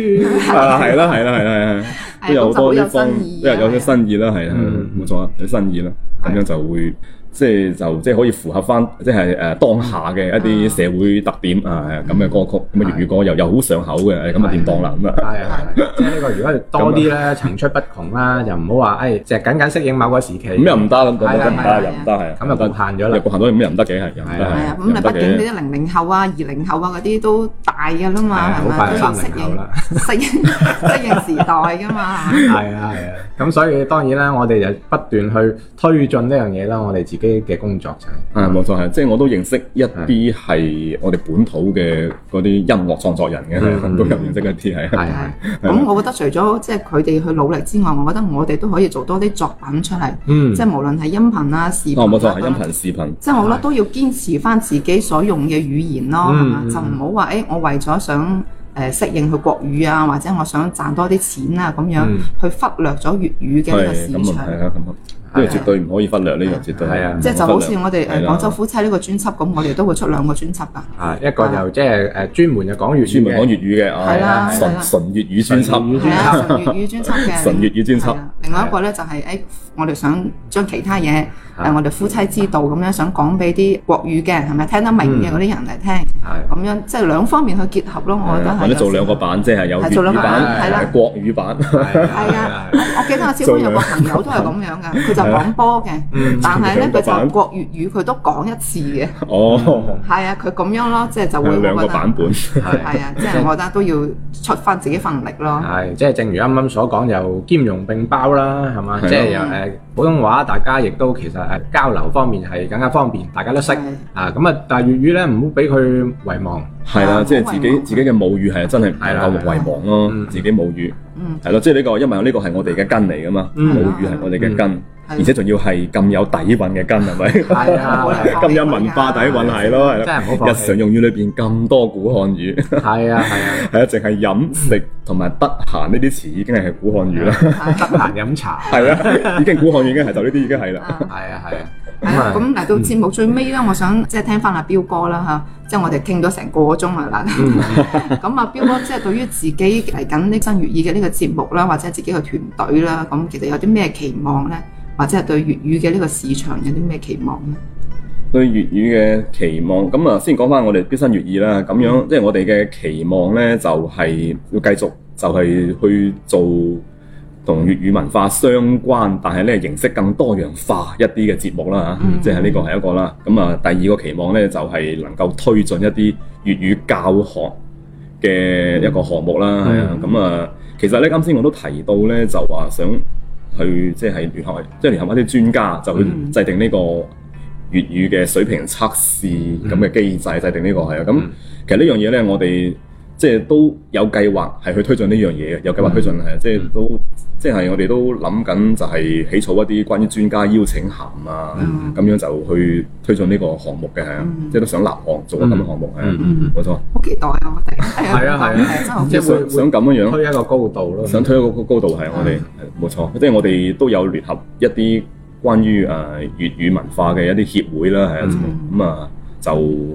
[SPEAKER 3] 係啦，係啦，係啦，啊係啦，係都有好多呢方，都有有啲新意啦，啊係啦，冇錯啊，有新意啦，咁樣就會。即係就即係可以符合翻，即係誒當下嘅一啲社會特點啊，咁嘅歌曲，咁啊粵語歌又又好上口嘅，咁啊掂當啦咁啊，
[SPEAKER 2] 係係，係即係呢個如果多啲咧，層出不窮啦，就唔好話誒，就係僅僅適應某個時期。
[SPEAKER 3] 咁又唔得啦，咁
[SPEAKER 2] 係啦
[SPEAKER 3] 咁唔
[SPEAKER 2] 係啦
[SPEAKER 3] 得，又唔得係，
[SPEAKER 2] 咁就局限咗
[SPEAKER 3] 入
[SPEAKER 2] 啦。
[SPEAKER 3] 局限咗咁又唔得嘅係，又唔
[SPEAKER 2] 係
[SPEAKER 3] 得
[SPEAKER 2] 啊
[SPEAKER 4] 啊係啊，
[SPEAKER 3] 係，又
[SPEAKER 4] 咁你
[SPEAKER 3] 唔
[SPEAKER 4] 畢
[SPEAKER 3] 得
[SPEAKER 4] 竟呢
[SPEAKER 3] 嘅。
[SPEAKER 4] 啲零零後啊、二零後啊嗰啲都大㗎啦
[SPEAKER 2] 係
[SPEAKER 4] 嘛，
[SPEAKER 2] 啊
[SPEAKER 4] 係
[SPEAKER 2] 好快
[SPEAKER 4] 咪
[SPEAKER 2] 就三
[SPEAKER 4] 都要
[SPEAKER 2] 零
[SPEAKER 4] 適
[SPEAKER 2] 後
[SPEAKER 4] 應
[SPEAKER 2] 啦。
[SPEAKER 4] 適應 [laughs] 適應時代㗎嘛？係嘛
[SPEAKER 2] 係啊係啊，咁所以當然啦，我哋就不斷去推進呢樣嘢啦，我哋自己嘅工作就係。
[SPEAKER 3] 啊，冇錯係，即係我都認識一啲係我哋本土嘅嗰啲音樂創作人嘅，
[SPEAKER 2] 嗯
[SPEAKER 3] 係都有認識一啲係。
[SPEAKER 2] 係啊係，
[SPEAKER 4] 係咁我覺得除咗即係佢哋去努力之外，我覺得我哋都可以做多啲作品出嚟，
[SPEAKER 2] 嗯
[SPEAKER 4] 即，係無論係音頻啊、視頻
[SPEAKER 3] 哦，
[SPEAKER 4] 啊
[SPEAKER 3] 冇錯係音頻視頻，
[SPEAKER 4] 即係我覺得都要堅持翻自己所用嘅語言咯，係
[SPEAKER 2] 嗯
[SPEAKER 4] 嘛
[SPEAKER 2] 嗯
[SPEAKER 4] 就唔好話誒，我為咗想誒、呃、適應佢國語啊，或者我想賺多啲錢啊咁樣，
[SPEAKER 2] 嗯
[SPEAKER 4] 去忽略咗粵語嘅呢個
[SPEAKER 3] 係
[SPEAKER 4] 市
[SPEAKER 3] 咁啊，
[SPEAKER 4] 場。
[SPEAKER 3] 係啊咁啊，呢個絕對唔可以忽略，呢樣絕對
[SPEAKER 2] 係啊
[SPEAKER 4] 即係就好似我哋
[SPEAKER 3] 係
[SPEAKER 4] 誒
[SPEAKER 3] 啦
[SPEAKER 4] 廣州夫妻呢個專輯咁，我哋都會出兩個專輯㗎。
[SPEAKER 2] 啊，一個就即係誒專門就講粵語嘅，
[SPEAKER 3] 專門講粵語嘅
[SPEAKER 4] 係啦
[SPEAKER 3] 啊，
[SPEAKER 4] 係
[SPEAKER 3] 純
[SPEAKER 4] 啦
[SPEAKER 3] 純粵語專輯，
[SPEAKER 4] 係啊，純粵語專
[SPEAKER 3] [laughs]
[SPEAKER 4] 輯嘅。
[SPEAKER 3] 純粵語專
[SPEAKER 4] 係
[SPEAKER 3] 輯
[SPEAKER 4] 啊。另外一個咧就係誒，我哋想將其他嘢誒，我哋夫妻之道咁樣想講俾啲國語嘅係咪聽得明嘅嗰啲人嚟聽，
[SPEAKER 2] 係
[SPEAKER 4] 咁樣即係兩方面去結合咯。我覺得哦係。
[SPEAKER 3] 啊或者做兩個。版，即係有粵
[SPEAKER 4] 係做兩
[SPEAKER 3] 語
[SPEAKER 4] 個版係啦
[SPEAKER 3] 版、國語版，
[SPEAKER 2] 係
[SPEAKER 4] 係啊，我我記得我招工有個朋友都係咁樣嘅，佢就講波嘅
[SPEAKER 2] 嗯，
[SPEAKER 4] 但係咧
[SPEAKER 3] 啊兩
[SPEAKER 4] 佢
[SPEAKER 3] 個
[SPEAKER 4] 就
[SPEAKER 3] 版
[SPEAKER 4] 國粵語佢都講一次嘅。
[SPEAKER 3] 哦，
[SPEAKER 4] 係啊，佢咁樣咯，即係就會
[SPEAKER 3] 係
[SPEAKER 4] 我
[SPEAKER 3] 兩
[SPEAKER 4] 覺
[SPEAKER 3] 個
[SPEAKER 4] 得
[SPEAKER 3] 版本，
[SPEAKER 2] 係
[SPEAKER 4] 係啊，即係我覺得都要出翻自己份力咯。
[SPEAKER 2] 係，即係正如啱啱所講，又兼容並包啦，係嘛？
[SPEAKER 3] 係啊
[SPEAKER 2] 即係又誒普通話，大家亦都其實誒交流方面係更加方便，大家都識
[SPEAKER 4] 係
[SPEAKER 2] 啊。咁啊，但係粵語咧唔好俾佢遺忘。
[SPEAKER 3] 係啦，
[SPEAKER 4] 啊
[SPEAKER 3] 即係
[SPEAKER 4] 好
[SPEAKER 3] 自
[SPEAKER 4] 遺
[SPEAKER 3] 己
[SPEAKER 4] 忘
[SPEAKER 3] 自己嘅母語係真係唔
[SPEAKER 2] 係啦
[SPEAKER 3] 能夠遺忘咯
[SPEAKER 2] 嗯，
[SPEAKER 3] 自己母語
[SPEAKER 4] 嗯，
[SPEAKER 3] 係咯，即係呢個因為呢個係我哋嘅根嚟噶嘛，
[SPEAKER 2] 嗯
[SPEAKER 3] 母語係我哋嘅根，
[SPEAKER 4] 係
[SPEAKER 3] 而且仲要係咁有底韻嘅根係咪？
[SPEAKER 2] 係啊，
[SPEAKER 4] 係啊
[SPEAKER 3] [laughs] 咁有文化底韻係咯，係
[SPEAKER 2] 真係唔好
[SPEAKER 3] 咯，
[SPEAKER 2] 放
[SPEAKER 3] 日
[SPEAKER 2] 棄
[SPEAKER 3] 常用語裏邊咁多古漢語， [laughs]
[SPEAKER 2] 係啊，係啊，
[SPEAKER 3] 係啊，淨係飲食同埋得閒呢啲詞已經係古漢語啦，
[SPEAKER 4] 係
[SPEAKER 2] 得閒飲茶。
[SPEAKER 3] 係啦，已經古漢語已經係就呢啲已經係啦。
[SPEAKER 4] 啊
[SPEAKER 2] 係啊，係啊。
[SPEAKER 4] 係
[SPEAKER 2] 咁啊，
[SPEAKER 4] 啊，咁嚟到節目最尾咧，我想即係聽翻阿彪哥啦嚇，即係我哋傾咗成個鐘啦
[SPEAKER 3] 嗯
[SPEAKER 4] 嗱。 [laughs] 咁啊，彪哥即係對於自己嚟緊呢新粵語嘅呢個節目啦，或者自己嘅團隊啦，咁其實有啲咩期望咧？或者係對粵語嘅呢個市場有啲咩期望咧？
[SPEAKER 3] 對粵語嘅期望，咁啊先講翻我哋標新粵意啦，咁樣即係我哋嘅期望呢，就係、要繼續就係去做同粵語文化相關，但係呢形式更多樣化一啲嘅節目啦嚇，即係呢個係一個啦。咁啊第二個期望呢，就係、能夠推進一啲粵語教學嘅一個項目啦，係
[SPEAKER 2] 嗯
[SPEAKER 3] 啊、咁啊其實呢，啱先我都提到呢，就話想去即係聯合即係聯合一啲專家就去
[SPEAKER 2] 嗯
[SPEAKER 3] 制定呢、個。粵語嘅水平測試
[SPEAKER 2] 嗯
[SPEAKER 3] 咁嘅機制制定呢個係啊，咁其實呢樣嘢呢，我哋即係都有計劃係去推進呢樣嘢嘅，有計
[SPEAKER 2] 嗯
[SPEAKER 3] 劃推進係啊即係都即係我哋都諗緊就係起草一啲關於專家邀請函啊，
[SPEAKER 2] 嗯
[SPEAKER 3] 咁樣就去推進呢個項目嘅係啊，即係都想立項做個
[SPEAKER 2] 嗯
[SPEAKER 3] 咁嘅項目係啊，冇錯，
[SPEAKER 4] 好期待啊！我哋係
[SPEAKER 2] 係啊係啊
[SPEAKER 4] 真係好期
[SPEAKER 2] 即
[SPEAKER 4] 待
[SPEAKER 2] 係會
[SPEAKER 3] 想想咁樣樣。
[SPEAKER 2] 推一個高度咯。
[SPEAKER 3] 想推一個高度係我哋係冇錯，即係我哋都有聯合一啲關於誒、呃、粵語文化嘅一啲協會啦，係啊咁啊就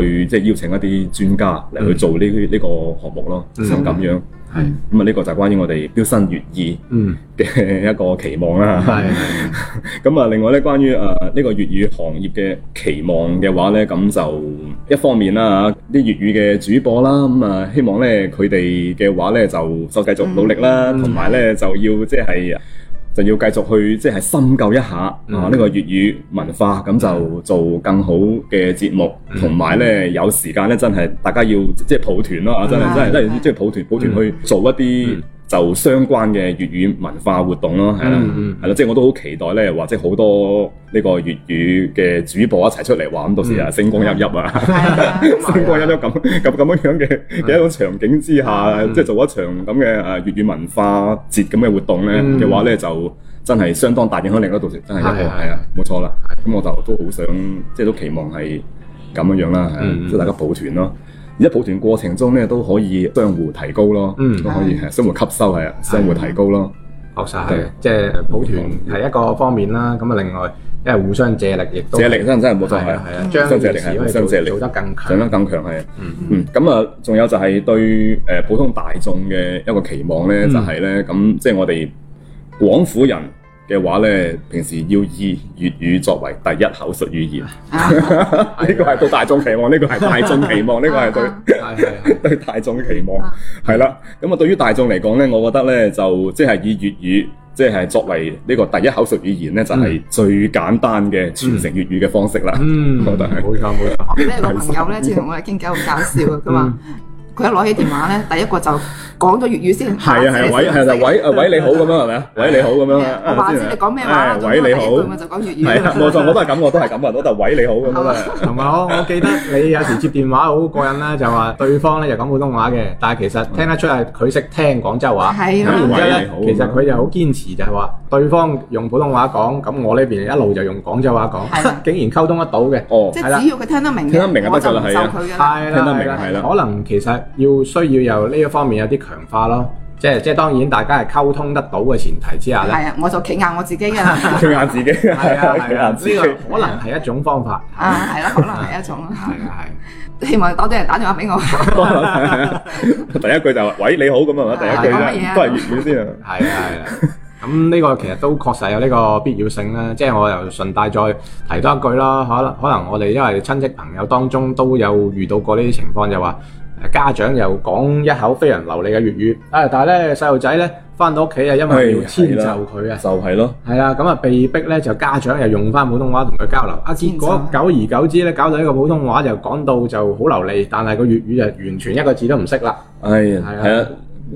[SPEAKER 3] 去即係邀請一啲專家嚟去做呢呢、個項目咯，就咁樣。
[SPEAKER 2] 係
[SPEAKER 3] 咁啊，呢個就係關於我哋標新粵意
[SPEAKER 2] 嗯，
[SPEAKER 3] 嘅 [laughs] 一個期望啦。
[SPEAKER 2] 係
[SPEAKER 3] 咁啊，另外咧，關於誒呢個粵語行業嘅期望嘅話咧，咁就一方面啦嚇，啲粵語嘅主播啦，咁啊，希望咧佢哋嘅話咧就就繼續努力啦，同埋咧就要即係呃就要繼續去即係深究一下啊呢個粵語文化，咁就做更好嘅節目，同埋咧有時間咧真係大家要即係抱團啦，真係真係真係即係抱團抱團去做一啲。就相關嘅粵語文化活動咯，係啦
[SPEAKER 2] 嗯嗯，
[SPEAKER 3] 係啦，即係我都好期待咧，或者好多呢個粵語嘅主播一齊出嚟玩，到時啊星光熠熠 [laughs] 啊，
[SPEAKER 4] 係啊
[SPEAKER 3] 星光熠熠咁咁咁樣樣嘅嘅一種場景之下，即係做一場咁嘅誒粵語文化節咁嘅活動咧
[SPEAKER 2] 嗯
[SPEAKER 3] 嘅話咧，就真係相當大影響力咯，到時真係一個
[SPEAKER 2] 係
[SPEAKER 3] 係啊，冇錯啦。咁我就都好想，即係都期望係咁樣樣啦，係啊
[SPEAKER 2] 嗯
[SPEAKER 3] 即係大家抱團咯。而喺抱團過程中咧，都可以相互提高咯，
[SPEAKER 2] 嗯
[SPEAKER 3] 都可以係相互吸收係啊，相互提高咯。
[SPEAKER 2] 確實係，即係抱團係一個方面啦。咁啊，另外因為互相借力，亦都
[SPEAKER 3] 借力真真係冇
[SPEAKER 2] 係
[SPEAKER 3] 錯係
[SPEAKER 2] 啊
[SPEAKER 3] 啊，
[SPEAKER 2] 係啊，將
[SPEAKER 3] 相借
[SPEAKER 2] 件
[SPEAKER 3] 力
[SPEAKER 2] 事
[SPEAKER 3] 係
[SPEAKER 2] 可以
[SPEAKER 3] 相借
[SPEAKER 2] 做
[SPEAKER 3] 力
[SPEAKER 2] 做得更
[SPEAKER 3] 長得
[SPEAKER 2] 強。
[SPEAKER 3] 更強係。
[SPEAKER 2] 嗯
[SPEAKER 3] 嗯，咁啊，仲有就係對誒、呃普通大眾嘅一個期望
[SPEAKER 2] 嗯
[SPEAKER 3] 咧，就係咧咁，即係我哋廣府人嘅話咧，平時要以粵語作為第一口述語言，
[SPEAKER 2] 啊
[SPEAKER 3] [laughs] 呢個係對大眾期望，呢個係大眾期
[SPEAKER 2] [laughs]
[SPEAKER 3] 望，呢個
[SPEAKER 2] 啊
[SPEAKER 3] 係對。
[SPEAKER 2] 係係係。
[SPEAKER 3] 對大眾嘅期望係啦，咁啊對於大眾嚟講咧，我覺得咧就即係以粵語即係作為呢個第一口述語言咧，就係最簡單嘅傳承粵語嘅方式啦。
[SPEAKER 2] 嗯，
[SPEAKER 3] 我覺得係
[SPEAKER 2] 冇錯冇錯。
[SPEAKER 4] 我記得有個朋友
[SPEAKER 3] [laughs]
[SPEAKER 4] 咧，之前同我哋傾偈好搞笑嘅，佢話
[SPEAKER 3] 嗯
[SPEAKER 4] 佢一攞起電話咧，第一個就講咗粵語先。
[SPEAKER 3] 係啊係啊，喂係啦，喂啊喂你好咁樣係咪啊？喂你好咁樣啊
[SPEAKER 4] 我話知你講咩話啦，
[SPEAKER 3] 哎
[SPEAKER 4] 總
[SPEAKER 3] 喂
[SPEAKER 4] 之
[SPEAKER 3] 你
[SPEAKER 4] 我
[SPEAKER 3] 好
[SPEAKER 4] 第一句我就講粵
[SPEAKER 3] 係啊，
[SPEAKER 4] 語。
[SPEAKER 3] 冇錯，我都係咁，我都係咁啊，我都係喂你好咁樣啊。
[SPEAKER 4] [laughs]
[SPEAKER 2] 同埋我我記得你有時接電話好過癮啦，就話對方咧就講普通話嘅，但係其實聽得出係佢識聽廣州話。
[SPEAKER 4] 係
[SPEAKER 2] 咁
[SPEAKER 4] 啊
[SPEAKER 2] 然之後
[SPEAKER 3] 喂
[SPEAKER 2] 咧
[SPEAKER 3] 你好，
[SPEAKER 2] 其實佢就好堅持就係話對方用普通話講，咁我呢邊一路就用廣州話
[SPEAKER 4] 係啊啦
[SPEAKER 2] 講， [laughs] 竟然溝通得到嘅。
[SPEAKER 3] 哦
[SPEAKER 4] 即，係只要佢聽得明嘅，
[SPEAKER 3] 聽得明就得
[SPEAKER 4] 我就
[SPEAKER 3] 㗎
[SPEAKER 4] 唔
[SPEAKER 3] 啦
[SPEAKER 4] 受佢㗎啦。
[SPEAKER 2] 係
[SPEAKER 3] 聽得
[SPEAKER 2] 啦
[SPEAKER 3] 明
[SPEAKER 2] 係啦
[SPEAKER 3] 係啦，
[SPEAKER 2] 可能其實要需要由呢一方面有啲強化咯，即係即係當然大家係溝通得到嘅前提之下咧。
[SPEAKER 4] 係啊，我就企硬我自己嘅啦，
[SPEAKER 3] 佢硬自己，
[SPEAKER 2] 係啊
[SPEAKER 3] [laughs] 佢
[SPEAKER 2] 係啊，
[SPEAKER 3] 硬
[SPEAKER 2] 呢
[SPEAKER 3] 自己。
[SPEAKER 2] 個可能係一種方法。
[SPEAKER 4] 啊
[SPEAKER 3] [laughs]
[SPEAKER 4] 係啦，可能係一種啦，
[SPEAKER 2] 係啊
[SPEAKER 4] 希望多啲人打電話俾我，
[SPEAKER 3] 第一句就話喂你好咁啊，第一句
[SPEAKER 4] 講乜嘢
[SPEAKER 3] 啫
[SPEAKER 4] 啊
[SPEAKER 3] 都係粵語先啊。
[SPEAKER 2] 係係啊係啊。咁呢個其實都確實有呢個必要性啦，即係我又順帶再提多一句啦，可能可能我哋因為親戚朋友當中都有遇到過呢啲情況，就話誒家長又講一口非常流利嘅粵語，啊但係咧細路仔咧翻到屋企啊，因為要
[SPEAKER 3] 係
[SPEAKER 2] 遷
[SPEAKER 3] 係
[SPEAKER 2] 就
[SPEAKER 3] 啦
[SPEAKER 2] 佢啊。
[SPEAKER 3] 就係咯，
[SPEAKER 2] 係啦，咁啊被逼咧就家長又用翻普通話同佢交流，啊結果久而久之咧搞到呢個普通話就講到就好流利，但係個粵語就完全一個字都唔識啦。
[SPEAKER 3] 唉，
[SPEAKER 2] 啊
[SPEAKER 3] 係啊。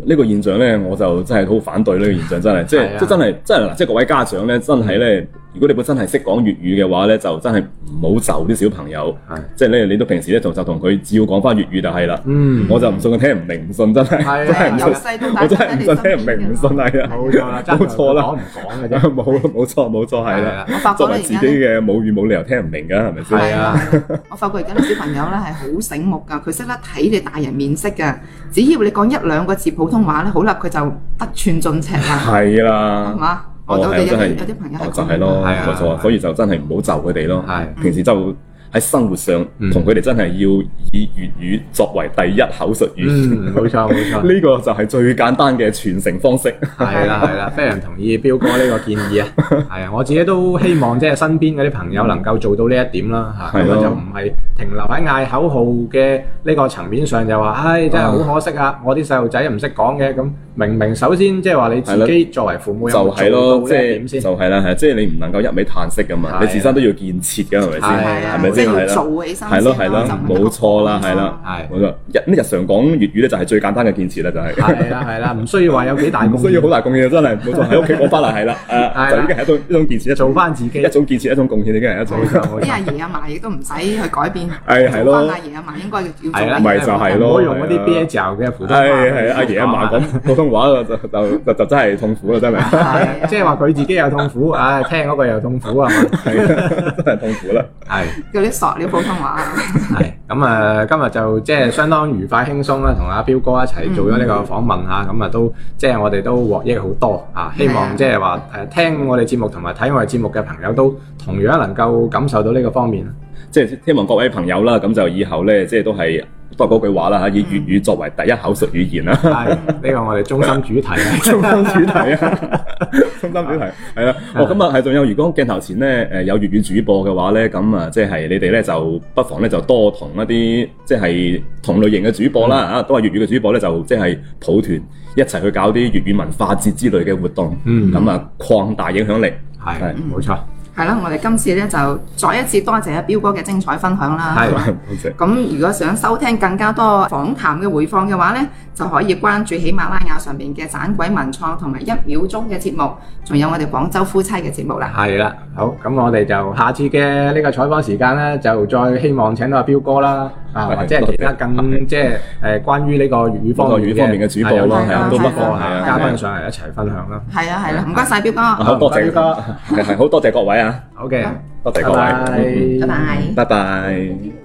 [SPEAKER 3] 呢個現象咧，我就真係好反對呢個現象，真係即
[SPEAKER 2] 係
[SPEAKER 3] 係
[SPEAKER 2] 啊
[SPEAKER 3] 即係真係真係嗱，即係各位家長咧，真係咧，如果你本身係識講粵語嘅話咧，就真係唔好就啲小朋友，
[SPEAKER 2] 係，
[SPEAKER 3] 即係咧你都平時咧就就同佢照講翻粵語就係啦。
[SPEAKER 2] 嗯，
[SPEAKER 3] 我就唔信佢聽唔明，唔信真係，
[SPEAKER 2] 係啊
[SPEAKER 3] [laughs] 真係唔
[SPEAKER 4] 由
[SPEAKER 3] 信，
[SPEAKER 4] 細到大
[SPEAKER 3] 我真係唔信聽唔明，唔信係啊，
[SPEAKER 2] [laughs] 冇錯啦，真
[SPEAKER 3] 冇
[SPEAKER 2] 係
[SPEAKER 3] 錯
[SPEAKER 2] 講
[SPEAKER 3] 啦
[SPEAKER 2] 唔，講嘅啫。
[SPEAKER 3] 冇冇錯冇錯係
[SPEAKER 2] 係啊
[SPEAKER 3] 啦
[SPEAKER 2] 啦。
[SPEAKER 4] 我發覺
[SPEAKER 3] 作
[SPEAKER 4] 咧
[SPEAKER 3] 為
[SPEAKER 4] 而
[SPEAKER 3] 自己
[SPEAKER 4] 家呢
[SPEAKER 3] 嘅母語冇理由聽唔明㗎，係咪先？
[SPEAKER 2] 係啊，
[SPEAKER 4] 我發覺而家啲小朋友咧係好醒目㗎，佢識得睇你大人面色㗎。只要你講一兩個字普通話咧，好啦，佢就得寸進
[SPEAKER 3] [laughs]
[SPEAKER 4] 尺啦，
[SPEAKER 3] 係
[SPEAKER 4] 係
[SPEAKER 3] 啦。
[SPEAKER 4] 嘛？我
[SPEAKER 3] 哦
[SPEAKER 4] 到
[SPEAKER 3] 係啊
[SPEAKER 4] 哋有啲
[SPEAKER 3] 真係
[SPEAKER 4] 有啲朋友
[SPEAKER 3] 哦
[SPEAKER 4] 係
[SPEAKER 3] 就
[SPEAKER 4] 咁
[SPEAKER 3] 係咯，
[SPEAKER 2] 係啊
[SPEAKER 3] 冇錯，所以就真係唔好就佢哋咯。
[SPEAKER 2] 係
[SPEAKER 3] 平時就喺生活上
[SPEAKER 2] 嗯
[SPEAKER 3] 同佢哋真係要以粵語作為第一口述語，
[SPEAKER 2] 嗯，冇錯冇錯，
[SPEAKER 3] [laughs] 呢個就係最簡單嘅傳承方式。
[SPEAKER 2] 係啦係啦，非常同意彪哥呢個建
[SPEAKER 3] [laughs]
[SPEAKER 2] 議啊。係啊，我自己都希望即係身邊嗰啲朋友能夠做到呢一點啦嚇，
[SPEAKER 3] 係
[SPEAKER 2] 咁
[SPEAKER 3] 咯
[SPEAKER 2] 啊就唔係停留喺嗌口號嘅呢個層面上，就話唉真係好可惜
[SPEAKER 3] 嗯
[SPEAKER 2] 啊！我啲細路仔唔識講嘅，咁明明首先即係話你自己作為父母有
[SPEAKER 3] 就
[SPEAKER 2] 冇
[SPEAKER 3] 係咯，
[SPEAKER 2] 做
[SPEAKER 3] 即
[SPEAKER 2] 到呢一點先
[SPEAKER 3] 係就？係啦，係即係你唔能夠一味嘆息㗎
[SPEAKER 2] 係
[SPEAKER 3] 嘛，
[SPEAKER 2] 啊
[SPEAKER 3] 你自身都要建設㗎，係咪
[SPEAKER 2] 係
[SPEAKER 3] 先？
[SPEAKER 4] 係
[SPEAKER 2] 啊
[SPEAKER 4] 啊，
[SPEAKER 3] 係咪
[SPEAKER 4] 即
[SPEAKER 3] 先？係
[SPEAKER 4] 係要
[SPEAKER 3] 啦。
[SPEAKER 4] 做起身
[SPEAKER 3] 係咯係
[SPEAKER 4] 先
[SPEAKER 3] 咯
[SPEAKER 4] 啦，就唔係 [laughs]
[SPEAKER 3] 冇錯啦
[SPEAKER 4] 講
[SPEAKER 3] 係啦
[SPEAKER 2] 係
[SPEAKER 3] 冇錯，日日常講粵語咧就係最簡單嘅建設啦，就係。
[SPEAKER 2] 係啦係啦，唔需要話有幾大
[SPEAKER 3] [laughs] 唔
[SPEAKER 2] 功，
[SPEAKER 3] 需要好大貢獻，真係冇錯。喺屋企講翻啦，係啦，
[SPEAKER 2] 係啦
[SPEAKER 3] 誒就已經係一種一種建設，一
[SPEAKER 2] 做
[SPEAKER 3] 種
[SPEAKER 2] 翻自己
[SPEAKER 3] 一。種建設，一種貢獻，已經係一種
[SPEAKER 2] 冇。錯冇
[SPEAKER 4] 啲阿
[SPEAKER 2] 錯，
[SPEAKER 4] 爺阿嫲亦都唔使去改變，
[SPEAKER 3] 係係咯
[SPEAKER 4] 做翻阿爺阿嫲應該要做
[SPEAKER 2] 係啦，
[SPEAKER 4] 嘅嘢
[SPEAKER 3] 咪就係咯
[SPEAKER 2] 唔好用嗰啲 b 嘅普通話。
[SPEAKER 3] 係係阿爺阿嫲講普通話就就就就真係痛苦啦，真係
[SPEAKER 4] 係啊
[SPEAKER 2] 即係話佢自己又痛苦，唉、聽嗰個又痛苦啊嘛。
[SPEAKER 3] 係真係痛苦啦。
[SPEAKER 2] 係
[SPEAKER 4] 叫啲傻料普通話。
[SPEAKER 2] 係咁啊，今日就即係相當愉快輕鬆啦，同阿彪哥一齊做咗呢個訪問嚇，咁啊都即係我哋都獲益好多啊！希
[SPEAKER 4] 係啊
[SPEAKER 2] 望即係話誒聽我哋節目同埋睇我哋節目嘅朋友都同樣能夠感受到呢個方面。
[SPEAKER 3] 即係希望各位朋友啦，咁就以後咧，即係都係都係嗰句話啦嚇，
[SPEAKER 2] 嗯
[SPEAKER 3] 以粵語作為第一口述語言
[SPEAKER 2] [laughs]
[SPEAKER 3] 啦。
[SPEAKER 2] 係呢個我哋中心主題啊
[SPEAKER 3] 中心主題
[SPEAKER 2] [laughs]
[SPEAKER 3] 啊，中心主題係啊啦。我今日係仲有，如果鏡頭前咧誒有粵語主播嘅話咧，咁啊即係你哋咧就不妨咧就多同一啲即係同類型嘅主播啦
[SPEAKER 2] 嗯
[SPEAKER 3] 啊，都係粵語嘅主播咧就即係抱團一齊去搞啲粵語文化節之類嘅活動，
[SPEAKER 2] 嗯
[SPEAKER 3] 咁啊擴大影響力。
[SPEAKER 2] 係
[SPEAKER 3] 係
[SPEAKER 2] 冇錯，
[SPEAKER 4] 係啦，我哋今次咧就再一次多謝阿彪哥嘅精彩分享啦。
[SPEAKER 2] 係
[SPEAKER 3] 多謝。
[SPEAKER 2] 嗯
[SPEAKER 4] 咁如果想收聽更加多訪談嘅回放嘅話呢，就可以關注喜馬拉雅上面嘅《盞鬼文創》同埋一秒鐘嘅節目，仲有我哋廣州夫妻嘅節目啦。
[SPEAKER 2] 係啦。好，咁我哋就下次嘅呢個採訪時間咧，就再希望請到阿彪哥啦，啊
[SPEAKER 3] 係
[SPEAKER 2] 或者係其他更
[SPEAKER 3] [laughs]
[SPEAKER 2] 即係誒關於呢個粵語方面
[SPEAKER 3] 呢個粵語方面嘅主播咯
[SPEAKER 4] 係啊
[SPEAKER 2] 都
[SPEAKER 4] 都
[SPEAKER 2] 不
[SPEAKER 4] 不
[SPEAKER 2] 妨
[SPEAKER 4] 妨
[SPEAKER 2] 啊
[SPEAKER 3] 係啊
[SPEAKER 2] 嘉
[SPEAKER 3] 係
[SPEAKER 2] 賓
[SPEAKER 3] 啊
[SPEAKER 2] 上嚟一齊分享啦。
[SPEAKER 4] 係啊係啦，唔該晒彪哥，
[SPEAKER 3] 好多謝
[SPEAKER 2] 唔該
[SPEAKER 3] 係係好多謝各位啊，嗯
[SPEAKER 2] OK，
[SPEAKER 3] 多謝
[SPEAKER 2] 拜
[SPEAKER 3] 各位，
[SPEAKER 2] 拜
[SPEAKER 4] 拜。
[SPEAKER 3] 拜
[SPEAKER 4] 拜。
[SPEAKER 3] 拜。